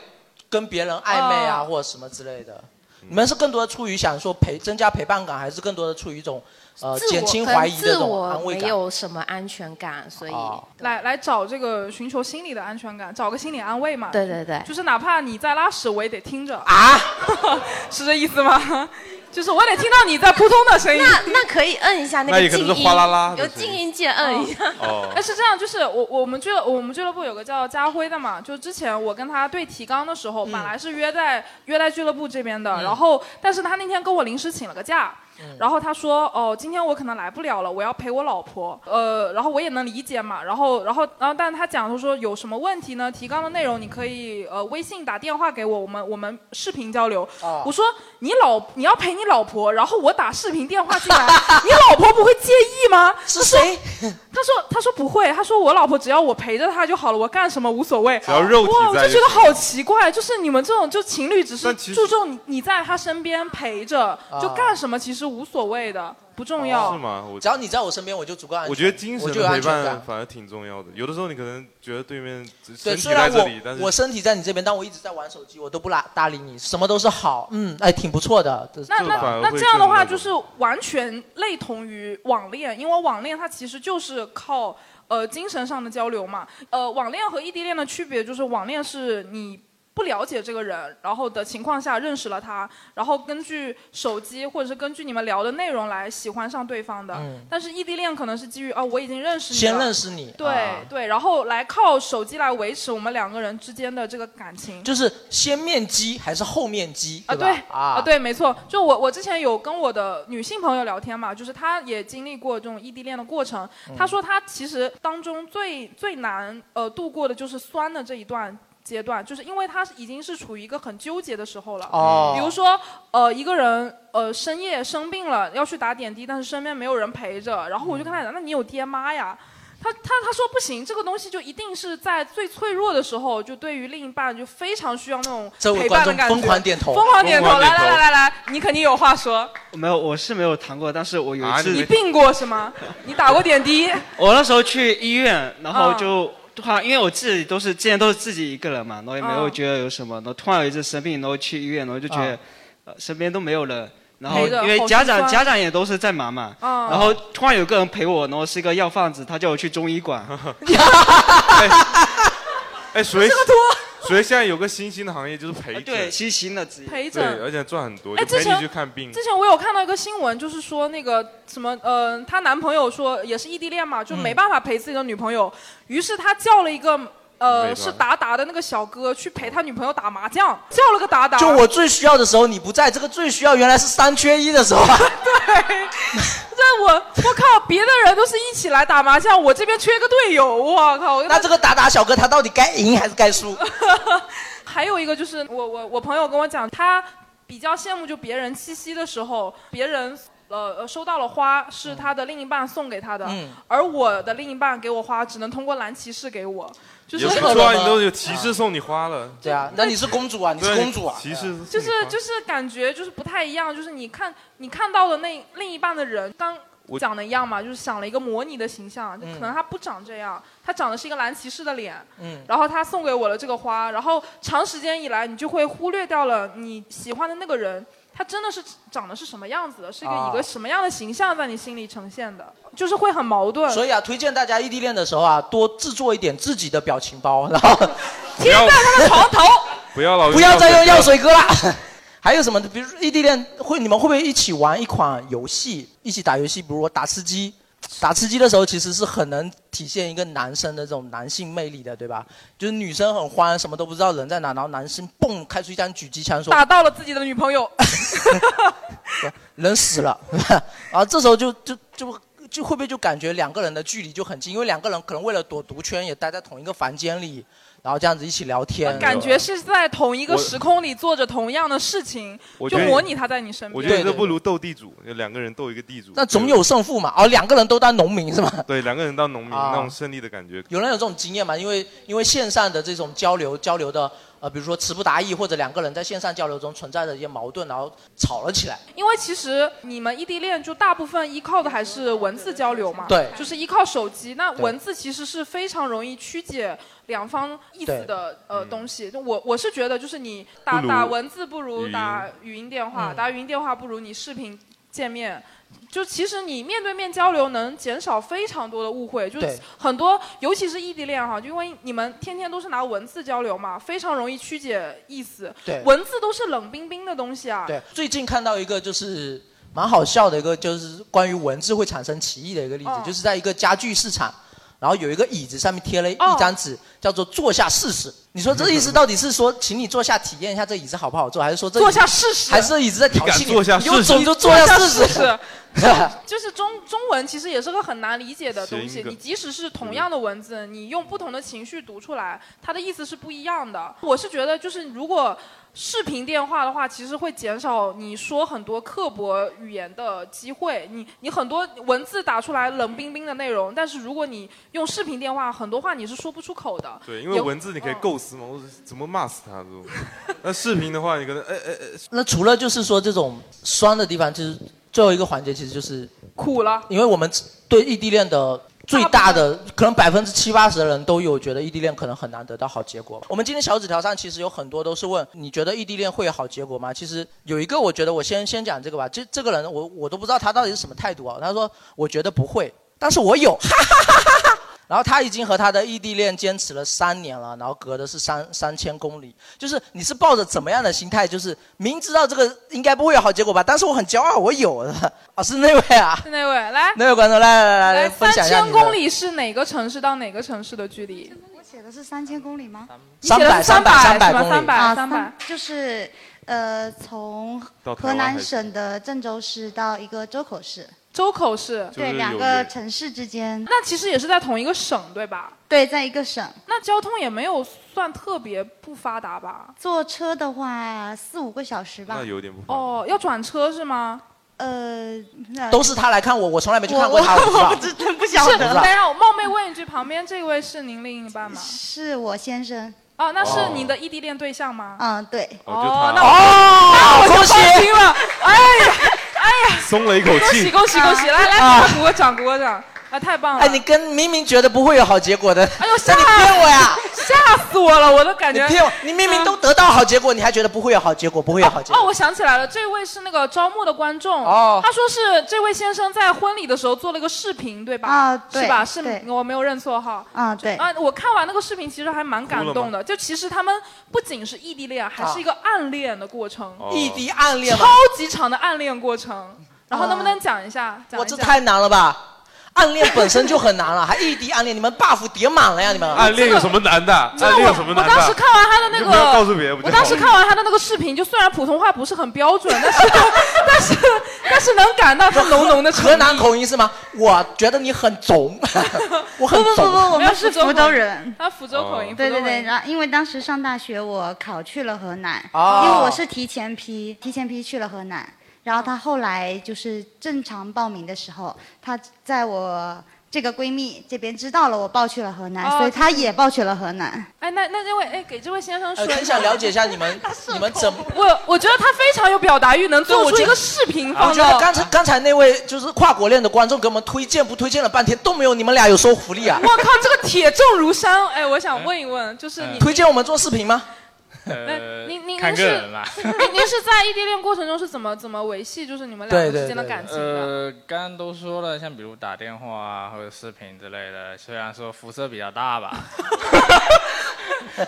[SPEAKER 4] 跟别人暧昧啊，
[SPEAKER 5] 哦
[SPEAKER 4] 或者什么之类的。你们是更多的出于想说陪增加陪伴感，还是更多的出于一种呃
[SPEAKER 12] 自我
[SPEAKER 4] 减轻怀疑
[SPEAKER 12] 可能
[SPEAKER 4] 的这
[SPEAKER 12] 自
[SPEAKER 4] 种安
[SPEAKER 12] 我
[SPEAKER 4] 慰
[SPEAKER 12] 没
[SPEAKER 4] 感？
[SPEAKER 12] 有什么安全感，所以、
[SPEAKER 4] 哦
[SPEAKER 3] 来来找这个寻求心理的安全感，找个心理安慰嘛。
[SPEAKER 12] 对对对
[SPEAKER 3] 就是哪怕你在拉屎，我也得听着啊， 是这意思吗？ 就是我得听到你在扑通的声音。
[SPEAKER 12] 那那可以摁一下那个静音，有
[SPEAKER 3] 声
[SPEAKER 12] 静音键摁一下。
[SPEAKER 5] 哦
[SPEAKER 3] 但是这样，就是我我们俱乐我们俱乐部有个叫家辉的嘛，就之前我跟他对提纲的时候，本来是约在约在俱乐部这边的，
[SPEAKER 10] 嗯
[SPEAKER 3] 然后但是他那天跟我临时请了个假。
[SPEAKER 10] 嗯
[SPEAKER 3] 然后他说：“哦，今天我可能来不了了，我要陪我老婆。呃，然后我也能理解嘛。然后，然后，然后，但他讲他说有什么问题呢？提纲的内容你可以呃微信打电话给我，我们我们视频交流。
[SPEAKER 4] 啊
[SPEAKER 10] 哦
[SPEAKER 3] 我说你老你要陪你老婆，然后我打视频电话进 来，你老婆不会介意吗？
[SPEAKER 4] 是谁？
[SPEAKER 3] 他说他说不会，他说我老婆只要我陪着她就好了，我干什么无所谓。
[SPEAKER 5] 只要肉体
[SPEAKER 3] 哇，我
[SPEAKER 5] 在
[SPEAKER 3] 就
[SPEAKER 5] 就
[SPEAKER 3] 觉得
[SPEAKER 5] 行
[SPEAKER 3] 好奇怪，就是你们这种就情侣只是
[SPEAKER 5] 但其实
[SPEAKER 3] 注重你你在他身边陪着，就
[SPEAKER 4] 啊
[SPEAKER 3] 干什么其实无所谓的，不重要。
[SPEAKER 5] 哦是吗？我
[SPEAKER 4] 只要你在我身边，我就足够安全。
[SPEAKER 5] 我觉得精神
[SPEAKER 4] 我就有
[SPEAKER 5] 的陪
[SPEAKER 4] 安全感
[SPEAKER 5] 伴。反而挺重要的。有的时候你可能觉得对面只身
[SPEAKER 4] 对，
[SPEAKER 5] 体
[SPEAKER 4] 虽然
[SPEAKER 5] 在这里，但
[SPEAKER 4] 我
[SPEAKER 5] 是
[SPEAKER 4] 我身体在你这边，但我一直在玩手机，我都不拉搭理你，什么都是好，嗯，哎，挺不错的。这
[SPEAKER 3] 那
[SPEAKER 4] 这种
[SPEAKER 3] 那那这样的话，就是完全类同于网恋，因为网恋它其实就是靠呃精神上的交流嘛。呃，网恋和异地恋的区别就是，网恋是你不了解这个人，然后的情况下认识了他，然后根据手机或者是根据你们聊的内容来喜欢上对方的。
[SPEAKER 4] 嗯
[SPEAKER 3] 但是异地恋可能是基于啊、我已经认识你了，
[SPEAKER 4] 先认识你
[SPEAKER 3] 对、
[SPEAKER 4] 啊
[SPEAKER 3] 对，然后来靠手机来维持我们两个人之间的这个感情。
[SPEAKER 4] 就是先面基还是后面基，
[SPEAKER 3] 啊，
[SPEAKER 4] 吧
[SPEAKER 3] 对
[SPEAKER 4] 啊
[SPEAKER 3] 啊，对，没错。就我我之前有跟我的女性朋友聊天嘛，就是她也经历过这种异地恋的过程。
[SPEAKER 10] 嗯
[SPEAKER 3] 她说她其实当中最最难呃度过的就是酸的这一段。阶段就是因为她已经是处于一个很纠结的时候了，
[SPEAKER 10] 哦
[SPEAKER 3] 比如说呃一个人呃深夜生病了要去打点滴，但是身边没有人陪着，然后我就跟她讲，那你有爹妈呀？她她她说不行，这个东西就一定是在最脆弱的时候，就对于另一半就非常需要那种
[SPEAKER 13] 这位
[SPEAKER 3] 陪伴的
[SPEAKER 13] 观众
[SPEAKER 3] 感觉，
[SPEAKER 13] 疯狂点头
[SPEAKER 3] 疯狂点头，
[SPEAKER 13] 疯狂
[SPEAKER 3] 来
[SPEAKER 13] 点
[SPEAKER 3] 来
[SPEAKER 13] 头
[SPEAKER 3] 来来来，你肯定有话说。
[SPEAKER 13] 没有，我是没有谈过，但是我有
[SPEAKER 5] 啊
[SPEAKER 13] 一次、
[SPEAKER 3] 你病过是吗？你打过点滴？
[SPEAKER 13] 我那时候去医院，然后
[SPEAKER 3] 嗯
[SPEAKER 13] 就、突然，因为我自己都是之前都是自己一个人嘛，然后也没有
[SPEAKER 3] 嗯
[SPEAKER 13] 觉得有什么，然后突然有一次生病，然后去医院，然后就觉得、呃身边都没有人，然后
[SPEAKER 3] 啊陪着
[SPEAKER 13] 因为
[SPEAKER 3] 好
[SPEAKER 13] 家
[SPEAKER 3] 心
[SPEAKER 13] 长
[SPEAKER 3] 酸
[SPEAKER 13] 家长也都是在忙嘛，
[SPEAKER 3] 嗯
[SPEAKER 13] 然后突然有个人陪我，然后是一个药贩子，他叫我去中 医馆，
[SPEAKER 5] 哎，谁
[SPEAKER 13] 这个
[SPEAKER 5] 谁现在有个新兴的行业就是
[SPEAKER 4] 啊
[SPEAKER 5] 陪诊，
[SPEAKER 13] 对，新兴的职业
[SPEAKER 3] 陪
[SPEAKER 5] 对
[SPEAKER 3] 诊，
[SPEAKER 5] 而且赚很多，
[SPEAKER 3] 哎
[SPEAKER 5] 就陪
[SPEAKER 3] 之前
[SPEAKER 5] 你去看病。
[SPEAKER 3] 之前我有看到一个新闻，就是说那个什么，呃，她男朋友说也是异地恋嘛，就
[SPEAKER 13] 嗯
[SPEAKER 3] 没办法陪自己的女朋友，于是他叫了一个
[SPEAKER 4] 美
[SPEAKER 3] 呃
[SPEAKER 4] 团
[SPEAKER 3] 是达达的那个小哥去
[SPEAKER 13] 嗯
[SPEAKER 3] 陪他女朋友打麻将，叫了个达达。
[SPEAKER 4] 就我最需要的时候你不在，这个最需要原来是三缺一的 时候啊。
[SPEAKER 3] 这我我靠，别的人都是一起来打麻将，我这边缺个队友，我靠！
[SPEAKER 4] 那这个打打小哥他到底该赢还是该输？
[SPEAKER 3] 还有一个就是我我我朋友跟我讲，他比较羡慕就别人七夕的时候，别人呃呃收到了花是他的另一半送给他的，
[SPEAKER 5] 嗯
[SPEAKER 3] 而我的另一半给我花只能通过蓝骑士给我，就是
[SPEAKER 5] 也不错啊，你都有骑士送你花了。
[SPEAKER 4] 对啊，那你是公主啊，你是
[SPEAKER 5] 对
[SPEAKER 4] 公主啊。
[SPEAKER 5] 骑士送你花
[SPEAKER 3] 就是就是感觉就是不太一样，就是你看你看到的那另一半的人刚。
[SPEAKER 5] 我
[SPEAKER 3] 讲的一样嘛，就是想了一个模拟的形象，就
[SPEAKER 10] 嗯
[SPEAKER 3] 可能他不长这样，他长的是一个蓝骑士的脸，
[SPEAKER 10] 嗯
[SPEAKER 3] 然后他送给我了这个花，然后长时间以来你就会忽略掉了你喜欢的那个人，他真的是长得是什么样子的，是一个
[SPEAKER 4] 啊
[SPEAKER 3] 一个什么样的形象在你心里呈现的，就是会很矛盾。
[SPEAKER 4] 所以啊，推荐大家异地恋的时候啊，多制作一点自己的表情包， 然后
[SPEAKER 3] 贴在他的床头。
[SPEAKER 5] 不要老
[SPEAKER 4] 不要再用药水哥了。 还有什么？比如说异地恋会，你们会不会一起玩一款游戏，一起打游戏？比如我打吃鸡，打吃鸡的时候其实是很能体现一个男生的这种男性魅力的，对吧？就是女生很欢，什么都不知道人在哪，然后男生蹦开出一张狙击枪说
[SPEAKER 3] 打到了自己的女朋友，
[SPEAKER 4] 人死了， 啊，这时候就就就就会不会就感觉两个人的距离就很近，因为两个人可能为了躲毒圈也待在同一个房间里，然后这样子一起聊天，
[SPEAKER 3] 啊感觉是在同一个时空里做着同样的事情
[SPEAKER 5] 我，
[SPEAKER 3] 就
[SPEAKER 5] 觉得
[SPEAKER 3] 模拟他在你身边。
[SPEAKER 5] 我觉得这不如斗地主，就两个人斗一个地主。
[SPEAKER 4] 那总有胜负
[SPEAKER 3] 嗯
[SPEAKER 4] 嘛。哦，两个人都当农民是吗？
[SPEAKER 5] 对，两个人当农民、
[SPEAKER 4] 啊
[SPEAKER 5] 那种胜利的感觉。
[SPEAKER 4] 有人有这种经验吗？因为因为线上的这种交流交流的，呃，比如说词不达意，或者两个人在线上交流中存在着一些矛盾，然后吵了起来。
[SPEAKER 3] 因为其实你们异地恋就大部分依靠的还是文字交流嘛，
[SPEAKER 4] 对
[SPEAKER 3] 就是依靠手机。那
[SPEAKER 4] 对
[SPEAKER 3] 文字其实是非常容易曲解两方意思的呃东西。
[SPEAKER 12] 嗯
[SPEAKER 3] 就我我是觉得，就是你打
[SPEAKER 4] 不如
[SPEAKER 3] 打文字不
[SPEAKER 4] 语
[SPEAKER 3] 如
[SPEAKER 4] 音
[SPEAKER 3] 打语音电话，
[SPEAKER 4] 嗯
[SPEAKER 3] 打语音电话不如你视频见面。就其实你面对面交流能减少非常多的误会，就是
[SPEAKER 4] 对
[SPEAKER 3] 很多，尤其是异地恋哈，就因为你们天天都是拿文字交流嘛，非常容易曲解意思。
[SPEAKER 4] 对
[SPEAKER 3] 文字都是冷冰冰的东西啊。
[SPEAKER 4] 对，最近看到一个就是蛮好笑的一个，就是关于文字会产生歧义的一个例
[SPEAKER 3] 哦
[SPEAKER 4] 子，就是在一个家具市场，然后有一个椅子上面贴了一
[SPEAKER 3] 哦
[SPEAKER 4] 张纸，叫做“坐下试试”。你说这意思到底是说，请你坐下体验一下这椅子好不好坐，还是说这椅
[SPEAKER 3] 坐下试试
[SPEAKER 4] 还是这椅子在挑
[SPEAKER 5] 你敢
[SPEAKER 4] 衅你？
[SPEAKER 5] 坐下
[SPEAKER 4] 你有
[SPEAKER 5] 试试
[SPEAKER 4] 种就坐 下试
[SPEAKER 3] 坐下
[SPEAKER 4] 试。
[SPEAKER 3] 就是中中文其实也是个很难理解的东
[SPEAKER 4] 谐
[SPEAKER 3] 西
[SPEAKER 4] 音，梗
[SPEAKER 3] 你即使是同样的文字，
[SPEAKER 5] 嗯
[SPEAKER 3] 你用不同的情绪读出来，它的意思是不一样的。我是觉得，就是如果视频电话的话，其实会减少你说很多刻薄语言的机会。你你很多文字打出来冷冰冰的内容，但是如果你用视频电话，很多话你是说不出口的。
[SPEAKER 5] 对，因为
[SPEAKER 3] 也
[SPEAKER 5] 文字你可以构思嘛，我怎么骂死他这种。那视频的话，你可能哎哎哎，
[SPEAKER 4] 那除了就是说这种酸的地方，就是最后一个环节，其实就是
[SPEAKER 3] 苦了，
[SPEAKER 4] 因为我们对异地恋的。最大的可能百分之七八十的人都有觉得异地恋可能很难得到好结果。我们今天小纸条上其实有很多都是问你觉得异地恋会有好结果吗？其实有一个我觉得我先先讲这个吧，这这个人我我都不知道他到底是什么态度啊。他说我觉得不会，但是我有， 哈哈哈哈哈。然后他已经和他的异地恋坚持了三年了，然后隔的是三三千公里，就是你是抱着怎么样的心态？就是明知道这个应该不会有好结果吧，但是我很骄傲，我有的啊，是那位啊，
[SPEAKER 3] 是那位来
[SPEAKER 4] 那位观众来来来
[SPEAKER 3] 来，
[SPEAKER 4] 分
[SPEAKER 3] 三
[SPEAKER 4] 享一下
[SPEAKER 3] 千
[SPEAKER 4] 你的
[SPEAKER 3] 公里是哪个城市到哪个城市的距离？
[SPEAKER 10] 我写的是三千公里吗？
[SPEAKER 3] 你写的是300 300 300公里
[SPEAKER 10] 三
[SPEAKER 3] 啊
[SPEAKER 10] 百
[SPEAKER 3] 300
[SPEAKER 10] 就是呃，从
[SPEAKER 3] 到台
[SPEAKER 10] 河
[SPEAKER 3] 湾
[SPEAKER 10] 南
[SPEAKER 3] 还是
[SPEAKER 10] 省的郑州市到一个周口市，
[SPEAKER 3] 周口市
[SPEAKER 10] 对，两个城市之间，
[SPEAKER 3] 那其实也是在同一个省，对吧？
[SPEAKER 10] 对，在一个省。
[SPEAKER 3] 那交通也没有算特别不发达吧？
[SPEAKER 10] 坐车的话四五个小时吧。
[SPEAKER 5] 那有点不。
[SPEAKER 3] 哦，要转车是吗？
[SPEAKER 10] 呃，那
[SPEAKER 4] 都是他来看我，我从来没去看过
[SPEAKER 10] 我
[SPEAKER 4] 他，
[SPEAKER 10] 我
[SPEAKER 4] 知道。
[SPEAKER 10] 我不知真 不晓得
[SPEAKER 3] 是等一下，我冒昧问一句，旁边这位是您另一半吗？
[SPEAKER 10] 是我先生。
[SPEAKER 3] 哦，那是您的异地恋对象吗？
[SPEAKER 10] 嗯，对。
[SPEAKER 4] 啊
[SPEAKER 3] 哦，那
[SPEAKER 5] 哦
[SPEAKER 3] 我就那我就
[SPEAKER 5] 恭喜
[SPEAKER 3] 放心了。哎 呀，
[SPEAKER 5] 松了一口
[SPEAKER 3] 恭喜
[SPEAKER 5] 气。
[SPEAKER 3] 恭喜恭喜！来来，
[SPEAKER 4] 啊
[SPEAKER 3] 大家鼓个掌，鼓个掌！啊，太棒了！
[SPEAKER 4] 哎，你跟明明觉得不会有好结果的，
[SPEAKER 3] 哎呦，吓
[SPEAKER 4] 你骗我呀！
[SPEAKER 3] 吓死我了，我都感
[SPEAKER 4] 你
[SPEAKER 3] 觉啊
[SPEAKER 4] 骗我，你明明都得到好结果，你还觉得不会有好结果，不会有好结
[SPEAKER 3] 哦，
[SPEAKER 4] 果。
[SPEAKER 3] 我想起来了，这位是那个招募的观众，
[SPEAKER 4] 哦
[SPEAKER 3] 他说是这位先生在婚礼的时候做了一个视频，对吧？
[SPEAKER 10] 啊对
[SPEAKER 3] 是吧？是
[SPEAKER 10] 对
[SPEAKER 3] 我没有认错哈。
[SPEAKER 10] 啊，对。
[SPEAKER 3] 啊，我看完那个视频，其实还蛮感
[SPEAKER 10] 哭
[SPEAKER 3] 动
[SPEAKER 10] 了
[SPEAKER 3] 的。就其实他们不仅是异地恋，还是一个暗恋的过程，
[SPEAKER 4] 啊
[SPEAKER 5] 哦
[SPEAKER 4] 异地暗恋吗
[SPEAKER 3] 超级长的暗恋过程。然后能不能讲一下？讲
[SPEAKER 4] 哇，
[SPEAKER 3] 一
[SPEAKER 4] 这
[SPEAKER 3] 下
[SPEAKER 4] 太难了吧！暗恋本身就很难啊了，还异地暗恋，你们 buff 叠满了呀，你们。
[SPEAKER 5] 暗恋有什么难的？
[SPEAKER 3] 真
[SPEAKER 5] 暗
[SPEAKER 3] 的
[SPEAKER 5] 恋有
[SPEAKER 3] 我
[SPEAKER 5] 什么
[SPEAKER 3] 我
[SPEAKER 5] 难的？
[SPEAKER 3] 当时看完他的那
[SPEAKER 5] 你就不要告诉
[SPEAKER 3] 个，
[SPEAKER 5] 别人。不就
[SPEAKER 3] 我
[SPEAKER 5] 好了
[SPEAKER 3] 当时看完他的那个视频，就虽然普通话不是很标准， 但是但是但是能感到他浓浓的
[SPEAKER 4] 河南口音是吗？我觉得你很怂，我很
[SPEAKER 10] 不不不
[SPEAKER 4] 怂。
[SPEAKER 10] 不，我
[SPEAKER 3] 没有
[SPEAKER 10] 们是
[SPEAKER 3] 福州
[SPEAKER 10] 福州
[SPEAKER 3] 口音
[SPEAKER 5] 嗯
[SPEAKER 10] 人。
[SPEAKER 3] 他福州
[SPEAKER 4] 哦
[SPEAKER 3] 口音，
[SPEAKER 10] 对
[SPEAKER 3] 福州
[SPEAKER 10] 对
[SPEAKER 3] 口
[SPEAKER 10] 对，
[SPEAKER 3] 音
[SPEAKER 10] 然后因为当时上大学，我考去了河南，
[SPEAKER 3] 哦
[SPEAKER 10] 因为我是提前批，提前批去了河南。然后她后来就是正常报名的时候，她在我这个闺蜜这边知道了我报去了河南，
[SPEAKER 3] 哦
[SPEAKER 10] 所以她也报去了河南。
[SPEAKER 3] 哎，那那这位哎，给这位先生说
[SPEAKER 4] 呃，
[SPEAKER 3] 一下，
[SPEAKER 4] 很想了解一下 你们，你们怎么？
[SPEAKER 3] 我我觉得他非常有表达欲， 能做
[SPEAKER 4] 我
[SPEAKER 3] 出
[SPEAKER 4] 觉
[SPEAKER 3] 一
[SPEAKER 4] 得
[SPEAKER 3] 个视频
[SPEAKER 5] 啊
[SPEAKER 4] 我
[SPEAKER 3] 放
[SPEAKER 4] 觉得
[SPEAKER 3] 到。
[SPEAKER 4] 刚才刚才那位就是跨国恋的观众给我们推荐不推荐了半天都没有你们俩有说服力 啊！
[SPEAKER 3] 我靠，这个铁证如山！哎，我想问一问，就是
[SPEAKER 5] 嗯
[SPEAKER 3] 你，
[SPEAKER 4] 推荐我们做视频吗？
[SPEAKER 6] 呃
[SPEAKER 3] 您您
[SPEAKER 6] 看
[SPEAKER 3] 您
[SPEAKER 6] 个
[SPEAKER 3] 是
[SPEAKER 6] 人吧。
[SPEAKER 3] 哎您您是在异地恋过程中是怎么怎么维系就是你们两个之间的感情啊的？
[SPEAKER 6] 呃，刚刚都说了，像比如打电话啊，或者视频之类的，虽然说辐射比较大吧，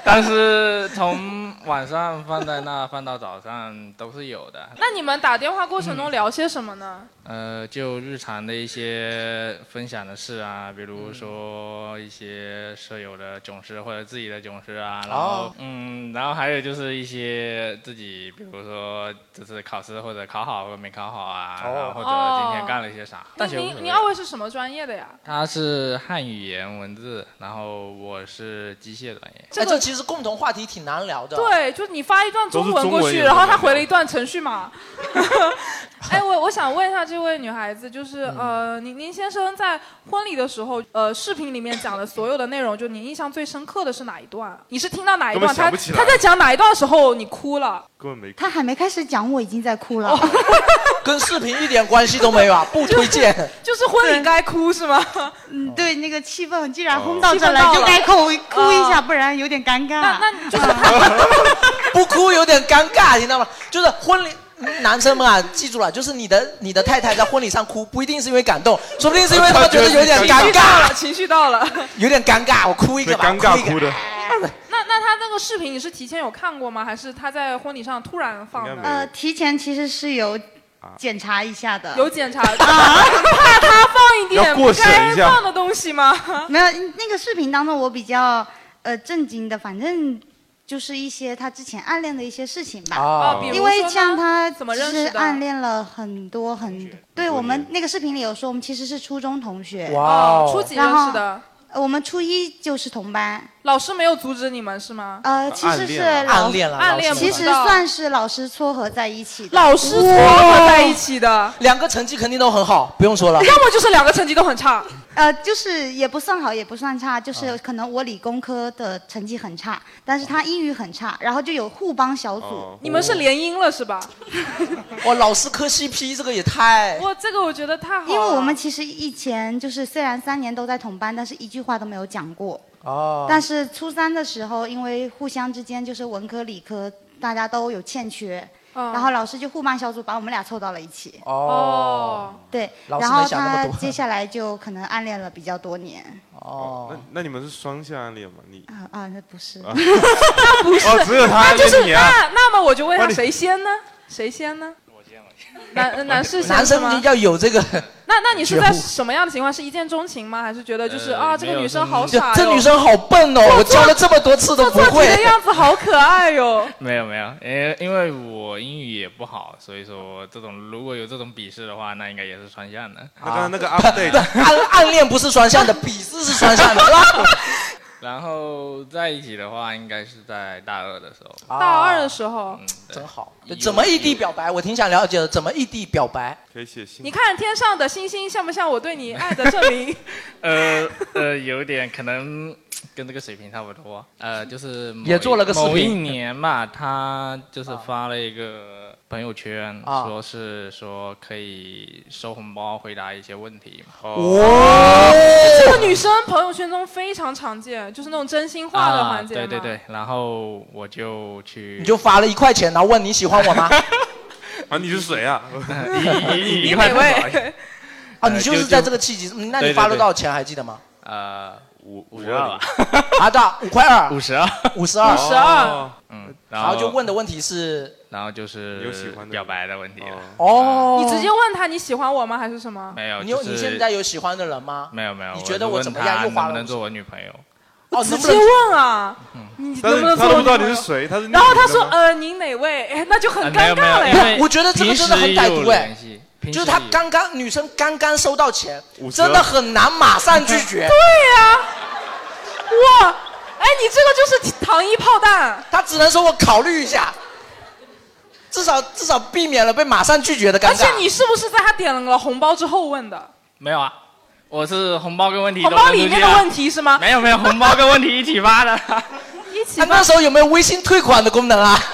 [SPEAKER 6] 但是从晚上放在那放到早上都是有的。
[SPEAKER 3] 那你们打电话过程
[SPEAKER 4] 嗯
[SPEAKER 3] 中聊些什么呢？
[SPEAKER 6] 呃，就日常的一些分享的事啊，比如说一些舍友的囧事或者自己的囧事啊，然后、
[SPEAKER 4] 哦
[SPEAKER 6] 嗯，然后还有就是一些自己，比如说这次考试或者考好或者没考好啊，
[SPEAKER 4] 哦
[SPEAKER 6] 然后或者今天干了一些啥。大学无
[SPEAKER 3] 您
[SPEAKER 6] 所
[SPEAKER 3] 您
[SPEAKER 6] 谓
[SPEAKER 3] 二位是什么专业的呀？
[SPEAKER 6] 他是汉语言文字，然后我是机械专业。
[SPEAKER 3] 这个
[SPEAKER 4] 哎这其实共同话题挺难聊的。
[SPEAKER 3] 对，就你发一段中
[SPEAKER 4] 都是
[SPEAKER 3] 文
[SPEAKER 4] 中文
[SPEAKER 3] 过去，
[SPEAKER 4] 也
[SPEAKER 3] 然后
[SPEAKER 4] 能
[SPEAKER 3] 他
[SPEAKER 4] 聊
[SPEAKER 3] 回了一段程序码。 哎，我我想问一下这位女孩子，就是、
[SPEAKER 4] 嗯
[SPEAKER 3] 呃，您您先生在婚礼的时候，呃，视频里面讲的所有的内容，就您印象最深刻的是哪一段？你是听到哪一
[SPEAKER 5] 根
[SPEAKER 3] 段？
[SPEAKER 5] 本想
[SPEAKER 3] 他
[SPEAKER 5] 不起来
[SPEAKER 3] 他在讲哪一段的时候你哭了？
[SPEAKER 5] 根本没
[SPEAKER 10] 他还没开始讲，我已经在哭了。
[SPEAKER 3] 哦
[SPEAKER 4] 跟视频一点关系都没有啊，不推荐。
[SPEAKER 3] 就是婚礼该哭是吗？
[SPEAKER 10] 嗯，对，那个气氛既然
[SPEAKER 4] 轰
[SPEAKER 10] 到这了就该哭哭一下
[SPEAKER 4] 不然有点尴尬。那
[SPEAKER 3] 哦那就是
[SPEAKER 4] 不哭有点尴尬，你知道吗？就是婚礼。男生们啊，记住了，就是你的你的太太在婚礼上哭，不一定是因为感动， 说不定是因为他们觉得有点尴尬，
[SPEAKER 3] 情绪到了。情绪到了
[SPEAKER 4] 有点尴尬，我哭一个吧，
[SPEAKER 5] 被尴尬
[SPEAKER 4] 哭一个
[SPEAKER 5] 哭的。
[SPEAKER 3] 那那他那个视频你是提前有看过吗？还是他在婚礼上突然放的？
[SPEAKER 10] 呃，提前其实是有检查一下的，
[SPEAKER 3] 有检 查啊，怕他放一点
[SPEAKER 10] 要
[SPEAKER 3] 不
[SPEAKER 10] 过审
[SPEAKER 3] 该
[SPEAKER 10] 一下
[SPEAKER 3] 放的东西吗？
[SPEAKER 10] 没有那个视频当中我比较呃震惊的，反正。就是一些他之前暗恋的一些事情吧，
[SPEAKER 3] 哦比如
[SPEAKER 10] 因
[SPEAKER 3] 说呢
[SPEAKER 10] 为像他
[SPEAKER 3] 怎么认识
[SPEAKER 10] 是
[SPEAKER 3] 的
[SPEAKER 10] 暗恋了很多很多，对我们那个视频里有说我们其实是初中同学，
[SPEAKER 3] 哇哦哦初几认识的
[SPEAKER 10] 然后？呃我们初一就是同班，
[SPEAKER 3] 老师没有阻止你们是吗？
[SPEAKER 10] 呃，其实是老
[SPEAKER 3] 暗恋不知
[SPEAKER 10] 其
[SPEAKER 3] 道，
[SPEAKER 10] 实算是老师撮合在一起的。
[SPEAKER 3] 老师撮合在一起的，
[SPEAKER 4] 两个成绩肯定都很好，不用说了。
[SPEAKER 3] 要么就是两个成绩都很差。
[SPEAKER 10] 呃，就是也不算好，也不算差，
[SPEAKER 5] 啊
[SPEAKER 10] 就是可能我理工科的成绩很差，但
[SPEAKER 5] 哦
[SPEAKER 10] 是他英语很差，然后就有互帮小组。
[SPEAKER 3] 你们是联姻了是吧？
[SPEAKER 4] 哇，老师磕 CP 这个也太……
[SPEAKER 3] 哇，这个我觉得太好了。
[SPEAKER 10] 因为我们其实以前就是虽然三年都在同班，但是一句话都没有讲过。
[SPEAKER 4] 哦
[SPEAKER 10] 但是初三的时候，因为互相之间就是文科理科大家都有欠缺，
[SPEAKER 3] 哦
[SPEAKER 10] 然后老师就互帮小组把我们俩凑到了一起。
[SPEAKER 4] 哦，
[SPEAKER 10] 对，
[SPEAKER 5] 老师
[SPEAKER 10] 然后
[SPEAKER 5] 没想那么
[SPEAKER 10] 他
[SPEAKER 5] 多
[SPEAKER 10] 接下来就可能暗恋了比较多年。
[SPEAKER 4] 哦，
[SPEAKER 5] 那那你们是双向暗恋吗？你
[SPEAKER 10] 啊啊，那不是，
[SPEAKER 5] 啊
[SPEAKER 3] 那不是，
[SPEAKER 5] 哦只有
[SPEAKER 3] 那
[SPEAKER 5] 他
[SPEAKER 3] 就
[SPEAKER 5] 就是
[SPEAKER 3] 是
[SPEAKER 5] 你啊
[SPEAKER 3] 那那么我就问一
[SPEAKER 5] 哇
[SPEAKER 3] 下
[SPEAKER 5] 你
[SPEAKER 3] 谁先呢？谁先呢？男呃男士先
[SPEAKER 4] 男
[SPEAKER 3] 是
[SPEAKER 4] 生
[SPEAKER 3] 吗？
[SPEAKER 4] 要有这个。
[SPEAKER 3] 那那你是在
[SPEAKER 4] 觉悟
[SPEAKER 3] 什么样的情况？是一见钟情吗？还是觉得就是、
[SPEAKER 4] 呃
[SPEAKER 3] 啊，这个
[SPEAKER 4] 没有
[SPEAKER 3] 女生
[SPEAKER 4] 这
[SPEAKER 3] 好傻哟，
[SPEAKER 4] 这女生好笨哦
[SPEAKER 3] 做，
[SPEAKER 4] 我教了
[SPEAKER 3] 做
[SPEAKER 4] 这么多次都不
[SPEAKER 3] 做
[SPEAKER 4] 会
[SPEAKER 3] 题的。样子好可爱哟。
[SPEAKER 6] 没有没有，因因为我英语也不好，所以说这种如果有这种笔试的话，那应该也是双向的。啊
[SPEAKER 5] 那刚刚那个 update
[SPEAKER 4] 暗暗恋不是双向的，笔试是双向的。
[SPEAKER 6] 然后在一起的话，应该是在大二的时候。
[SPEAKER 3] 大二的时候，
[SPEAKER 4] 真好。怎么异地表白？我挺想了解的，怎么异地表白？
[SPEAKER 5] 可以写信
[SPEAKER 3] 你看天上的星星像不像我对你爱的证明？
[SPEAKER 6] 呃呃，有点可能跟这个水平差不多。呃，就是某
[SPEAKER 4] 也做了个视频
[SPEAKER 6] 某一年吧，他就是发了一个朋友圈，
[SPEAKER 4] 啊
[SPEAKER 6] 说是说可以收红包，回答一些问题嘛。
[SPEAKER 3] 这
[SPEAKER 6] 哎
[SPEAKER 3] 个女生朋友圈中非常常见，就是那种真心话的环节、
[SPEAKER 6] 啊。对对。对，然后我就去，
[SPEAKER 4] 你就发了一块钱，然后问你喜欢我吗？
[SPEAKER 5] 啊，你是谁啊？
[SPEAKER 6] 你你哪位？
[SPEAKER 4] 啊，
[SPEAKER 6] 呃
[SPEAKER 4] 你就是
[SPEAKER 6] 就
[SPEAKER 4] 在这个契机，嗯那你
[SPEAKER 6] 对对
[SPEAKER 4] 发了
[SPEAKER 6] 对
[SPEAKER 4] 多少钱还记 得吗？
[SPEAKER 6] 呃五五十二吧，
[SPEAKER 4] 啊，对啊，五块二，
[SPEAKER 6] 五十二，
[SPEAKER 4] 五十二，
[SPEAKER 6] 52嗯，
[SPEAKER 4] 然后就问的问题是，
[SPEAKER 6] 然后就是有喜欢表白的问题了。
[SPEAKER 4] 哦，
[SPEAKER 3] 你直接问他你喜欢我吗？还是什么？
[SPEAKER 6] 没有，
[SPEAKER 4] 你
[SPEAKER 6] 就
[SPEAKER 4] 有
[SPEAKER 6] 是
[SPEAKER 4] 你现在有喜欢的人吗？
[SPEAKER 6] 没有没有？
[SPEAKER 4] 你觉得
[SPEAKER 6] 我就
[SPEAKER 4] 我怎么
[SPEAKER 6] 问他
[SPEAKER 4] 样？又花
[SPEAKER 6] 能不
[SPEAKER 4] 了
[SPEAKER 6] 能
[SPEAKER 4] 五
[SPEAKER 6] 做我女朋友？
[SPEAKER 4] 哦，
[SPEAKER 3] 直
[SPEAKER 4] 能不
[SPEAKER 3] 接
[SPEAKER 4] 能
[SPEAKER 3] 问啊，你
[SPEAKER 5] 但
[SPEAKER 3] 能
[SPEAKER 5] 是
[SPEAKER 3] 不能
[SPEAKER 5] 他
[SPEAKER 3] 做
[SPEAKER 5] 都
[SPEAKER 3] 我女
[SPEAKER 5] 不知道
[SPEAKER 3] 朋
[SPEAKER 5] 你
[SPEAKER 3] 友
[SPEAKER 5] 是？谁，他 是
[SPEAKER 3] 然后他
[SPEAKER 5] 女的
[SPEAKER 3] 说
[SPEAKER 5] 吗
[SPEAKER 3] 呃您哪位？ 哎，那就很
[SPEAKER 6] 啊没
[SPEAKER 3] 尴
[SPEAKER 6] 有没
[SPEAKER 3] 尬
[SPEAKER 6] 有
[SPEAKER 3] 了
[SPEAKER 6] 因为
[SPEAKER 3] 呀。
[SPEAKER 4] 我觉得这个真的很歹
[SPEAKER 6] 平时
[SPEAKER 4] 毒哎
[SPEAKER 6] 也有联系平，时
[SPEAKER 4] 就是他
[SPEAKER 6] 也有
[SPEAKER 4] 刚刚女生刚刚收到钱，
[SPEAKER 6] 十二
[SPEAKER 4] 真的很难马上拒绝。
[SPEAKER 3] 对呀、哇，哎，你这个就是糖衣炮弹。
[SPEAKER 4] 他只能说我考虑一下，至少至少避免了被马上拒绝的尴尬。
[SPEAKER 3] 而且你是不是在他点了红包之后问的？
[SPEAKER 6] 没有啊，我是红包跟问题都
[SPEAKER 3] 红包
[SPEAKER 6] 扔
[SPEAKER 3] 里
[SPEAKER 6] 出去
[SPEAKER 3] 面的
[SPEAKER 6] 啊
[SPEAKER 3] 问题是吗？
[SPEAKER 6] 没有没有，红包跟问题一起发的。
[SPEAKER 3] 一起
[SPEAKER 4] 他
[SPEAKER 3] 吧
[SPEAKER 4] 哎那时候有没有微信退款的功能啊？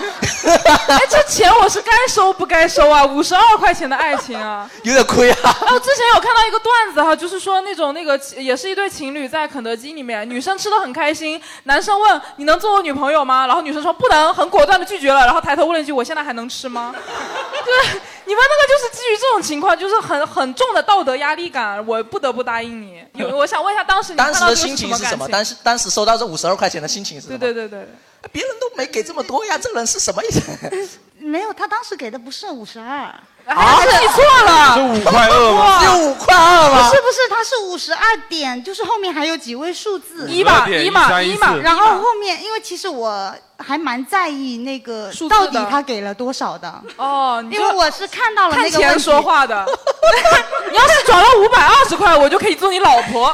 [SPEAKER 3] 哎，这钱我是该收不该收啊？五十二块钱的爱情啊！
[SPEAKER 4] 有点亏啊。
[SPEAKER 3] 哎，我之前有看到一个段子哈，就是说那种那个也是一对情侣在肯德基里面，女生吃的很开心，男生问你能做我女朋友吗？然后女生说不能，很果断的拒绝了，然后抬头问了一句我现在还能吃吗？ 就是你们那个就是基于这种情况，就是很很重的道德压力感，我不得不答应你。有我想问一下，当时你看
[SPEAKER 4] 当时
[SPEAKER 3] 到
[SPEAKER 4] 的
[SPEAKER 3] 这个
[SPEAKER 4] 心情
[SPEAKER 3] 么
[SPEAKER 4] 是什么？
[SPEAKER 3] 感
[SPEAKER 4] 当时当时收到这五十二块钱的心情是什
[SPEAKER 3] 对
[SPEAKER 4] 么？
[SPEAKER 3] 对对对。
[SPEAKER 4] 别人都没给这么多呀，这人是什么意思？
[SPEAKER 10] 没有，他当时给的不是五十二，
[SPEAKER 3] 啊
[SPEAKER 10] 是
[SPEAKER 3] 你错了
[SPEAKER 5] 这五块二吗
[SPEAKER 10] 哇
[SPEAKER 5] 只有
[SPEAKER 4] 五块二吗
[SPEAKER 10] 不是不是，他是五十二点，就是后面还有几位数字，
[SPEAKER 3] 一吧52一嘛一嘛一嘛
[SPEAKER 10] 然后后面，因为其实我还蛮在意那个
[SPEAKER 3] 数字
[SPEAKER 10] 到
[SPEAKER 3] 的
[SPEAKER 10] 底他给了多少的，
[SPEAKER 3] 哦，你
[SPEAKER 10] 因
[SPEAKER 3] 就
[SPEAKER 10] 为我是看到了
[SPEAKER 3] 看
[SPEAKER 10] 那个问
[SPEAKER 3] 钱
[SPEAKER 10] 题
[SPEAKER 3] 说话的。你要是转了五百二十块，我就可以做你老婆。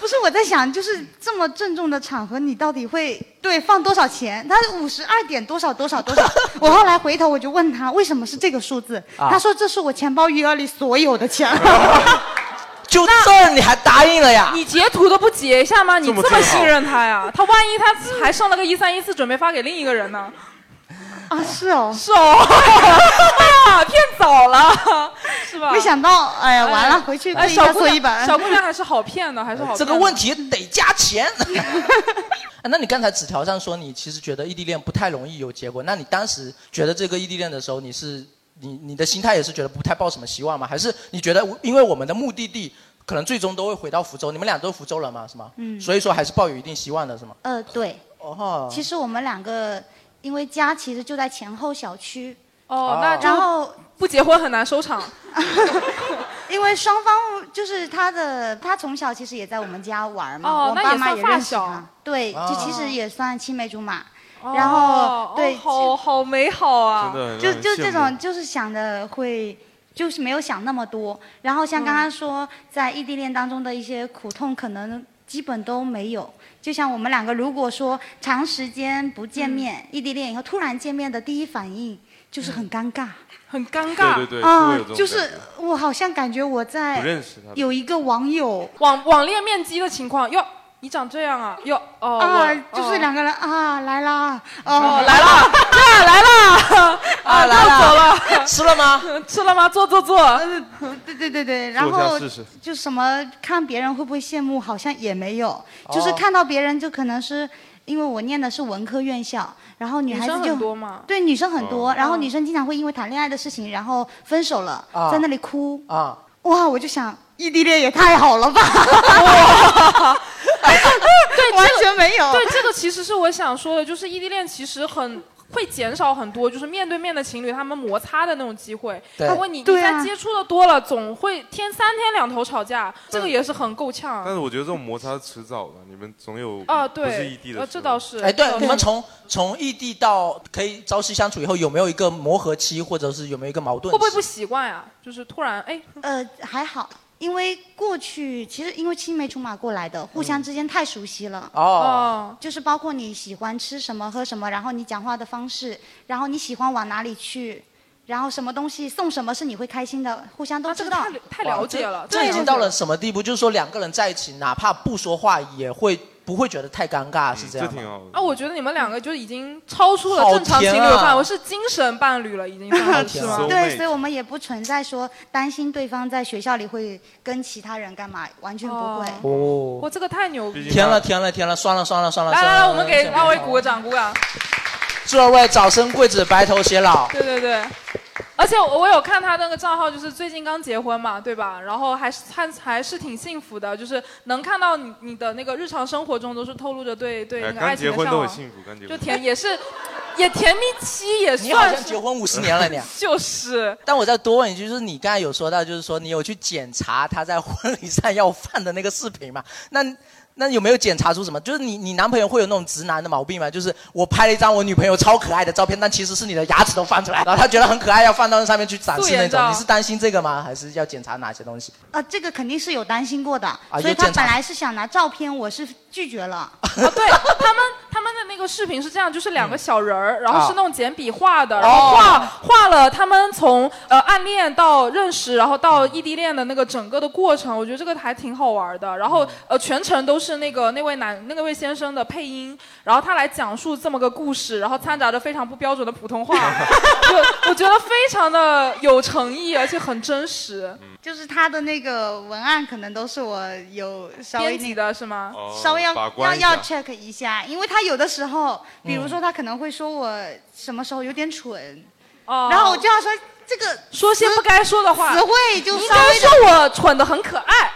[SPEAKER 10] 不是我在想，就是这么郑重的场合，你到底会对，放多少 钱？他五十二点多少多少 多少。我后来回头我就问他为什么是这个数字，
[SPEAKER 4] 啊
[SPEAKER 10] 他说这是我钱包余额里所有的钱。
[SPEAKER 4] 就这儿你还答应了呀？
[SPEAKER 3] 你截图都不截一下吗？你
[SPEAKER 4] 这么
[SPEAKER 3] 这么
[SPEAKER 4] 自豪
[SPEAKER 3] 信任他呀？他万一他还上了个一三一四，准备发给另一个人呢？
[SPEAKER 10] 啊，是哦，
[SPEAKER 3] 是哦， 哎呀，骗早了，是吧？
[SPEAKER 10] 没想到哎呀完了
[SPEAKER 3] 哎
[SPEAKER 10] 回去
[SPEAKER 3] 哎，
[SPEAKER 10] 对应该
[SPEAKER 3] 小姑
[SPEAKER 10] 做一
[SPEAKER 3] 娘，
[SPEAKER 10] 本
[SPEAKER 3] 小姑娘还是好骗的，还是好骗的。
[SPEAKER 4] 这个问题得加 钱。啊那你刚才纸条上说你其实觉得异地恋不太容易有结果，那你当时觉得这个异地恋的时候，你是你你的心态也是觉得不太抱什么希望吗？还是你觉得因为我们的目的地可能最终都会回到福州，你们俩都是福州人嘛，是吗？
[SPEAKER 10] 嗯
[SPEAKER 4] 所以说还是抱有一定希望的，是吗？
[SPEAKER 10] 呃，对。
[SPEAKER 4] 哦
[SPEAKER 10] 其实我们两个因为家其实就在前后小区。
[SPEAKER 3] 哦那就
[SPEAKER 10] 然后
[SPEAKER 3] 不结婚很难收场。
[SPEAKER 10] 因为双方就是他的，他从小其实也在我们家玩嘛，
[SPEAKER 3] 哦
[SPEAKER 10] 我
[SPEAKER 3] 那
[SPEAKER 10] 爸
[SPEAKER 3] 也
[SPEAKER 10] 妈
[SPEAKER 3] 算
[SPEAKER 10] 也
[SPEAKER 3] 发
[SPEAKER 10] 认识
[SPEAKER 3] 小
[SPEAKER 10] 他，对，
[SPEAKER 3] 哦
[SPEAKER 10] 就其实也算青梅竹马。
[SPEAKER 3] 哦
[SPEAKER 10] 然后对，
[SPEAKER 3] 哦好好美好啊！
[SPEAKER 10] 就就这种，就是想的会，就是没有想那么多。然后像刚刚说，在异地恋当中的一些苦痛，可能基本都没有。就像我们两个，如果说长时间不见面，异地恋以后突然见面的第一反应就是很尴尬，
[SPEAKER 3] 很尴
[SPEAKER 5] 尬对对对是会
[SPEAKER 10] 啊
[SPEAKER 5] 有这，种
[SPEAKER 10] 就是
[SPEAKER 5] 感
[SPEAKER 10] 我好像感觉我在
[SPEAKER 5] 不认识他的
[SPEAKER 10] 有一个网友
[SPEAKER 3] 网网恋面基的情况，哟，你长这样啊，哟，哦，
[SPEAKER 10] 啊
[SPEAKER 3] 我，
[SPEAKER 10] 就是两个人啊来啦，
[SPEAKER 3] 哦
[SPEAKER 10] 哦
[SPEAKER 3] 来了， 呀来了，啊
[SPEAKER 10] 来了呃
[SPEAKER 3] 又走了，
[SPEAKER 4] 吃了吗？
[SPEAKER 3] 吃了吗？坐坐坐。
[SPEAKER 10] 对对对对，
[SPEAKER 3] 坐
[SPEAKER 10] 然
[SPEAKER 3] 下
[SPEAKER 10] 后
[SPEAKER 3] 试试
[SPEAKER 10] 就什么看别人会不会羡慕，好像也没有，就是
[SPEAKER 3] 哦
[SPEAKER 10] 看到别人就可能是。因为我念的是文科院校，然后女
[SPEAKER 3] 女
[SPEAKER 10] 孩子
[SPEAKER 3] 生
[SPEAKER 10] 就
[SPEAKER 3] 很多嘛
[SPEAKER 10] 对女生很多，
[SPEAKER 3] 哦
[SPEAKER 10] 然后女生经常会因为谈恋爱的事情，然后分手了，
[SPEAKER 4] 啊
[SPEAKER 10] 在那里哭，
[SPEAKER 4] 啊，
[SPEAKER 10] 哇，我就想异地恋也太好了吧，
[SPEAKER 3] 对，
[SPEAKER 10] 完
[SPEAKER 3] 这个
[SPEAKER 10] 全没有
[SPEAKER 3] 对，这个其实是我想说的，就是异地恋其实很。会减少很多，就是面对面的情侣他们摩擦的那种机会。
[SPEAKER 5] 对
[SPEAKER 3] 如果你一
[SPEAKER 5] 对啊
[SPEAKER 3] 旦接触的多了，总会天三天两头吵架，这个也是很够呛
[SPEAKER 5] 但。是我觉得这种摩擦迟早的，你们总有
[SPEAKER 3] 啊
[SPEAKER 5] 哦不
[SPEAKER 3] 对
[SPEAKER 5] 是异地的
[SPEAKER 3] 呃
[SPEAKER 5] 时
[SPEAKER 3] 这
[SPEAKER 5] 候
[SPEAKER 3] 倒是
[SPEAKER 4] 哎，对，
[SPEAKER 3] 对
[SPEAKER 4] 你们从从异地到可以朝夕相处以后，有没有一个磨合期，或者是有没有一个矛
[SPEAKER 3] 会
[SPEAKER 4] 盾期？
[SPEAKER 3] 不会不习惯呀、就是突然哎，
[SPEAKER 10] 呃，还好，因为过去其实因为青梅竹马过来的，互相之间太熟悉了。
[SPEAKER 4] 哦哦，
[SPEAKER 10] 就是包括你喜欢吃什么、喝什么，然后你讲话的方式，然后你喜欢往哪里去。然后什么东西送什么是你会开心的，互相都知道。
[SPEAKER 3] 啊太
[SPEAKER 4] 哇这这已经到了什么地步？就是说两个人在一起，哪怕不说话，也会不会觉得太尴尬，是这样吗？
[SPEAKER 3] 啊，我觉得你们两个就已经超出了
[SPEAKER 4] 好
[SPEAKER 3] 正常情
[SPEAKER 4] 甜
[SPEAKER 3] 侣
[SPEAKER 4] 啊
[SPEAKER 3] 的范围，是精神伴侣了，已经 算是
[SPEAKER 4] 甜
[SPEAKER 3] 是
[SPEAKER 4] 啊
[SPEAKER 3] 吗？
[SPEAKER 10] 对，所以我们也不存在说担心对方在学校里会跟其他人干嘛，完全不会。
[SPEAKER 4] 哦，
[SPEAKER 3] 我这个太牛逼
[SPEAKER 4] 天了天了天了，算了算了算了。
[SPEAKER 3] 来来来，
[SPEAKER 4] 算了
[SPEAKER 3] 我们给
[SPEAKER 4] 算了
[SPEAKER 3] 二位鼓个掌，鼓个掌。
[SPEAKER 4] 祝二位早生贵子，白头偕老。
[SPEAKER 3] 对对对，而且我我有看他那个账号，就是最近刚结婚嘛，对吧？然后还是还还是挺幸福的，就是能看到你你的那个日常生活中都是透露着对对
[SPEAKER 5] 哎
[SPEAKER 3] 那个
[SPEAKER 5] 刚
[SPEAKER 3] 爱情
[SPEAKER 5] 结
[SPEAKER 3] 的
[SPEAKER 5] 婚
[SPEAKER 3] 向
[SPEAKER 5] 都
[SPEAKER 3] 往，
[SPEAKER 5] 很幸福刚结
[SPEAKER 3] 就
[SPEAKER 5] 婚
[SPEAKER 3] 甜也是也甜蜜期也算
[SPEAKER 4] 你好像
[SPEAKER 3] 是
[SPEAKER 4] 结婚五十年了，你。啊
[SPEAKER 3] 就是。
[SPEAKER 4] 但我再多问一句，就是你刚才有说到，就是说你有去检查他在婚礼上要饭的那个视频嘛？那那有没有检查出什么？就是你你男朋友会有那种直男的毛病吗？就是我拍了一张我女朋友超可爱的照片，但其实是你的牙齿都放出来，然后他觉得很可爱，要放到那上面去展
[SPEAKER 10] 素
[SPEAKER 4] 示
[SPEAKER 10] 颜
[SPEAKER 4] 那种。
[SPEAKER 10] 照
[SPEAKER 4] 你是担心这个吗？还是要检查哪些东西？
[SPEAKER 10] 啊，这个肯定是有担心过的，
[SPEAKER 4] 啊
[SPEAKER 10] 所以
[SPEAKER 4] 有
[SPEAKER 10] 他
[SPEAKER 4] 检查啊
[SPEAKER 10] 本来是想拿照片，我是拒绝 了。
[SPEAKER 3] 哦他们他们的那个视频是这样，就是两个小人儿，然后
[SPEAKER 10] 啊
[SPEAKER 3] 是那种简笔画的，然后画、画了他们从呃暗恋到认识，然后到异地恋的那个整个的过程，我觉得这个还挺好玩的。然后呃全程都是那个那位男那个位先生的配音，然后他来讲述这么个故事，然后掺杂着非常不标准的普通话， 就我觉得非常的有诚意，而且很真实。
[SPEAKER 4] 嗯
[SPEAKER 10] 就是他的那个文案可能都是我有稍微
[SPEAKER 3] 编
[SPEAKER 10] 那
[SPEAKER 3] 辑
[SPEAKER 10] 个
[SPEAKER 3] 的是吗？
[SPEAKER 10] 稍微要
[SPEAKER 3] 哦把
[SPEAKER 10] 要
[SPEAKER 3] 关一下
[SPEAKER 10] 要 check 一下，因为他有的时候，
[SPEAKER 4] 嗯
[SPEAKER 10] 比如说他可能会说我什么时候有点蠢，
[SPEAKER 3] 哦
[SPEAKER 10] 然后我就要说这个
[SPEAKER 3] 说些
[SPEAKER 10] 词
[SPEAKER 3] 不该说的话，
[SPEAKER 10] 词汇就
[SPEAKER 3] 你应
[SPEAKER 10] 稍微
[SPEAKER 3] 该
[SPEAKER 10] 地
[SPEAKER 3] 说我蠢的很可爱，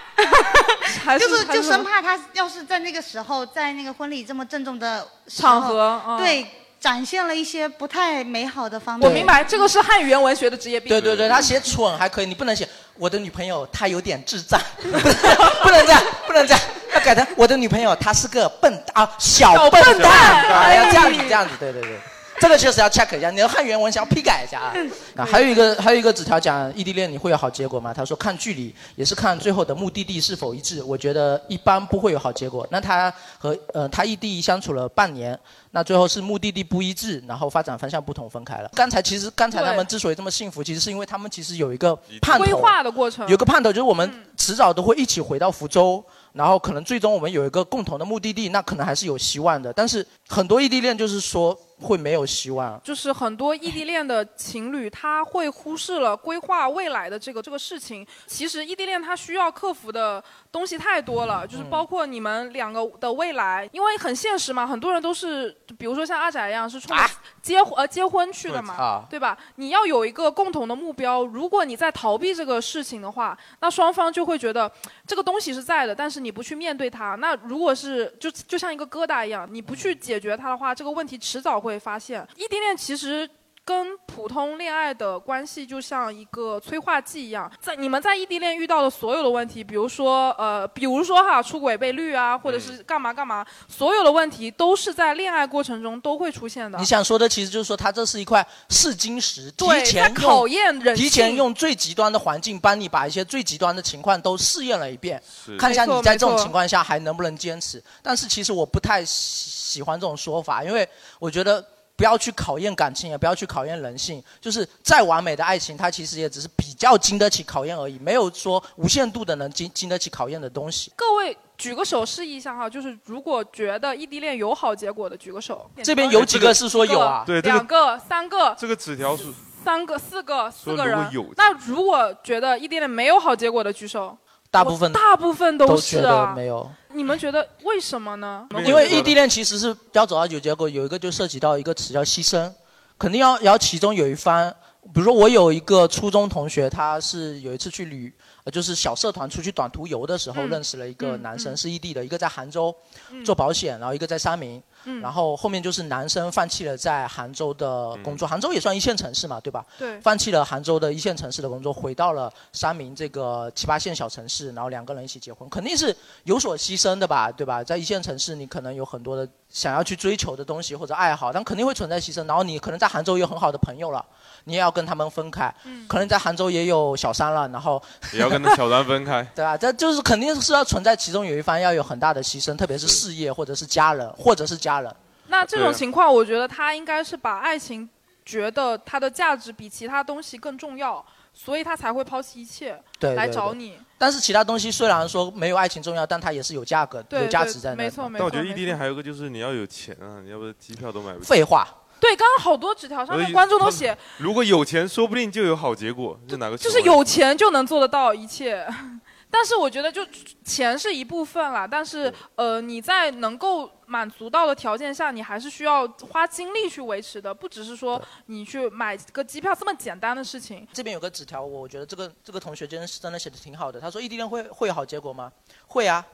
[SPEAKER 3] 还
[SPEAKER 10] 就是是
[SPEAKER 3] 还
[SPEAKER 10] 就生
[SPEAKER 3] 什么
[SPEAKER 10] 怕他要是在那个时候，在那个婚礼这么郑重的时
[SPEAKER 3] 场
[SPEAKER 10] 候
[SPEAKER 3] 合嗯
[SPEAKER 10] 对展现了一些不太美好的方面。
[SPEAKER 3] 我明白，这个是汉语言文学的职业病。嗯
[SPEAKER 4] 对对对，他写蠢还可以，你不能写我的女朋友她有点智障， 不能这样，不能这样，要改成 我的女朋友她是个笨蛋啊，小
[SPEAKER 3] 小
[SPEAKER 4] 笨
[SPEAKER 3] 笨
[SPEAKER 4] 蛋，
[SPEAKER 3] 蛋
[SPEAKER 4] 啊要这样子
[SPEAKER 3] 哎
[SPEAKER 4] 这样子，对对对。 这个确实要 check 一下，你的汉语言文想要批改一 下啊。啊，还有一个还有一个纸条讲异地恋你会有好结果吗？他说看距离，也是看最后的目的地是否一致。我觉得一般不会有好结果。那他和呃他异地相处了半年，那最后是目的地不一致，然后发展方向不同分开了。刚才其实刚才他们之所以这么幸福，其实是因为他们其实有一个盼头，
[SPEAKER 3] 规划的过程嗯
[SPEAKER 4] 有个盼头，就是我们迟早都会一起回到福州，然后可能最终我们有一个共同的目的地，那可能还是有希望的。但是很多异地恋就是说会没有希望，
[SPEAKER 3] 就是很多异地恋的情侣，他会忽视了规划未来的这个这个事情。其实异地恋它需要克服的东西太多了，就是包括你们两个的未来，因为很现实嘛，很多人都是，比如说像阿宅一样是冲着结婚、呃结婚去的
[SPEAKER 4] 我操
[SPEAKER 3] 嘛，对吧？你要有一个共同的目标，如果你在逃避这个事情的话，那双方就会觉得这个东西是在的，但是你不去面对它，那如果是就就像一个疙瘩一样，你不去解决它的话，这个问题迟早会发现。异地恋其实。跟普通恋爱的关系就像一个催化剂一样，在你们在异地恋遇到的所有的问题，比如说呃，比如说哈出轨被绿啊，或
[SPEAKER 4] 嗯
[SPEAKER 3] 者是干嘛干嘛，所有的问题都是在恋爱过程中都会出现的。
[SPEAKER 4] 你想说的其实就是说，它这是一块试金石，提
[SPEAKER 3] 对
[SPEAKER 4] 前
[SPEAKER 3] 它
[SPEAKER 4] 用
[SPEAKER 3] 考验人性
[SPEAKER 4] 提前用最极端的环境帮你把一些最极端的情况都试验了一遍
[SPEAKER 5] 是，
[SPEAKER 4] 看一下
[SPEAKER 5] 没错
[SPEAKER 4] 你在这种
[SPEAKER 5] 没错
[SPEAKER 4] 情况下还能不能坚持。但是其实我不太喜喜欢这种说法，因为我觉得。不要去考验感情，也不要去考验人性。就是再完美的爱情，它其实也只是比较经得起考验而已，没有说无限度的能经经得起考验的东西。
[SPEAKER 3] 各位举个手示意一下哈，就是如果觉得异地恋有好结果的，举个手。
[SPEAKER 4] 这边有几个是说有啊
[SPEAKER 3] 一个
[SPEAKER 5] 对这个
[SPEAKER 3] 两个、三个、
[SPEAKER 5] 这个纸条是
[SPEAKER 3] 三个、四个、四
[SPEAKER 5] 说
[SPEAKER 3] 个
[SPEAKER 5] 如果
[SPEAKER 3] 人
[SPEAKER 5] 有。
[SPEAKER 3] 那如果觉得异地恋没有好结果的，举手。
[SPEAKER 4] 大部分
[SPEAKER 3] 我大部分
[SPEAKER 4] 都
[SPEAKER 3] 是
[SPEAKER 4] 觉得
[SPEAKER 3] 啊，
[SPEAKER 4] 没有。
[SPEAKER 3] 你们觉得为什么呢？
[SPEAKER 4] 因为异地恋其实是要走到有结果，有一个就涉及到一个词叫牺牲，肯定要要其中有一方。比如说我有一个初中同学，他是有一次去旅，呃就是小社团出去短途游的时候
[SPEAKER 14] 嗯
[SPEAKER 4] 认识了一个
[SPEAKER 14] 嗯
[SPEAKER 4] 男
[SPEAKER 14] 嗯
[SPEAKER 4] 生，是异地的，一个在杭州
[SPEAKER 14] 嗯
[SPEAKER 4] 做保险，然后一个在三明，
[SPEAKER 14] 嗯
[SPEAKER 4] 然后后面就是男生放弃了在杭州的工作，杭州也算一线城市嘛，对吧？
[SPEAKER 14] 嗯对
[SPEAKER 4] 放弃了杭州的一线城市的工作，回到了三明这个七八线小城市，然后两个人一起结婚，肯定是有所牺牲的吧，对吧？在一线城市，你可能有很多的想要去追求的东西或者爱好，但肯定会存在牺牲。然后你可能在杭州有很好的朋友了，你也要跟他们分开，
[SPEAKER 14] 嗯
[SPEAKER 4] 可能在杭州也有小三了，然后
[SPEAKER 5] 也要跟他小三分开。
[SPEAKER 4] 对吧？这就是肯定是要存在其中有一方要有很大的牺牲，特别是事业或者是家人，或者是家人。
[SPEAKER 3] 那这
[SPEAKER 5] 啊
[SPEAKER 3] 种情况，我觉得他应该是把爱情觉得它的价值比其他东西更重要，所以他才会抛弃一切
[SPEAKER 4] 对
[SPEAKER 3] 来
[SPEAKER 4] 对
[SPEAKER 3] 找
[SPEAKER 4] 对
[SPEAKER 3] 你。
[SPEAKER 4] 但是其他东西虽然说没有爱情重要，但它也是有价格、
[SPEAKER 3] 对
[SPEAKER 4] 有价值在那的。
[SPEAKER 3] 没错 没
[SPEAKER 5] 但我觉得
[SPEAKER 3] 错
[SPEAKER 5] 异地恋还有一个就是你要有钱啊，你要不机票都买不起。
[SPEAKER 4] 废话，
[SPEAKER 3] 对，刚刚好多纸条上面观众都写，
[SPEAKER 5] 如果有钱，说不定就有好结果。这哪个？
[SPEAKER 3] 就是有。钱就能做得到一切。 但是我觉得，就钱是一部分啦，但是呃，你在能够满足到的条件下，你还是需要花精力去维持的，不只是说你去买个机票这么简单的事情。
[SPEAKER 4] 这边有个纸条，我觉得这个这个同学真是真的写的挺好的。他说异地恋会会有好结果吗？会啊，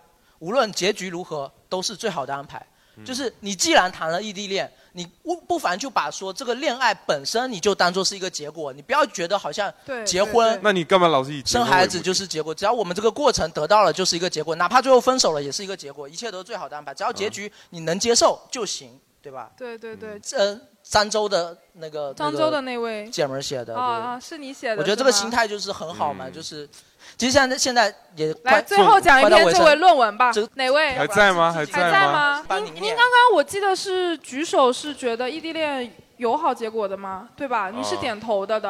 [SPEAKER 4] 无论结局如何，都是最好的安排。
[SPEAKER 5] 嗯
[SPEAKER 4] 就是你既然谈了异地恋，你不不妨就把说这个恋爱本身你就当做是一个结果，你不要觉得好像
[SPEAKER 3] 对
[SPEAKER 4] 结婚
[SPEAKER 5] 那你干嘛老是以结
[SPEAKER 4] 生
[SPEAKER 5] 婚为
[SPEAKER 4] 孩
[SPEAKER 5] 目
[SPEAKER 4] 子
[SPEAKER 5] 的
[SPEAKER 4] 就是结果，只要我们这个过程得到了就是一个结果，哪怕最后分手了也是一个结果，一切都是最好的安排，只要结局你能接受就行，对吧？
[SPEAKER 3] 对对对，
[SPEAKER 4] 呃，漳州的那个
[SPEAKER 3] 漳州的那位
[SPEAKER 4] 姐们儿写哦
[SPEAKER 3] 啊
[SPEAKER 4] 的，对
[SPEAKER 3] 啊，是你写的。
[SPEAKER 4] 我觉得这个心态就是很好
[SPEAKER 15] 嗯
[SPEAKER 4] 嘛，就是其实现在现在也
[SPEAKER 3] 来，
[SPEAKER 4] 快
[SPEAKER 3] 最后讲一
[SPEAKER 4] 快到
[SPEAKER 3] 篇
[SPEAKER 4] 尾
[SPEAKER 3] 这
[SPEAKER 4] 声
[SPEAKER 3] 位论文吧，哪位
[SPEAKER 5] 还在吗还在
[SPEAKER 3] 还在吗
[SPEAKER 5] 吗？
[SPEAKER 3] 您您刚刚我记得是举手是觉得异地恋有好结果的吗？对
[SPEAKER 5] 啊
[SPEAKER 3] 吧？你是
[SPEAKER 15] 哦
[SPEAKER 3] 点头的的。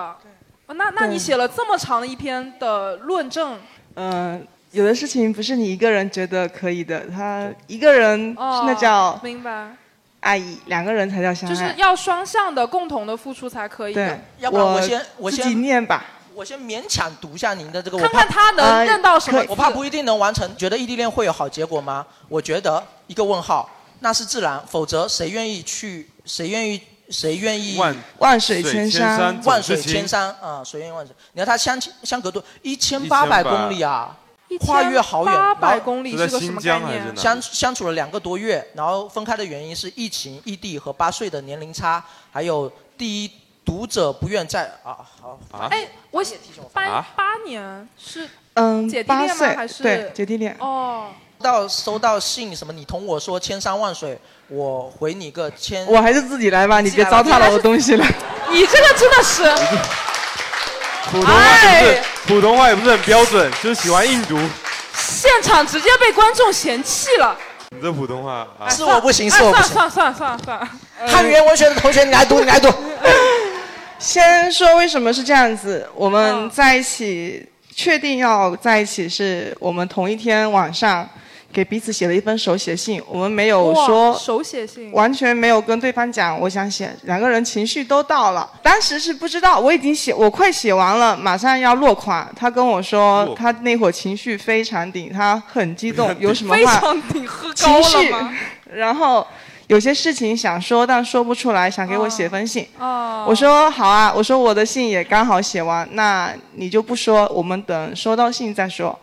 [SPEAKER 3] 哦那那你
[SPEAKER 15] 对
[SPEAKER 3] 写了这么长的一篇的论证，
[SPEAKER 15] 嗯、有的事情不是你一个人觉得可以的，他一个人
[SPEAKER 3] 哦，
[SPEAKER 15] 嗯那叫
[SPEAKER 3] 明白，
[SPEAKER 15] 爱意，两个人才叫相爱。
[SPEAKER 3] 就是要双向的共同的付出才可以的
[SPEAKER 15] 对。，
[SPEAKER 4] 要不然我先我
[SPEAKER 15] 自
[SPEAKER 4] 先
[SPEAKER 15] 己念吧。
[SPEAKER 4] 我先勉强读一下您的这个，
[SPEAKER 3] 看看他能呃认到什么可以
[SPEAKER 4] 我怕不一定能完成。觉得异地恋会有好结果吗？我觉得一个问号，那是自然，否则谁愿意去？谁愿意？谁愿意
[SPEAKER 15] 万万水千山水千山
[SPEAKER 4] 万
[SPEAKER 15] 总
[SPEAKER 4] 水
[SPEAKER 15] 是情
[SPEAKER 4] 千山啊！谁愿意万水？你看它相亲相隔多一千八百公里啊，跨越好远，
[SPEAKER 3] 八百
[SPEAKER 4] 然后
[SPEAKER 3] 公里是个什么概念？啊
[SPEAKER 4] 相相处了两个多月，然后分开的原因是疫情、异地和八岁的年龄差，还有第一读者不愿在啊好
[SPEAKER 5] 啊
[SPEAKER 3] 哎，我写
[SPEAKER 4] 提醒我
[SPEAKER 3] 八
[SPEAKER 4] 啊
[SPEAKER 3] 八年是
[SPEAKER 15] 嗯
[SPEAKER 3] 姐弟
[SPEAKER 15] 八
[SPEAKER 3] 恋吗？
[SPEAKER 15] 岁
[SPEAKER 3] 还是
[SPEAKER 15] 对姐弟恋
[SPEAKER 3] 哦。
[SPEAKER 4] 到收到信什么你同我说千山万水，我回你个千，
[SPEAKER 15] 我还是自己来吧，你别糟蹋了我的东西了。
[SPEAKER 3] 你这个真的是，
[SPEAKER 5] 普通话也不是普通话也不是很标准，就是喜欢硬读。
[SPEAKER 3] 现场直接被观众嫌弃了。
[SPEAKER 5] 你这普通话啊，
[SPEAKER 3] 哎算哎算了算了算了算了算了，
[SPEAKER 4] 汉语言文学的同学，你来读，你来读。
[SPEAKER 15] 嗯 先说为什么是这样子，我们在一起确定要在一起，是我们同一天晚上给彼此写了一封手写信，我们没有
[SPEAKER 3] 哇
[SPEAKER 15] 说
[SPEAKER 3] 手写信，
[SPEAKER 15] 完全没有跟对方讲我想写，两个人情绪都到了，当时是不知道，我已经写，我快写完了，马上要落款。他跟我说，他那会儿情绪非常顶，他很激 动，有什么
[SPEAKER 3] 非
[SPEAKER 15] 话
[SPEAKER 3] 常顶，喝高
[SPEAKER 15] 情
[SPEAKER 3] 了
[SPEAKER 15] 绪
[SPEAKER 3] 吗？，
[SPEAKER 15] 然后有些事情想说但说不出来，想给我写封信。
[SPEAKER 3] 哦
[SPEAKER 15] 我说好啊，我说我的信也刚好写完，那你就不说，我们等收到信再说。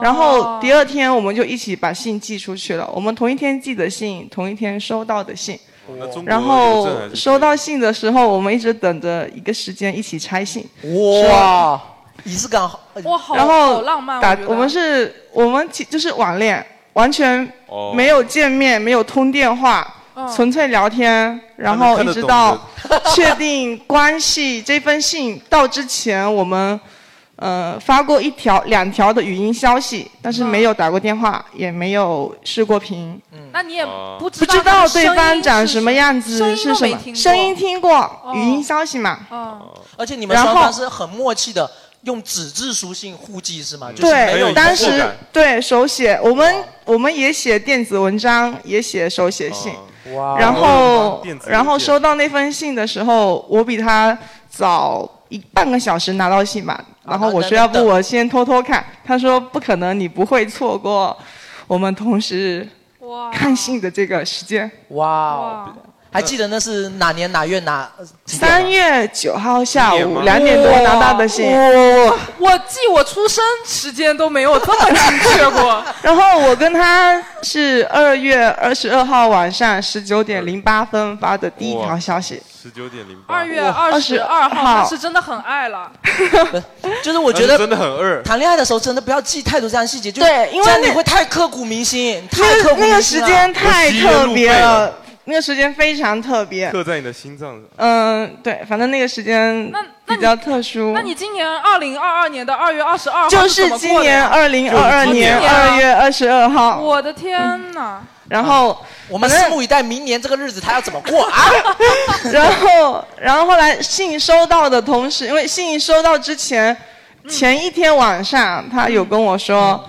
[SPEAKER 15] 然后第二天我们就一起把信寄出去了，我们同一天寄的信，同一天收到的信。
[SPEAKER 5] 那中国
[SPEAKER 15] 然
[SPEAKER 5] 邮
[SPEAKER 15] 后
[SPEAKER 5] 政还是
[SPEAKER 15] 收到信的时候，我们一直等着一个时间一起拆信。
[SPEAKER 4] 哇，仪式感好。
[SPEAKER 3] 哇，好
[SPEAKER 15] 然后
[SPEAKER 3] 好浪漫，
[SPEAKER 15] 打
[SPEAKER 3] 觉得
[SPEAKER 15] 我们是，我们其就是网恋，完全
[SPEAKER 5] 哦
[SPEAKER 15] 没有见面，没有通电话，
[SPEAKER 3] 嗯
[SPEAKER 15] 纯粹聊天，
[SPEAKER 5] 他
[SPEAKER 15] 然
[SPEAKER 5] 能
[SPEAKER 15] 后
[SPEAKER 5] 看
[SPEAKER 15] 一
[SPEAKER 5] 得
[SPEAKER 15] 直
[SPEAKER 5] 懂
[SPEAKER 15] 到 确定关系这封信到之前，我们呃发过一条两条的语音消息，但
[SPEAKER 3] 嗯
[SPEAKER 15] 是没有打过电话，也没有试过屏。
[SPEAKER 3] 那你也不
[SPEAKER 15] 不知
[SPEAKER 3] 道
[SPEAKER 15] 道对方长什么样子，是什么声音听过，
[SPEAKER 3] 哦
[SPEAKER 15] 语音消息嘛？
[SPEAKER 4] 而且你们
[SPEAKER 15] 然
[SPEAKER 4] 双
[SPEAKER 15] 后
[SPEAKER 4] 方是很默契的，用纸质书信互寄是
[SPEAKER 5] 嗯
[SPEAKER 4] 吗？就是没有
[SPEAKER 15] 对，当
[SPEAKER 4] 重复
[SPEAKER 15] 时
[SPEAKER 4] 感
[SPEAKER 15] 对手写，我们我们也写电子文章，也写手写信。
[SPEAKER 4] 哇
[SPEAKER 15] 然后
[SPEAKER 4] 哦电子邮件
[SPEAKER 15] 然后收到那封信的时候，我比他早一半个小时拿到信吧。然后我说，要不我先偷偷看。他说不可能，你不会错过我们同时看信的这个时间。
[SPEAKER 4] 哇哦，还记得那是哪年哪月哪？呃
[SPEAKER 15] 三月九号下
[SPEAKER 4] 一年
[SPEAKER 15] 午
[SPEAKER 4] 啊吗
[SPEAKER 15] 两点多拿到的信。
[SPEAKER 3] 我记我出生时间都没有这么精确 过。
[SPEAKER 15] 然后我跟他是二月二十二号晚上十九点零八分发的第一条消息。
[SPEAKER 5] 十九点零八。
[SPEAKER 3] 二月
[SPEAKER 15] 哇
[SPEAKER 3] 二十二号，
[SPEAKER 15] 22
[SPEAKER 3] 他是真的很爱了。
[SPEAKER 4] 就是我觉得
[SPEAKER 5] 那是真的很二
[SPEAKER 4] 谈恋爱的时候真的不要记太多这样的细节，就
[SPEAKER 15] 对因为
[SPEAKER 4] 这样你
[SPEAKER 15] 那
[SPEAKER 4] 会太刻骨铭心，太
[SPEAKER 15] 那
[SPEAKER 4] 刻
[SPEAKER 15] 个
[SPEAKER 4] 骨铭心
[SPEAKER 15] 那个
[SPEAKER 4] 了
[SPEAKER 3] 啊
[SPEAKER 15] 时间太特别
[SPEAKER 5] 我十一月入
[SPEAKER 15] 了，那个时间非常特别。
[SPEAKER 5] 刻在你的心脏上。
[SPEAKER 15] 嗯，对，反正那个时间比较特殊。
[SPEAKER 3] 那你今年二零二二年的二月二十二号
[SPEAKER 15] 就
[SPEAKER 3] 怎
[SPEAKER 15] 是
[SPEAKER 3] 么
[SPEAKER 15] 今
[SPEAKER 3] 过的
[SPEAKER 15] 年
[SPEAKER 4] 啊
[SPEAKER 3] 呀
[SPEAKER 15] 二零二二年二月二十二号。
[SPEAKER 3] 我的天哪！
[SPEAKER 15] 然后
[SPEAKER 4] 我们拭目以待，明年这个日子他要怎么过啊？
[SPEAKER 15] 然后，然后后来信收到的同时，因为信收到之前，前一天晚上他有跟我说，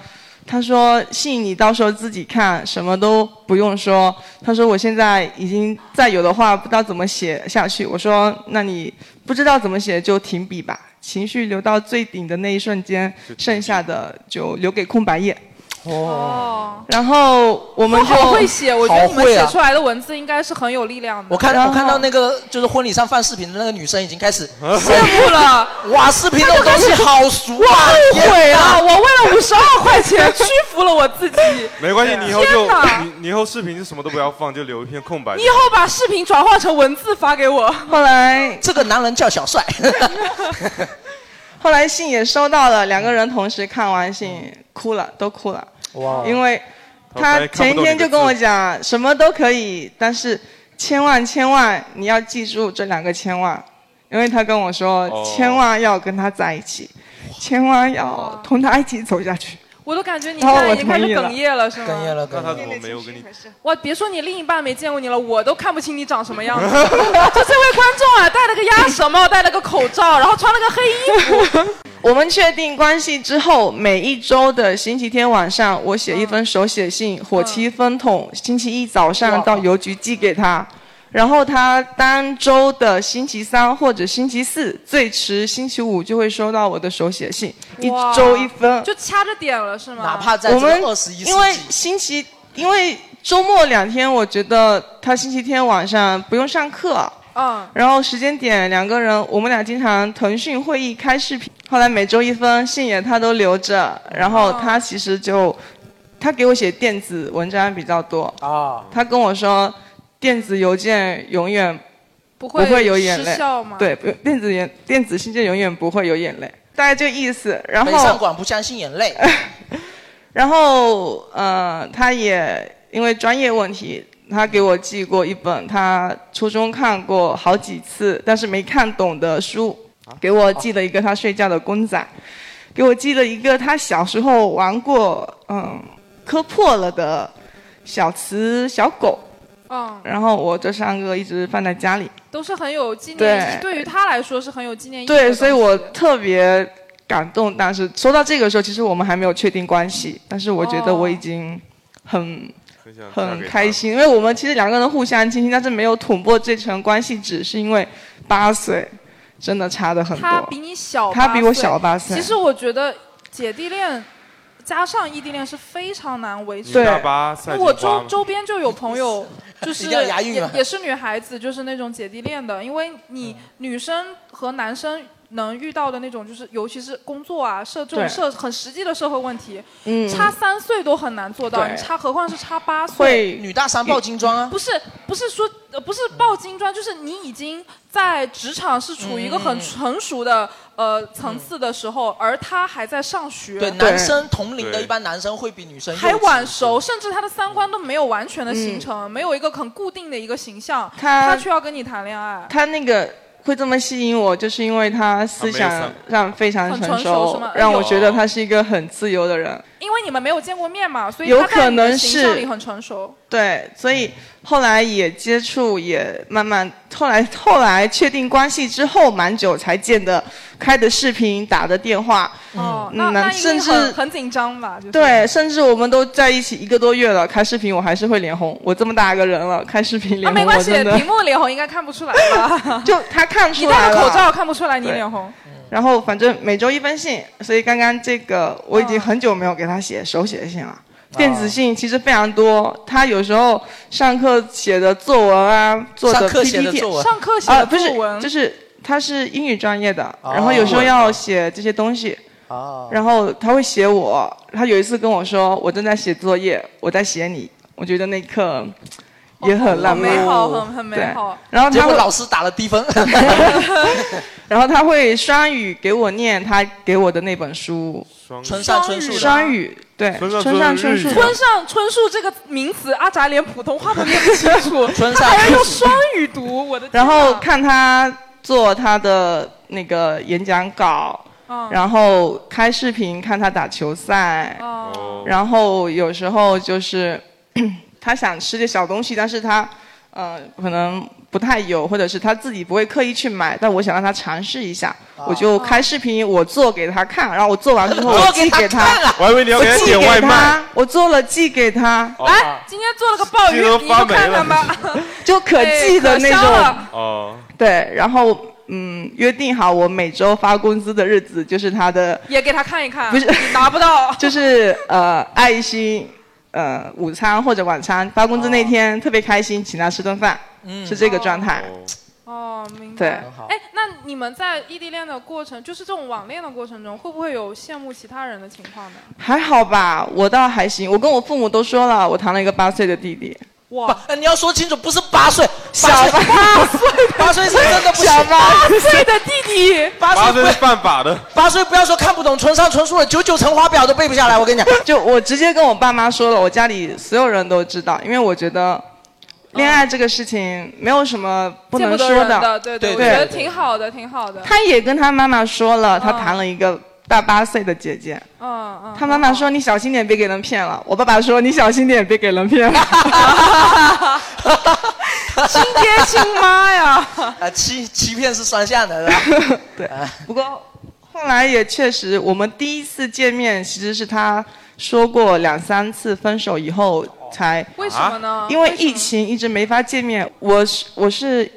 [SPEAKER 15] 他说信你到时候自己看，什么都不用说。他说我现在已经再有的话不知道怎么写下去。我说那你不知道怎么写就停笔吧，情绪流到最顶的那一瞬间，剩下的就留给空白页。
[SPEAKER 3] 哦，
[SPEAKER 15] 然后我们
[SPEAKER 3] 都
[SPEAKER 15] 就
[SPEAKER 3] 好会写，我觉得你们
[SPEAKER 4] 好会
[SPEAKER 3] 写
[SPEAKER 4] 啊
[SPEAKER 3] 出来的文字应该是很有力量的。
[SPEAKER 4] 我看
[SPEAKER 3] 然后
[SPEAKER 4] 我看到那个就是婚礼上放视频的那个女生已经开始
[SPEAKER 5] 啊
[SPEAKER 3] 羡慕 了，
[SPEAKER 4] 哇，视频这种东西好俗啊！
[SPEAKER 3] 我后悔
[SPEAKER 4] 天
[SPEAKER 3] 了，
[SPEAKER 4] 哪
[SPEAKER 3] 我为了五十二块 钱屈服了我自己。
[SPEAKER 5] 没关系，你以后
[SPEAKER 3] 天
[SPEAKER 5] 就
[SPEAKER 3] 哪
[SPEAKER 5] 你你以后视频就什么都不要放，就留一片空白。
[SPEAKER 3] 你以后把视频转化成文字发给我。
[SPEAKER 15] 后来
[SPEAKER 4] 这个男人叫小帅，
[SPEAKER 15] 后来信也收到了，两个人同时看完信哭了，都哭了。
[SPEAKER 4] 哇哦
[SPEAKER 15] 因为
[SPEAKER 4] 他
[SPEAKER 15] 他
[SPEAKER 4] 还看
[SPEAKER 15] 前
[SPEAKER 4] 不
[SPEAKER 15] 一
[SPEAKER 4] 懂
[SPEAKER 15] 天
[SPEAKER 4] 你的
[SPEAKER 15] 就跟我讲，什么都可以，但是千万千万你要记住这两个千万，因为他跟我说，
[SPEAKER 3] 哦
[SPEAKER 15] 千万要跟他在一起，千万要同他一起走下去。
[SPEAKER 3] 我都感觉你现
[SPEAKER 15] 然后
[SPEAKER 3] 在
[SPEAKER 15] 我
[SPEAKER 3] 已经开始
[SPEAKER 15] 同意
[SPEAKER 3] 哽咽
[SPEAKER 15] 了
[SPEAKER 3] 了，是吗？
[SPEAKER 4] 哽咽了，
[SPEAKER 5] 那他怎么没有跟你？
[SPEAKER 3] 哇，别说你另一半没见过你了，我都看不清你长什么 样子。就这位观众啊，戴了个鸭舌帽，戴了个口罩，然后穿了个黑衣服。
[SPEAKER 15] 我们确定关系之后，每一周的星期天晚上，我写一封手写信，火漆分桶，星期一早上到邮局寄给他。然后他当周的星期三或者星期四，最迟星期五就会收到我的手写信，一
[SPEAKER 3] 哇
[SPEAKER 15] 周一封。
[SPEAKER 3] 就掐着点了是吗？哪
[SPEAKER 4] 怕
[SPEAKER 15] 我们因为星期，因为周末两天，我觉得他星期天晚上不用上课，
[SPEAKER 3] 嗯，
[SPEAKER 15] 然后时间点两个人，我们俩经常腾讯会议开视频，后来每周一封信也他都留着，然后他其实就他给我写电子文章比较多
[SPEAKER 4] 啊，
[SPEAKER 15] 他跟我说电子邮件永远
[SPEAKER 3] 不
[SPEAKER 15] 不会有眼
[SPEAKER 3] 失
[SPEAKER 15] 泪
[SPEAKER 3] 效吗？，
[SPEAKER 15] 对，不电子眼电子信件永远不会有眼泪，大概这意思。然
[SPEAKER 4] 北上
[SPEAKER 15] 后
[SPEAKER 3] 哎
[SPEAKER 4] 广不相信眼泪，
[SPEAKER 15] 然后呃，他也因为专业问题，他给我寄过一本他初中看过好几次但是没看懂的书，给我寄了一个他睡觉的公仔，给我寄了一个他小时候玩过嗯磕破了的小瓷小狗，
[SPEAKER 3] 嗯，
[SPEAKER 15] 然后我这三个一直放在家里。
[SPEAKER 3] 都是很有纪念意义，
[SPEAKER 15] 对
[SPEAKER 3] 对于他来说是很有纪念意义的东
[SPEAKER 15] 对，
[SPEAKER 3] 西。
[SPEAKER 15] 所以我特别感动。当时说到这个时候，其实我们还没有确定关系，但是我觉得
[SPEAKER 3] 哦
[SPEAKER 15] 我已经很、
[SPEAKER 5] 想嫁
[SPEAKER 15] 很
[SPEAKER 5] 给他
[SPEAKER 15] 开心，因为我们其实两个人互相倾心，但是没有捅破这层关系纸，是因为八岁真的差的很
[SPEAKER 3] 他
[SPEAKER 15] 多。
[SPEAKER 3] 比你小，
[SPEAKER 15] 他比我小八岁
[SPEAKER 3] 其实我觉得姐弟恋加上异地恋是非常难维持
[SPEAKER 5] 你大
[SPEAKER 3] 的。
[SPEAKER 5] 巴赛
[SPEAKER 3] 我
[SPEAKER 5] 金花
[SPEAKER 3] 周
[SPEAKER 5] 吗
[SPEAKER 3] 周边就有朋 友，就是
[SPEAKER 5] 一定要押韵啊嗯
[SPEAKER 3] 也
[SPEAKER 5] 吗
[SPEAKER 3] 也是女孩子，就是那种姐弟恋的，因为你女生和男生能遇到的那种，就是尤其是工作啊、社这种
[SPEAKER 15] 对
[SPEAKER 3] 社很实际的社会问题，
[SPEAKER 15] 嗯
[SPEAKER 3] 差三岁都很难做到，
[SPEAKER 15] 对
[SPEAKER 3] 你差何况是差八岁
[SPEAKER 15] 会。女大三抱金砖啊
[SPEAKER 3] 不是不是说呃不是抱金砖，就是你已经在职场是处于一个
[SPEAKER 4] 嗯
[SPEAKER 3] 很成熟的呃层次的时候，而他还在上学。
[SPEAKER 4] 对，男生同龄的，一般男生会比女生幼稚
[SPEAKER 3] 还晚熟，甚至他的三观都没有完全的形成，没有一个很固定的一个形象，
[SPEAKER 15] 嗯他
[SPEAKER 3] 他却要跟你谈恋爱。
[SPEAKER 15] 他那个会这么吸引我，就是因为他思
[SPEAKER 3] 他没有
[SPEAKER 15] 想
[SPEAKER 3] 散
[SPEAKER 15] 上非常
[SPEAKER 3] 很
[SPEAKER 15] 成
[SPEAKER 3] 成熟是吗哎
[SPEAKER 15] 让我
[SPEAKER 3] 有
[SPEAKER 15] 觉得他是一个很自由的人。
[SPEAKER 3] 因为你们没有见过面嘛，所以
[SPEAKER 15] 有
[SPEAKER 3] 他在
[SPEAKER 15] 可
[SPEAKER 3] 你的
[SPEAKER 15] 能
[SPEAKER 3] 形象
[SPEAKER 15] 是
[SPEAKER 3] 里很成熟。
[SPEAKER 15] 对，所以后来也接触，也慢慢后来后来确定关系之后，蛮久才见的，开的视频，打的电话，嗯
[SPEAKER 3] 哦，那那一定
[SPEAKER 15] 甚
[SPEAKER 3] 很
[SPEAKER 15] 至
[SPEAKER 3] 很紧张吧？就是、
[SPEAKER 15] 对，甚至我们都在一起一个多月了，开视频我还是会脸红，我这么大一个人了，开视频
[SPEAKER 3] 啊，
[SPEAKER 15] 脸
[SPEAKER 3] 没
[SPEAKER 15] 红，
[SPEAKER 3] 啊关
[SPEAKER 15] 我
[SPEAKER 3] 系，
[SPEAKER 15] 真的
[SPEAKER 3] 屏幕脸红应该看不出来吧？
[SPEAKER 15] 就他看
[SPEAKER 3] 你
[SPEAKER 15] 出来
[SPEAKER 3] 戴
[SPEAKER 15] 了，
[SPEAKER 3] 了口罩看不出来你
[SPEAKER 15] 对
[SPEAKER 3] 脸红。
[SPEAKER 15] 然后反正每周一封信，所以刚刚这个我已
[SPEAKER 4] 嗯
[SPEAKER 15] 经很久没有给他写手写信了。电子信其实非常多，他有时候上课写的作文啊，做
[SPEAKER 4] 上课
[SPEAKER 15] PPT，
[SPEAKER 4] 写的作文上
[SPEAKER 3] 课写
[SPEAKER 15] 啊
[SPEAKER 3] 的
[SPEAKER 15] 不是
[SPEAKER 3] 作文
[SPEAKER 15] 就是他是英语专业的，
[SPEAKER 4] 哦
[SPEAKER 15] 然后有时候要写这些东西。
[SPEAKER 4] 哦，
[SPEAKER 15] 然后他会写我，他有一次跟我说，我正在写作业，我在写你。我觉得那一刻也很浪漫，
[SPEAKER 3] 美好哦很很美
[SPEAKER 15] 对
[SPEAKER 3] 好
[SPEAKER 15] 然后
[SPEAKER 4] 结
[SPEAKER 15] 他
[SPEAKER 4] 果
[SPEAKER 15] 会
[SPEAKER 4] 老师打了低分。
[SPEAKER 15] 然后他会双语给我念他给我的那本书，
[SPEAKER 4] 村上春树的
[SPEAKER 15] 双语对，村上春树的，
[SPEAKER 3] 村上春树这个名词，阿宅连普通话都念不清楚，
[SPEAKER 15] 村
[SPEAKER 3] 他
[SPEAKER 15] 上
[SPEAKER 3] 还要用双语读，我的天
[SPEAKER 15] 然
[SPEAKER 3] 哪
[SPEAKER 15] 后看他做他的那个演讲稿，
[SPEAKER 3] 嗯
[SPEAKER 15] 然后开视频看他打球赛，
[SPEAKER 3] 哦
[SPEAKER 15] 然后有时候就是 他想吃点小东西，但是他呃可能不太有，或者是他自己不会刻意去买，但我想让他尝试一下，我就开视频我做给他看，然后我做完之后我
[SPEAKER 3] 做
[SPEAKER 15] 寄
[SPEAKER 3] 给他
[SPEAKER 15] 给他
[SPEAKER 3] 看啊，
[SPEAKER 5] 哦我还以为你要给他
[SPEAKER 15] 寄
[SPEAKER 5] 点外卖
[SPEAKER 15] 他我做了寄给他，
[SPEAKER 3] 来，哎今天做了个鲍鱼，
[SPEAKER 15] 鸡都
[SPEAKER 3] 你
[SPEAKER 15] 啊发
[SPEAKER 3] 就
[SPEAKER 15] 霉
[SPEAKER 3] 看看
[SPEAKER 15] 了
[SPEAKER 3] 吧。
[SPEAKER 15] 就可寄的那
[SPEAKER 3] 哎可香
[SPEAKER 15] 种
[SPEAKER 3] 了。
[SPEAKER 5] 哦，
[SPEAKER 15] 对，然后嗯，约定好我每周发工资的日子就是他的，
[SPEAKER 3] 也给他看一看，
[SPEAKER 15] 不是。
[SPEAKER 3] 拿不到
[SPEAKER 15] 就是呃爱心呃午餐或者晚餐，发工资那天、特别开心，请他吃顿饭，
[SPEAKER 3] 嗯
[SPEAKER 15] 是这个状态。
[SPEAKER 3] 哦，明
[SPEAKER 15] 对
[SPEAKER 3] 白。哎，那你们在异地恋的过程，就是这种网恋的过程中，会不会有羡慕其他人的情况呢？
[SPEAKER 15] 还好吧，我倒还行。我跟我父母都说了，我谈了一个八岁的弟弟，
[SPEAKER 3] 哇，
[SPEAKER 4] 哎你要说清楚，不是八岁，
[SPEAKER 15] 小
[SPEAKER 4] 八岁，八岁是真的不行
[SPEAKER 15] 小。八
[SPEAKER 3] 岁的弟弟，
[SPEAKER 4] 八
[SPEAKER 5] 八
[SPEAKER 4] 岁
[SPEAKER 5] 岁
[SPEAKER 4] 不
[SPEAKER 5] 是犯法的。
[SPEAKER 4] 八岁不要说看不懂村上春树的《九九乘法表》都背不下来，我跟你讲。
[SPEAKER 15] 就我直接跟我爸妈说了，我家里所有人都知道，因为我觉得恋爱这个事情没有什么不
[SPEAKER 3] 见
[SPEAKER 15] 能
[SPEAKER 3] 不得
[SPEAKER 15] 说
[SPEAKER 3] 人的，对
[SPEAKER 15] 对
[SPEAKER 3] 我觉得挺好啊的，挺好的。
[SPEAKER 15] 他也跟他妈妈说了，他谈了一个大八岁的姐姐。
[SPEAKER 3] 嗯嗯，
[SPEAKER 15] 他妈妈说：“你小心点，别给人骗了。”我爸爸说：“你小心点，别给人骗了。
[SPEAKER 3] 亲爹亲妈呀！
[SPEAKER 4] 啊，欺欺骗是双向的，是 吧？”啊
[SPEAKER 15] 对，不过后来也确实，我们第一次见面其实是他说过两三次分手以后才。
[SPEAKER 3] 为什么呢啊
[SPEAKER 15] 因为疫情一直没法见面。我是我是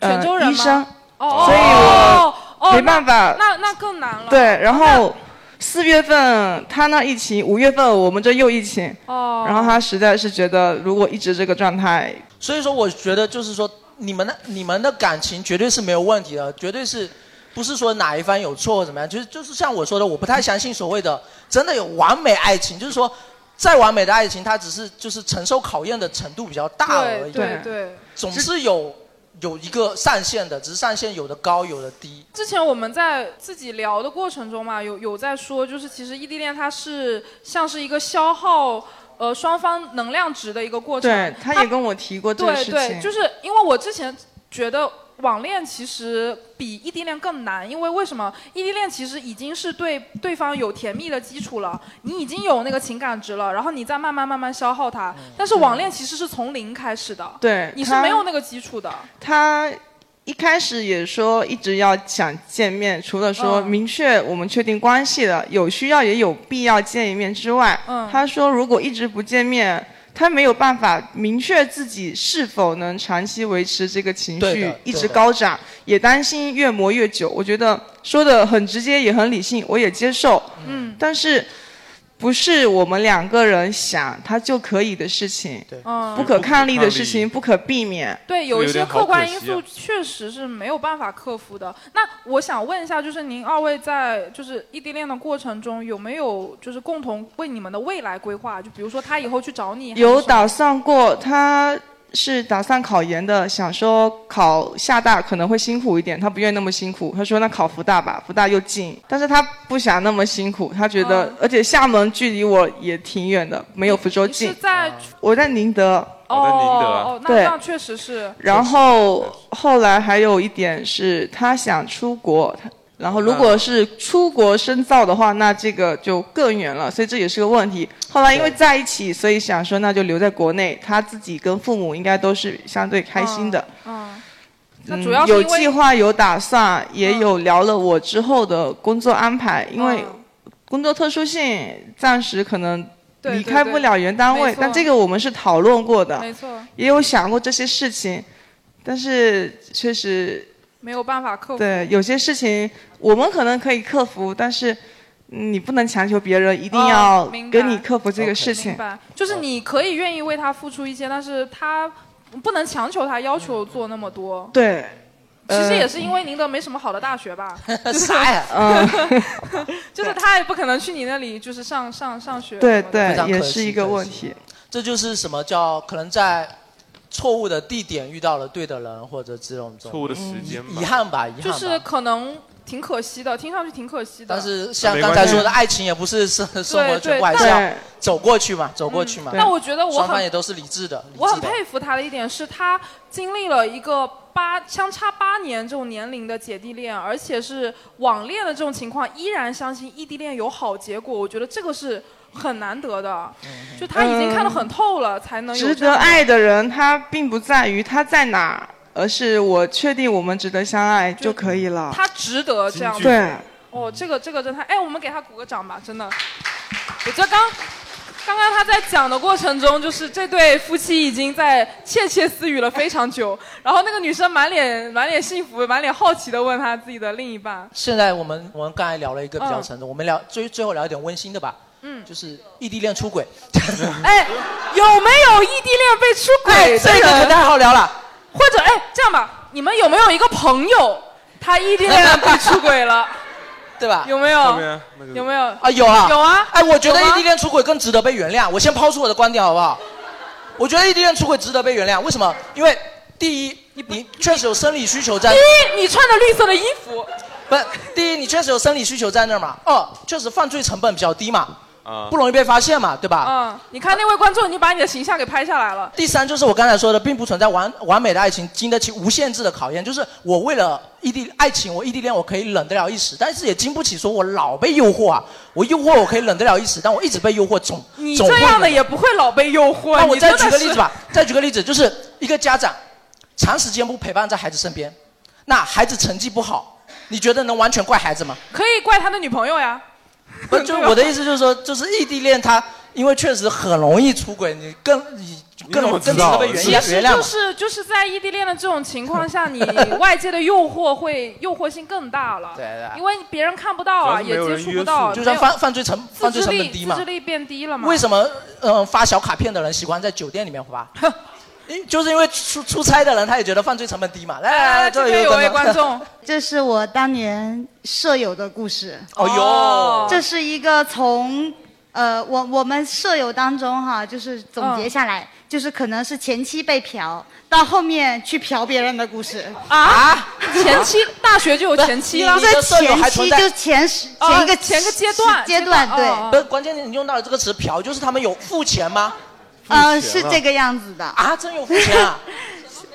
[SPEAKER 15] 呃
[SPEAKER 3] 泉州人
[SPEAKER 15] 医
[SPEAKER 3] 吗
[SPEAKER 15] 生，
[SPEAKER 3] 哦，
[SPEAKER 15] 所以我
[SPEAKER 3] 哦
[SPEAKER 15] 没办法
[SPEAKER 3] 那那那更难了。哦
[SPEAKER 15] 对，然后四月份他那疫情，五月份我们这又疫情，
[SPEAKER 3] 哦
[SPEAKER 15] 然后他实在是觉得如果一直这个状态，
[SPEAKER 4] 所以说，我觉得就是说，你们的你们的感情绝对是没有问题的，绝对是不是说哪一方有错或怎么样，就是就是像我说的，我不太相信所谓的真的有完美爱情，就是说再完美的爱情，它只是就是承受考验的程度比较大而
[SPEAKER 3] 对
[SPEAKER 4] 已，
[SPEAKER 3] 对对，
[SPEAKER 4] 总是有有一个上限的，只是上限有的高有的低。
[SPEAKER 3] 之前我们在自己聊的过程中嘛，有有在说，就是其实异地恋它是像是一个消耗呃双方能量值的一个过程。
[SPEAKER 15] 对，他也跟我提过这个
[SPEAKER 3] 对
[SPEAKER 15] 事情。
[SPEAKER 3] 对，就是因为我之前觉得网恋其实比异地恋更难，因为为什么？异地恋其实已经是对对方有甜蜜的基础了，你已经有那个情感值了，然后你再慢慢慢慢消耗它。但是网恋其实是从零开始的，
[SPEAKER 15] 对
[SPEAKER 3] 你是
[SPEAKER 15] 它
[SPEAKER 3] 没有那个基础的。
[SPEAKER 15] 他一开始也说一直要想见面，除了说
[SPEAKER 3] 嗯
[SPEAKER 15] 明确我们确定关系了，有需要也有必要见一面之外，
[SPEAKER 3] 嗯
[SPEAKER 15] 他说如果一直不见面，他没有办法明确自己是否能长期维持这个情
[SPEAKER 4] 对
[SPEAKER 15] 绪
[SPEAKER 4] 的
[SPEAKER 15] 一直
[SPEAKER 4] 对的
[SPEAKER 15] 高涨，也担心越磨越久。我觉得说的很直接，也很理性，我也接受。
[SPEAKER 3] 嗯，
[SPEAKER 15] 但是不是我们两个人想他就可以的事情，
[SPEAKER 3] 嗯
[SPEAKER 15] 不可抗力的事情，不可避免。
[SPEAKER 3] 对，有一些客观因素确实是没有办法克服的。那我想问一下，就是您二位在就是异地恋的过程中，有没有就是共同为你们的未来规划？就比如说他以后去找你，
[SPEAKER 15] 有打算过，他是打算考研的，想说考厦大可能会辛苦一点，他不愿意那么辛苦，他说那考福大吧，福大又近，但是他不想那么辛苦，他觉
[SPEAKER 3] 嗯
[SPEAKER 15] 得，而且厦门距离我也挺远的，没有福州
[SPEAKER 3] 是
[SPEAKER 15] 近。
[SPEAKER 3] 在
[SPEAKER 15] 我在宁德，啊
[SPEAKER 3] 哦哦，那
[SPEAKER 15] 对
[SPEAKER 3] 那确实是。
[SPEAKER 15] 然后后来还有一点是他想出国，他然后如果是出国深造的话，那这个就更远了，所以这也是个问题。后来因为在一起，所以想说那就留在国内，他自己跟父母应该都是相对开心的。
[SPEAKER 3] 嗯，那
[SPEAKER 15] 嗯
[SPEAKER 3] 主要是
[SPEAKER 15] 有
[SPEAKER 3] 因为
[SPEAKER 15] 计划、有打算，也有聊了我之后的工作安排，因为
[SPEAKER 3] 嗯
[SPEAKER 15] 工作特殊性，暂时可能
[SPEAKER 3] 对对
[SPEAKER 15] 离开不了原单
[SPEAKER 3] 对没
[SPEAKER 15] 位
[SPEAKER 3] 错，
[SPEAKER 15] 但这个我们是讨论过的，
[SPEAKER 3] 没错，
[SPEAKER 15] 也有想过这些事情，但是确实
[SPEAKER 3] 没有办法克服。
[SPEAKER 15] 对有些事情我们可能可以克服，但是你不能强求别人一定要
[SPEAKER 3] 哦明白
[SPEAKER 15] 跟你克服这个事情
[SPEAKER 3] 明。白，就是你可以愿意为他付出一些，但是他不能强求他要求做那么多。
[SPEAKER 15] 对，
[SPEAKER 3] 其实
[SPEAKER 15] 呃
[SPEAKER 3] 也是因为宁德没什么好的大学 吧，
[SPEAKER 15] 啥呀嗯
[SPEAKER 4] 哦
[SPEAKER 3] 就是他也不可能去你那里就是上上上学。
[SPEAKER 15] 对
[SPEAKER 4] 非常
[SPEAKER 15] 对，也
[SPEAKER 4] 可惜
[SPEAKER 15] 是一个问题。
[SPEAKER 4] 这就是什么叫可能在错误的地点遇到了对的人，或者这种
[SPEAKER 5] 错误的时间吧
[SPEAKER 4] 嗯遗憾吧，遗憾吧。
[SPEAKER 3] 就是可能挺可惜的，听上去挺可惜的。
[SPEAKER 4] 但是像刚才说的，爱情也不是生生活
[SPEAKER 3] 对
[SPEAKER 4] 去玩笑
[SPEAKER 3] 但，
[SPEAKER 4] 走过去嘛，走过去嘛。
[SPEAKER 3] 嗯但我觉得我很
[SPEAKER 4] 双方也都是理智的，
[SPEAKER 3] 我很
[SPEAKER 4] 理智的
[SPEAKER 3] 佩服他的一点是，他经历了一个八相差八年这种年龄的姐弟恋，而且是网恋的这种情况，依然相信异地恋有好结果。我觉得这个是很难得的，
[SPEAKER 4] 嗯
[SPEAKER 3] 就他已经看得很透了，才能有
[SPEAKER 15] 值
[SPEAKER 3] 这样
[SPEAKER 15] 得
[SPEAKER 3] 的
[SPEAKER 15] 爱的人，他并不在于他在哪儿，而是我确定我们值得相爱就可以了。
[SPEAKER 3] 他值得这样。
[SPEAKER 15] 对，
[SPEAKER 3] 哦，这个这个真的，哎，我们给他鼓个掌吧，真的。我觉得刚刚刚他在讲的过程中，就是这对夫妻已经在窃窃私语了非常 久，然后那个女生满脸满脸幸福、满脸好奇的问他自己的另一半，
[SPEAKER 4] 现在我们我们刚才聊了一个比较
[SPEAKER 3] 嗯
[SPEAKER 4] 沉重，我们聊最最后聊一点温馨的吧，
[SPEAKER 3] 嗯，
[SPEAKER 4] 就是异地恋出轨。
[SPEAKER 3] 哎，有没有异地恋被出轨
[SPEAKER 4] 哎
[SPEAKER 3] 的
[SPEAKER 4] 这
[SPEAKER 3] 人？
[SPEAKER 4] 个就太好聊了。
[SPEAKER 3] 或者哎，这样吧，你们有没有一个朋友他异地恋被出轨 了？
[SPEAKER 4] 对吧？
[SPEAKER 3] 有没有？有没有？
[SPEAKER 4] 啊，有啊，
[SPEAKER 3] 有啊。
[SPEAKER 4] 哎，我觉得
[SPEAKER 3] 有
[SPEAKER 4] 异
[SPEAKER 3] 吗
[SPEAKER 4] 地恋出轨更值得被原谅。我先抛出我的观点好不好？我觉得异地恋出轨值得被原谅，为什么？因为第一，你确实有生理需求在。
[SPEAKER 3] 第一，你穿着绿色的衣服。
[SPEAKER 4] 不，第一，你确实有生理需求在那儿嘛。二，确实犯罪成本比较低嘛，
[SPEAKER 5] 啊
[SPEAKER 4] 不容易被发现嘛，对吧？
[SPEAKER 3] 嗯，你看那位观众已经把你的形象给拍下来了。
[SPEAKER 4] 第三就是我刚才说的，并不存在完完美的爱情，经得起无限制的考验。就是我为了异地爱情，我异地恋我可以忍得了一时，但是也经不起说我老被诱惑啊。我诱惑我可以忍得了一时，但我一直被诱惑总
[SPEAKER 3] 你
[SPEAKER 4] 总会
[SPEAKER 3] 这样的
[SPEAKER 4] 忍
[SPEAKER 3] 也不会老被诱惑。
[SPEAKER 4] 那我
[SPEAKER 3] 你
[SPEAKER 4] 再
[SPEAKER 3] 真的
[SPEAKER 4] 举个
[SPEAKER 3] 是
[SPEAKER 4] 例子吧，，再举个例子，就是一个家长长时间不陪伴在孩子身边，那孩子成绩不好，你觉得能完全怪孩 子吗？
[SPEAKER 3] 可以怪他的女朋友呀。
[SPEAKER 4] 不，就我的意思就是说，就是异地恋它因为确实很容易出轨，你更你更容更值得被原
[SPEAKER 3] 其
[SPEAKER 4] 谅
[SPEAKER 3] 实
[SPEAKER 4] 原谅
[SPEAKER 3] 就
[SPEAKER 4] 嘛。
[SPEAKER 3] 是就是在异地恋的这种情况下，你外界的诱惑 会诱惑性更大了。
[SPEAKER 4] 对的
[SPEAKER 3] 因为别人看不到啊，也接触不到，
[SPEAKER 4] 就
[SPEAKER 3] 没
[SPEAKER 4] 算
[SPEAKER 3] 有
[SPEAKER 4] 犯犯罪成
[SPEAKER 3] 自
[SPEAKER 4] 犯罪
[SPEAKER 3] 制
[SPEAKER 4] 成
[SPEAKER 3] 力
[SPEAKER 4] 本低嘛
[SPEAKER 3] 自制。力变低了嘛。
[SPEAKER 4] 为什么嗯、呃发小卡片的人喜欢在酒店里面发？因就是因为出出差的人他也觉得犯罪成本低嘛。来来
[SPEAKER 3] 哎
[SPEAKER 4] 来，这里有个观 众，
[SPEAKER 14] 这是我当年舍友的故事。
[SPEAKER 4] 哦哟
[SPEAKER 14] 这
[SPEAKER 3] 嗯
[SPEAKER 14] 是一个从呃，我我们舍友当中哈，就是总结下来，
[SPEAKER 10] 就是可能是前期被嫖，到后面去嫖别人的故事
[SPEAKER 3] 啊。前期大学就有前期了，
[SPEAKER 10] 不是你的舍友还存在就前十前一个
[SPEAKER 3] 哦前个阶段
[SPEAKER 10] 阶段对
[SPEAKER 3] 哦
[SPEAKER 4] 不是，关键你用到的这个词“嫖”，就是他们有付钱吗？
[SPEAKER 10] 呃，是这个样子的
[SPEAKER 4] 啊，真有付钱啊！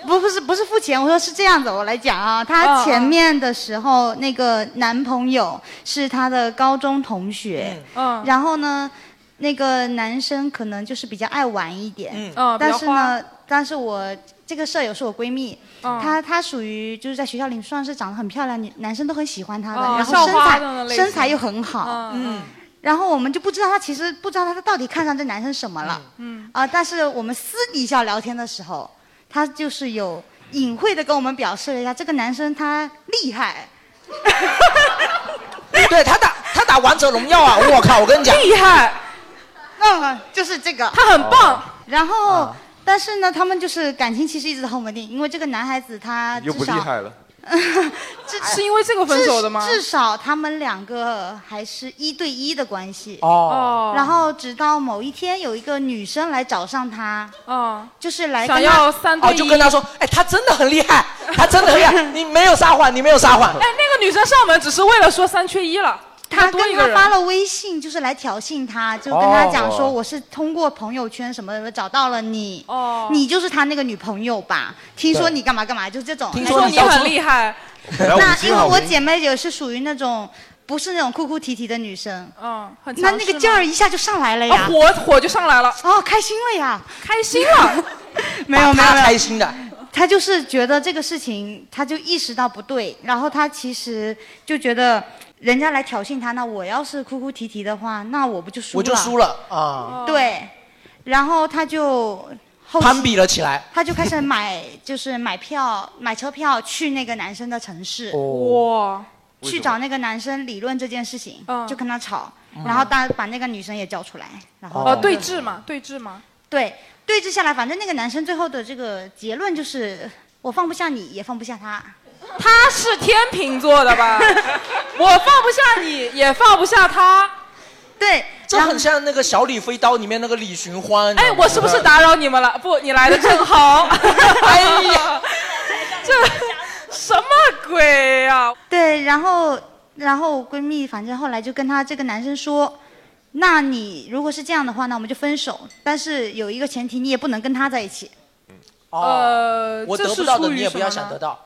[SPEAKER 10] 不不是不是付钱，我说是这样子，我来讲啊，
[SPEAKER 3] 哦
[SPEAKER 10] 她
[SPEAKER 3] 哦
[SPEAKER 10] 前面的时候那个男朋友是她的高中同学，
[SPEAKER 3] 嗯
[SPEAKER 10] 然后呢，那个男生可能就是比较爱玩一点，
[SPEAKER 3] 嗯嗯
[SPEAKER 10] 但是
[SPEAKER 3] 比
[SPEAKER 10] 呢
[SPEAKER 3] 较花，
[SPEAKER 10] 但是我这个舍友是我闺蜜，
[SPEAKER 3] 嗯
[SPEAKER 10] 她她属于就是在学校里算是长得很漂亮，女男生都很喜欢她的，
[SPEAKER 3] 哦
[SPEAKER 10] 然后
[SPEAKER 3] 校
[SPEAKER 10] 身
[SPEAKER 3] 花
[SPEAKER 10] 材
[SPEAKER 3] 那种类型
[SPEAKER 10] 身材又很好，
[SPEAKER 3] 嗯
[SPEAKER 10] 然后我们就不知道她其实不知道她到底看上这男生什么了，
[SPEAKER 3] 嗯
[SPEAKER 10] 啊、但是我们私底下聊天的时候，他就是有隐晦的跟我们表示了一下，这个男生他厉害。
[SPEAKER 4] 对他打他打王者荣耀啊！我靠，我跟你讲，
[SPEAKER 10] 厉害，嗯，就是这个，
[SPEAKER 3] 他很棒哦。
[SPEAKER 10] 然后，但是呢，他们就是感情其实一直都很稳定，因为这个男孩子他
[SPEAKER 5] 又
[SPEAKER 10] 至
[SPEAKER 5] 不厉
[SPEAKER 10] 少
[SPEAKER 5] 害了。
[SPEAKER 10] 至
[SPEAKER 3] 是因为这个分手的吗
[SPEAKER 10] 至至少他们两个还是一对一的关系。
[SPEAKER 3] 哦哦
[SPEAKER 10] 然后直到某一天，有一个女生来找上他，
[SPEAKER 3] 哦，
[SPEAKER 10] 就是来
[SPEAKER 3] 想
[SPEAKER 10] 跟他
[SPEAKER 3] 要三对一
[SPEAKER 4] 哦，就跟他说，哎，他真的很厉害，他真的很厉 害，你没有撒谎，你没有撒谎。
[SPEAKER 3] 哎，那个女生上门只是为了说三缺一了，
[SPEAKER 10] 他
[SPEAKER 3] 多
[SPEAKER 10] 跟
[SPEAKER 3] 一个
[SPEAKER 10] 他
[SPEAKER 3] 人
[SPEAKER 10] 发了微信，就是来挑衅他，就跟他讲说
[SPEAKER 3] 哦
[SPEAKER 10] 我是通过朋友圈什么什么找到了你，
[SPEAKER 3] 哦
[SPEAKER 10] 你就是他那个女朋友吧？听说
[SPEAKER 3] 对
[SPEAKER 10] 你干嘛干嘛，就这种。
[SPEAKER 3] 听说你到处很厉 害。
[SPEAKER 4] 哎
[SPEAKER 5] 来五
[SPEAKER 10] 那
[SPEAKER 5] 星
[SPEAKER 10] 因为
[SPEAKER 5] 好
[SPEAKER 10] 我
[SPEAKER 5] 评
[SPEAKER 10] 姐妹也是属于那种不是那种哭哭啼啼的女生，
[SPEAKER 3] 嗯，很
[SPEAKER 10] 那
[SPEAKER 3] 强势
[SPEAKER 10] 那个
[SPEAKER 3] 吗
[SPEAKER 10] 劲儿一下就上来了呀，
[SPEAKER 3] 啊火火就上来了，
[SPEAKER 10] 哦，开心了呀，
[SPEAKER 3] 开心了，
[SPEAKER 10] 没有没有没有
[SPEAKER 4] 开心的。
[SPEAKER 10] 他就是觉得这个事情，他就意识到不对，然后他其实就觉得人家来挑衅他，那我要是哭哭啼啼的话，那我不就输了？
[SPEAKER 4] 我就输了。
[SPEAKER 3] 哦
[SPEAKER 4] 啊，
[SPEAKER 10] 对，然后他就后
[SPEAKER 4] 攀比了起来。
[SPEAKER 10] 他就开始买，就是 买票、买车票去那个男生的城市，
[SPEAKER 3] 哇，
[SPEAKER 10] 去找那个男生理论这件事情，就跟他吵，
[SPEAKER 3] 嗯
[SPEAKER 10] 然后当把那个女生也叫出来，然后
[SPEAKER 3] 呃，对峙嘛，对峙嘛，
[SPEAKER 10] 对对峙下来，反正那个男生最后的这个结论就是，我放不下你，也放不下他。
[SPEAKER 3] 他是天秤座的吧？我放不下你，也放不下他。
[SPEAKER 10] 对，
[SPEAKER 4] 这很像那个小李飞刀里面那个李寻欢。
[SPEAKER 3] 哎，我是不是打扰你们了？不，你来的正好。 哎呀，这什么鬼啊呀、
[SPEAKER 10] 对，然后然后我闺蜜反正后来就跟她这个男生说，那你如果是这样的话，那我们就分手，但是有一个前提，你也不能跟他在一起。
[SPEAKER 4] 哦
[SPEAKER 3] 呃，
[SPEAKER 4] 我
[SPEAKER 3] 这
[SPEAKER 4] 得
[SPEAKER 3] 是
[SPEAKER 4] 不到的
[SPEAKER 3] 出于
[SPEAKER 4] 你也
[SPEAKER 3] 什
[SPEAKER 4] 不要
[SPEAKER 3] 么
[SPEAKER 4] 想
[SPEAKER 3] 呢
[SPEAKER 4] 得到。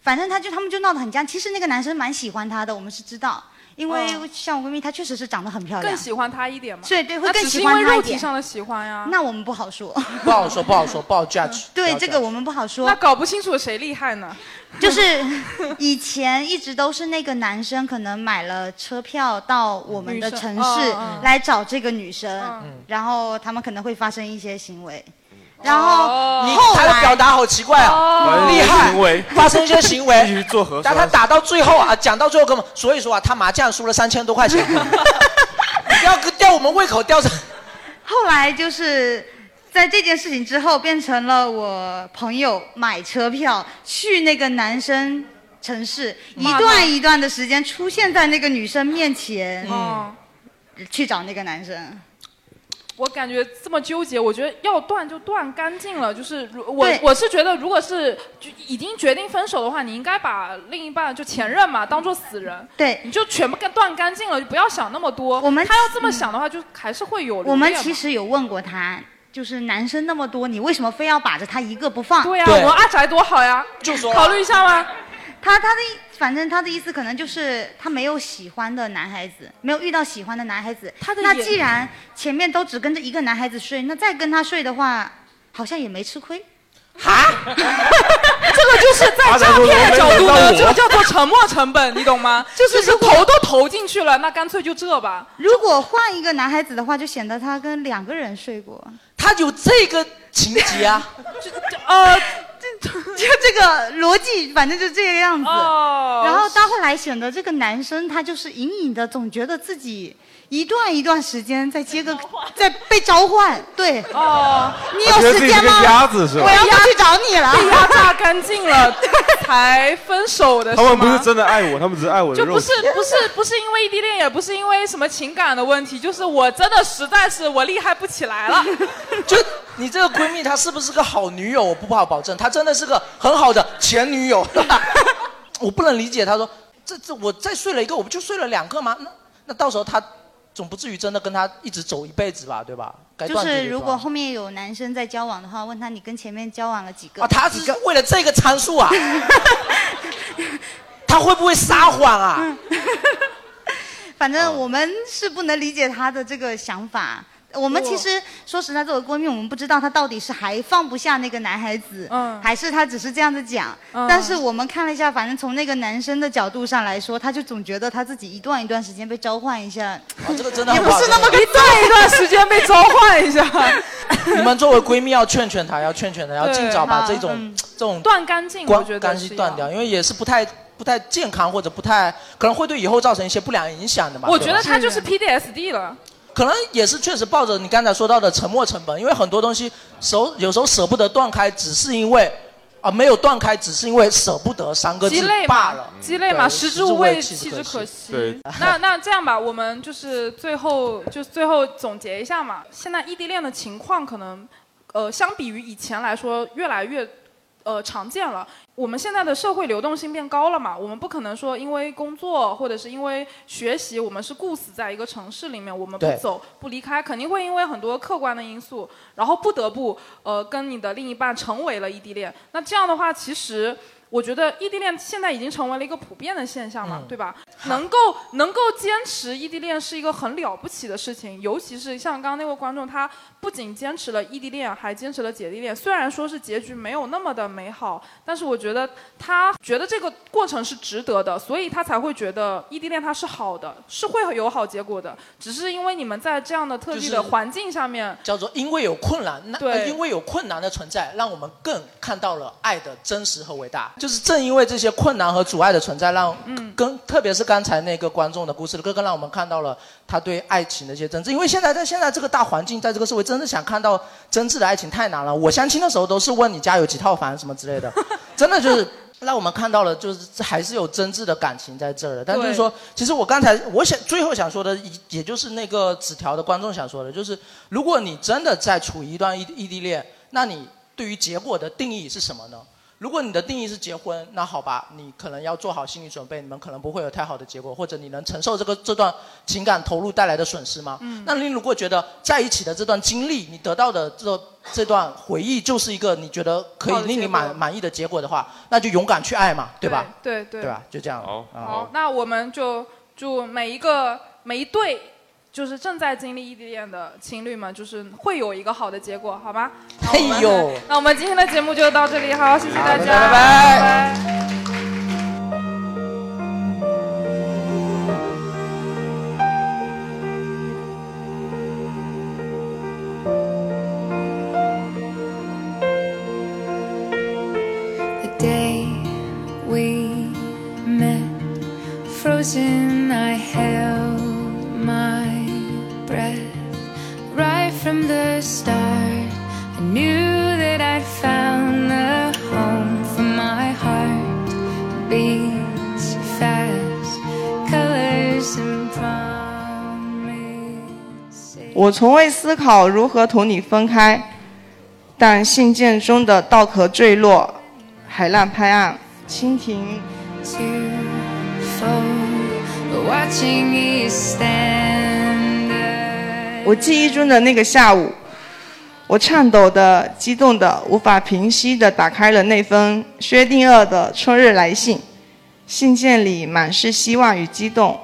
[SPEAKER 10] 反正他就他们就闹得很僵。其实那个男生蛮喜欢她的，我们是知道，因为像我闺蜜，她确实是长得很漂
[SPEAKER 3] 嗯
[SPEAKER 10] 亮，
[SPEAKER 3] 更喜欢他一点嘛？
[SPEAKER 10] 对对会
[SPEAKER 3] 那
[SPEAKER 10] 更
[SPEAKER 3] 只是
[SPEAKER 10] 喜
[SPEAKER 3] 因
[SPEAKER 10] 欢
[SPEAKER 3] 为
[SPEAKER 10] 他一
[SPEAKER 3] 肉体
[SPEAKER 10] 点
[SPEAKER 3] 上的喜欢啊呀。
[SPEAKER 10] 那我们不 好说。
[SPEAKER 4] 不好说，不好说，不好 judge。
[SPEAKER 10] 对这个我们不好说。
[SPEAKER 3] 那搞不清楚谁厉害呢？
[SPEAKER 10] 就是 以前一直都是那个男生可能买了车票到我们的
[SPEAKER 3] 女生
[SPEAKER 10] 城
[SPEAKER 3] 嗯
[SPEAKER 10] 市
[SPEAKER 3] 嗯
[SPEAKER 10] 来找这个女生，
[SPEAKER 3] 嗯
[SPEAKER 10] 然后他们可能会发生一些行为，然
[SPEAKER 3] 哦
[SPEAKER 10] 后
[SPEAKER 4] 你
[SPEAKER 10] 后
[SPEAKER 4] 他的
[SPEAKER 10] 来
[SPEAKER 4] 表达好奇怪啊，
[SPEAKER 10] 哦
[SPEAKER 4] 厉害
[SPEAKER 10] 行为，
[SPEAKER 4] 发生一些行为，
[SPEAKER 5] 必须做核酸
[SPEAKER 4] 但他打到最后啊，讲到最后根本，所以说啊，他麻将输了三千多块 钱，吊吊我们胃口吊着。
[SPEAKER 10] 后来就是在这件事情之后，变成了我朋友买车票去那个男生城市，一
[SPEAKER 3] 妈妈
[SPEAKER 10] 段一段的时间出现在那个女生面前，
[SPEAKER 3] 嗯
[SPEAKER 10] 去找那个男生。
[SPEAKER 3] 我感觉这么纠结，我觉得要断就断干净了。就是如我
[SPEAKER 10] 对
[SPEAKER 3] 我是觉得，如果是就已经决定分手的话，你应该把另一半就前任嘛当做死人，
[SPEAKER 10] 对，
[SPEAKER 3] 你就全部干断干净了，就不要想那么多。我们他要这么想的话，就还是会有
[SPEAKER 10] 我
[SPEAKER 3] 留
[SPEAKER 10] 们
[SPEAKER 3] 恋嘛
[SPEAKER 10] 其实有问过他，就是男生那么多，你为什么非要把着他一个不放？对
[SPEAKER 3] 呀对我们阿宅多好呀就说啊考虑一下吗？
[SPEAKER 10] 他他的意反正他的意思可能就是他没有喜欢的男孩子，没有遇到喜欢的男孩子。
[SPEAKER 3] 的
[SPEAKER 10] 那
[SPEAKER 3] 眼
[SPEAKER 10] 既然前面都只跟着一个男孩子睡，那再跟他睡的话，好像也没吃亏。
[SPEAKER 3] 这个就是在诈骗的角度
[SPEAKER 10] 阿宅说我没
[SPEAKER 3] 呢，
[SPEAKER 10] 遇
[SPEAKER 3] 这个
[SPEAKER 10] 到我
[SPEAKER 3] 叫做沉没成本，你懂 吗？就是投都投进去了，那干脆就这吧。
[SPEAKER 10] 如果换一个男孩子的话，就显得他跟两个人睡过。
[SPEAKER 4] 他有这个情节啊，
[SPEAKER 3] 呃，
[SPEAKER 10] 就这个逻辑，反正就这个样子。
[SPEAKER 3] 哦
[SPEAKER 10] 然后到后来显得这个男生他就是隐隐的总觉得自己一段一段时间在接个在被召唤，对。
[SPEAKER 3] 哦，
[SPEAKER 10] 你有时间吗？我要不去找你了。
[SPEAKER 3] 被压榨干净了 才分手的，
[SPEAKER 5] 他们不
[SPEAKER 3] 吗
[SPEAKER 5] 是真的爱我，他们只是爱我的
[SPEAKER 3] 就
[SPEAKER 5] 肉
[SPEAKER 3] 不
[SPEAKER 5] 体。
[SPEAKER 3] 是不是不是因为异地恋，也不是因为什么情感的问题，就是我真的实在是我厉害不起来了。
[SPEAKER 4] 就你这个闺蜜她是不是个好女友？我不好保证，她真的是个很好的前女友。 我不能理解，她说这这我再睡了一个，我不就睡了两个吗？那那到时候她总不至于真的跟她一直走一辈子吧，对吧？该
[SPEAKER 10] 就
[SPEAKER 4] 断绝
[SPEAKER 10] 是
[SPEAKER 4] 对
[SPEAKER 10] 如
[SPEAKER 4] 方
[SPEAKER 10] 果后面有男生在交往的话，问他你跟前面交往了几个？
[SPEAKER 4] 啊，她是为了这个参 数啊，她会不会撒谎
[SPEAKER 10] 嗯
[SPEAKER 4] 啊？
[SPEAKER 10] 反正我们是不能理解他的这个想法。我们其实说实在，作为闺蜜，我们不知道她到底是还放不下那个男孩子，还是她只是这样子讲。
[SPEAKER 14] 嗯
[SPEAKER 10] 但是我们看了一下，反正从那个男生的角度上来说，他就总觉得他自己一段一段时间被召唤一下，
[SPEAKER 4] 啊这个真的
[SPEAKER 10] 也
[SPEAKER 4] 很
[SPEAKER 10] 不
[SPEAKER 4] 好
[SPEAKER 10] 是那么
[SPEAKER 4] 真的
[SPEAKER 10] 一段一段时间被召唤一下
[SPEAKER 4] 你们作为闺蜜要劝劝她，要劝劝她，要
[SPEAKER 3] 对
[SPEAKER 4] 尽早把
[SPEAKER 3] 啊
[SPEAKER 4] 这种、
[SPEAKER 3] 嗯
[SPEAKER 4] 这种
[SPEAKER 3] 断干净，我
[SPEAKER 4] 关
[SPEAKER 3] 觉得
[SPEAKER 4] 关
[SPEAKER 3] 是
[SPEAKER 4] 系
[SPEAKER 3] 要
[SPEAKER 4] 断掉，因为也是不太不太健康，或者不太可能会对以后造成一些不良影响的嘛。
[SPEAKER 3] 我
[SPEAKER 4] 对
[SPEAKER 3] 觉
[SPEAKER 4] 吧
[SPEAKER 3] 得他就是 PDSD 了。
[SPEAKER 4] 可能也是确实抱着你刚才说到的沉没成本，因为很多东西舍有时候舍不得断开，只是因为啊没有断开，只是因为舍不得三个
[SPEAKER 3] 鸡
[SPEAKER 4] 字
[SPEAKER 3] 肋
[SPEAKER 4] 罢
[SPEAKER 3] 嘛
[SPEAKER 4] 了。，
[SPEAKER 3] 鸡肋嘛，
[SPEAKER 4] 对
[SPEAKER 3] 食
[SPEAKER 4] 食
[SPEAKER 3] 之
[SPEAKER 4] 之
[SPEAKER 3] 无
[SPEAKER 4] 无
[SPEAKER 3] 味，
[SPEAKER 4] 味
[SPEAKER 3] 弃
[SPEAKER 4] 弃
[SPEAKER 3] 之
[SPEAKER 4] 之
[SPEAKER 3] 可
[SPEAKER 4] 可
[SPEAKER 3] 惜
[SPEAKER 4] 惜。对
[SPEAKER 3] 那那这样吧，我们就是最后就是最后总结一下嘛。现在异地恋的情况可能，呃，相比于以前来说，越来越。呃，常见了。我们现在的社会流动性变高了嘛，我们不可能说因为工作或者是因为学习，我们是固死在一个城市里面，我们不
[SPEAKER 16] 对
[SPEAKER 3] 走不离开，肯定会因为很多客观的因素，然后不得不呃跟你的另一半成为了异地恋。那这样的话，其实我觉得异地恋现在已经成为了一个普遍的现象嘛，
[SPEAKER 16] 嗯
[SPEAKER 3] 对吧？能够能够坚持异地恋是一个很了不起的事情，尤其是像刚刚那位观众，他不仅坚持了异地恋，还坚持了姐弟恋。虽然说是结局没有那么的美好，但是我觉得他觉得这个过程是值得的，所以他才会觉得异地恋它是好的，是会有好结果的。只是因为你们在这样的特
[SPEAKER 4] 就
[SPEAKER 3] 地
[SPEAKER 4] 是
[SPEAKER 3] 的环境下面，
[SPEAKER 4] 叫做因为有困难，那
[SPEAKER 3] 对
[SPEAKER 4] 呃因为有困难的存在，让我们更看到了爱的真实和伟大。就是正因为这些困难和阻碍的存在，让跟特别是刚才那个观众的故事，更更让我们看到了他对爱情的一些真挚。因为现在在现在这个大环境，在这个社会，真的想看到真挚的爱情太难了。我相亲的时候都是问你家有几套房什么之类的，真的就是。让我们看到了，就是还是有真挚的感情在这儿的。但就是说
[SPEAKER 3] 对，
[SPEAKER 4] 其实我刚才我想最后想说的，也也就是那个纸条的观众想说的，就是如果你真的在处于一段异异地恋，那你对于结果的定义是什么呢？如果你的定义是结婚，那好吧，你可能要做好心理准备，你们可能不会有太好的结果，或者你能承受这个这段情感投入带来的损失吗？
[SPEAKER 3] 嗯
[SPEAKER 4] 那你如果觉得在一起的这段经历，你得到的这这段回忆就是一个你觉得可
[SPEAKER 3] 好
[SPEAKER 4] 以
[SPEAKER 3] 的
[SPEAKER 4] 令
[SPEAKER 3] 结
[SPEAKER 4] 你
[SPEAKER 3] 果
[SPEAKER 4] 满满意的结果的话，那就勇敢去爱嘛，对吧？
[SPEAKER 3] 对对
[SPEAKER 4] 对吧？就这样。嗯好，
[SPEAKER 3] 好，那我们就祝每一个每一对就是正在经历异地恋的情侣们，就是会有一个好的结果，好吗？
[SPEAKER 4] 哎呦，
[SPEAKER 3] 那我们今天的节目就到这里，好，谢谢大家，
[SPEAKER 4] 拜拜
[SPEAKER 3] 拜拜
[SPEAKER 16] The day we met, frozen, I held my breath. Right from the start, I knew that I'd found the home for my heart. Beats fast, colors and promises.
[SPEAKER 15] 我从未思考如何同你分开，但信件中的稻壳坠落，海浪拍岸，蜻蜓。
[SPEAKER 16] to fold, but watching you stand there.
[SPEAKER 15] 我记忆中的那个下午，我颤抖的、激动的、无法平息的打开了那封薛定谔的春日来信，信件里满是希望与激动，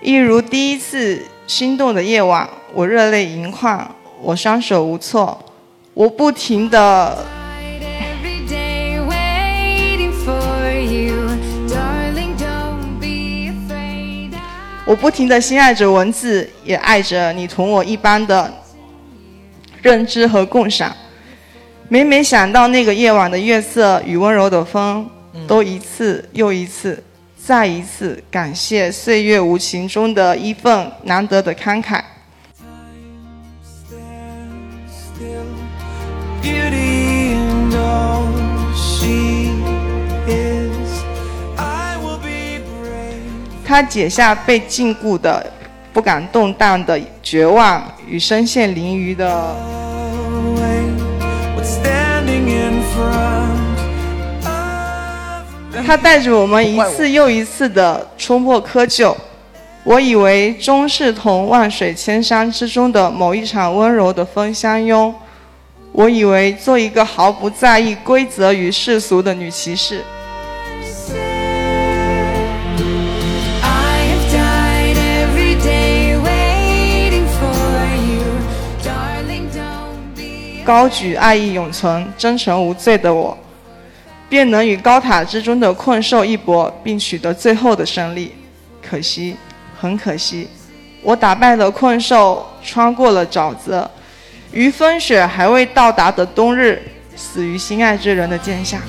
[SPEAKER 15] 一如第一次心动的夜晚，我热泪盈眶，我双手无措，我不停的
[SPEAKER 16] every day waiting for you. Darling, don't be afraid.
[SPEAKER 15] 我不停地心爱着文字，也爱着你同我一般的认知和共赏。每每想到那个夜晚的月色与温柔的风，都一次又一次，再一次感谢岁月无情中的一份难得的慷慨。
[SPEAKER 11] beauty and all she is. I will be brave.
[SPEAKER 15] 他解下被禁锢的、不敢动荡的绝望与深陷囹圄的。
[SPEAKER 11] away. standing in front
[SPEAKER 15] 他带着我们一次又一次的冲破窠臼。我以为终是同万水千山之中的某一场温柔的风相拥，我以为做一个毫不在意规则与世俗的女骑士。
[SPEAKER 16] I have died every day waiting for you, darling. Don't
[SPEAKER 15] 高举爱意永存、真诚无罪的我，便能与高塔之中的困兽一搏，并取得最后的胜利。可惜，很可惜，我打败了困兽，穿过了沼泽，于风雪还未到达的冬日，死于心爱之人的剑下。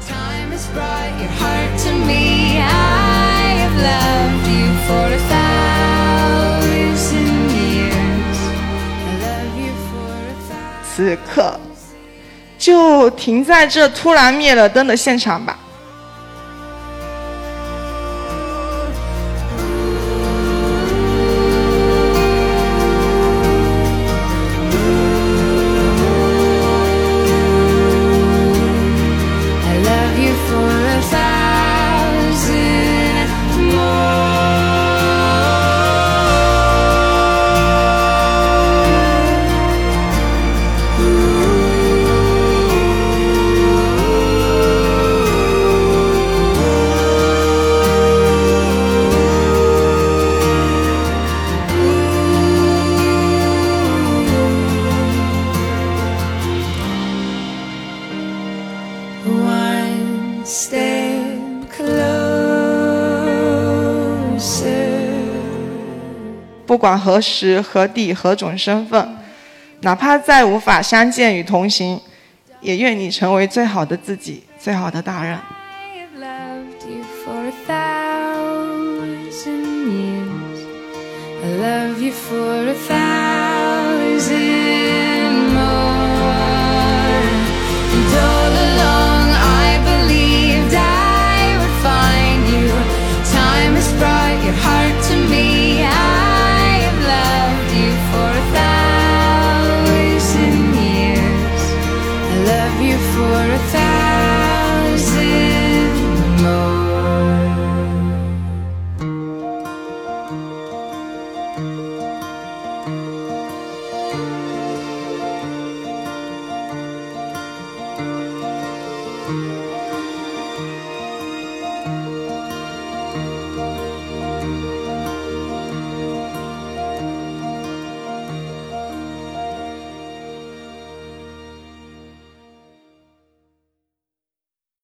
[SPEAKER 16] time has brought your heart to me. I have loved you for a thousand years. I love you for a
[SPEAKER 15] 此刻，就停在这突然灭了灯的现场吧。
[SPEAKER 16] I love you for a thousand more. One step closer.
[SPEAKER 15] 不管何时何地何种身份，哪怕再无法相见与同行，也愿你成为最好的自己，最好的大人。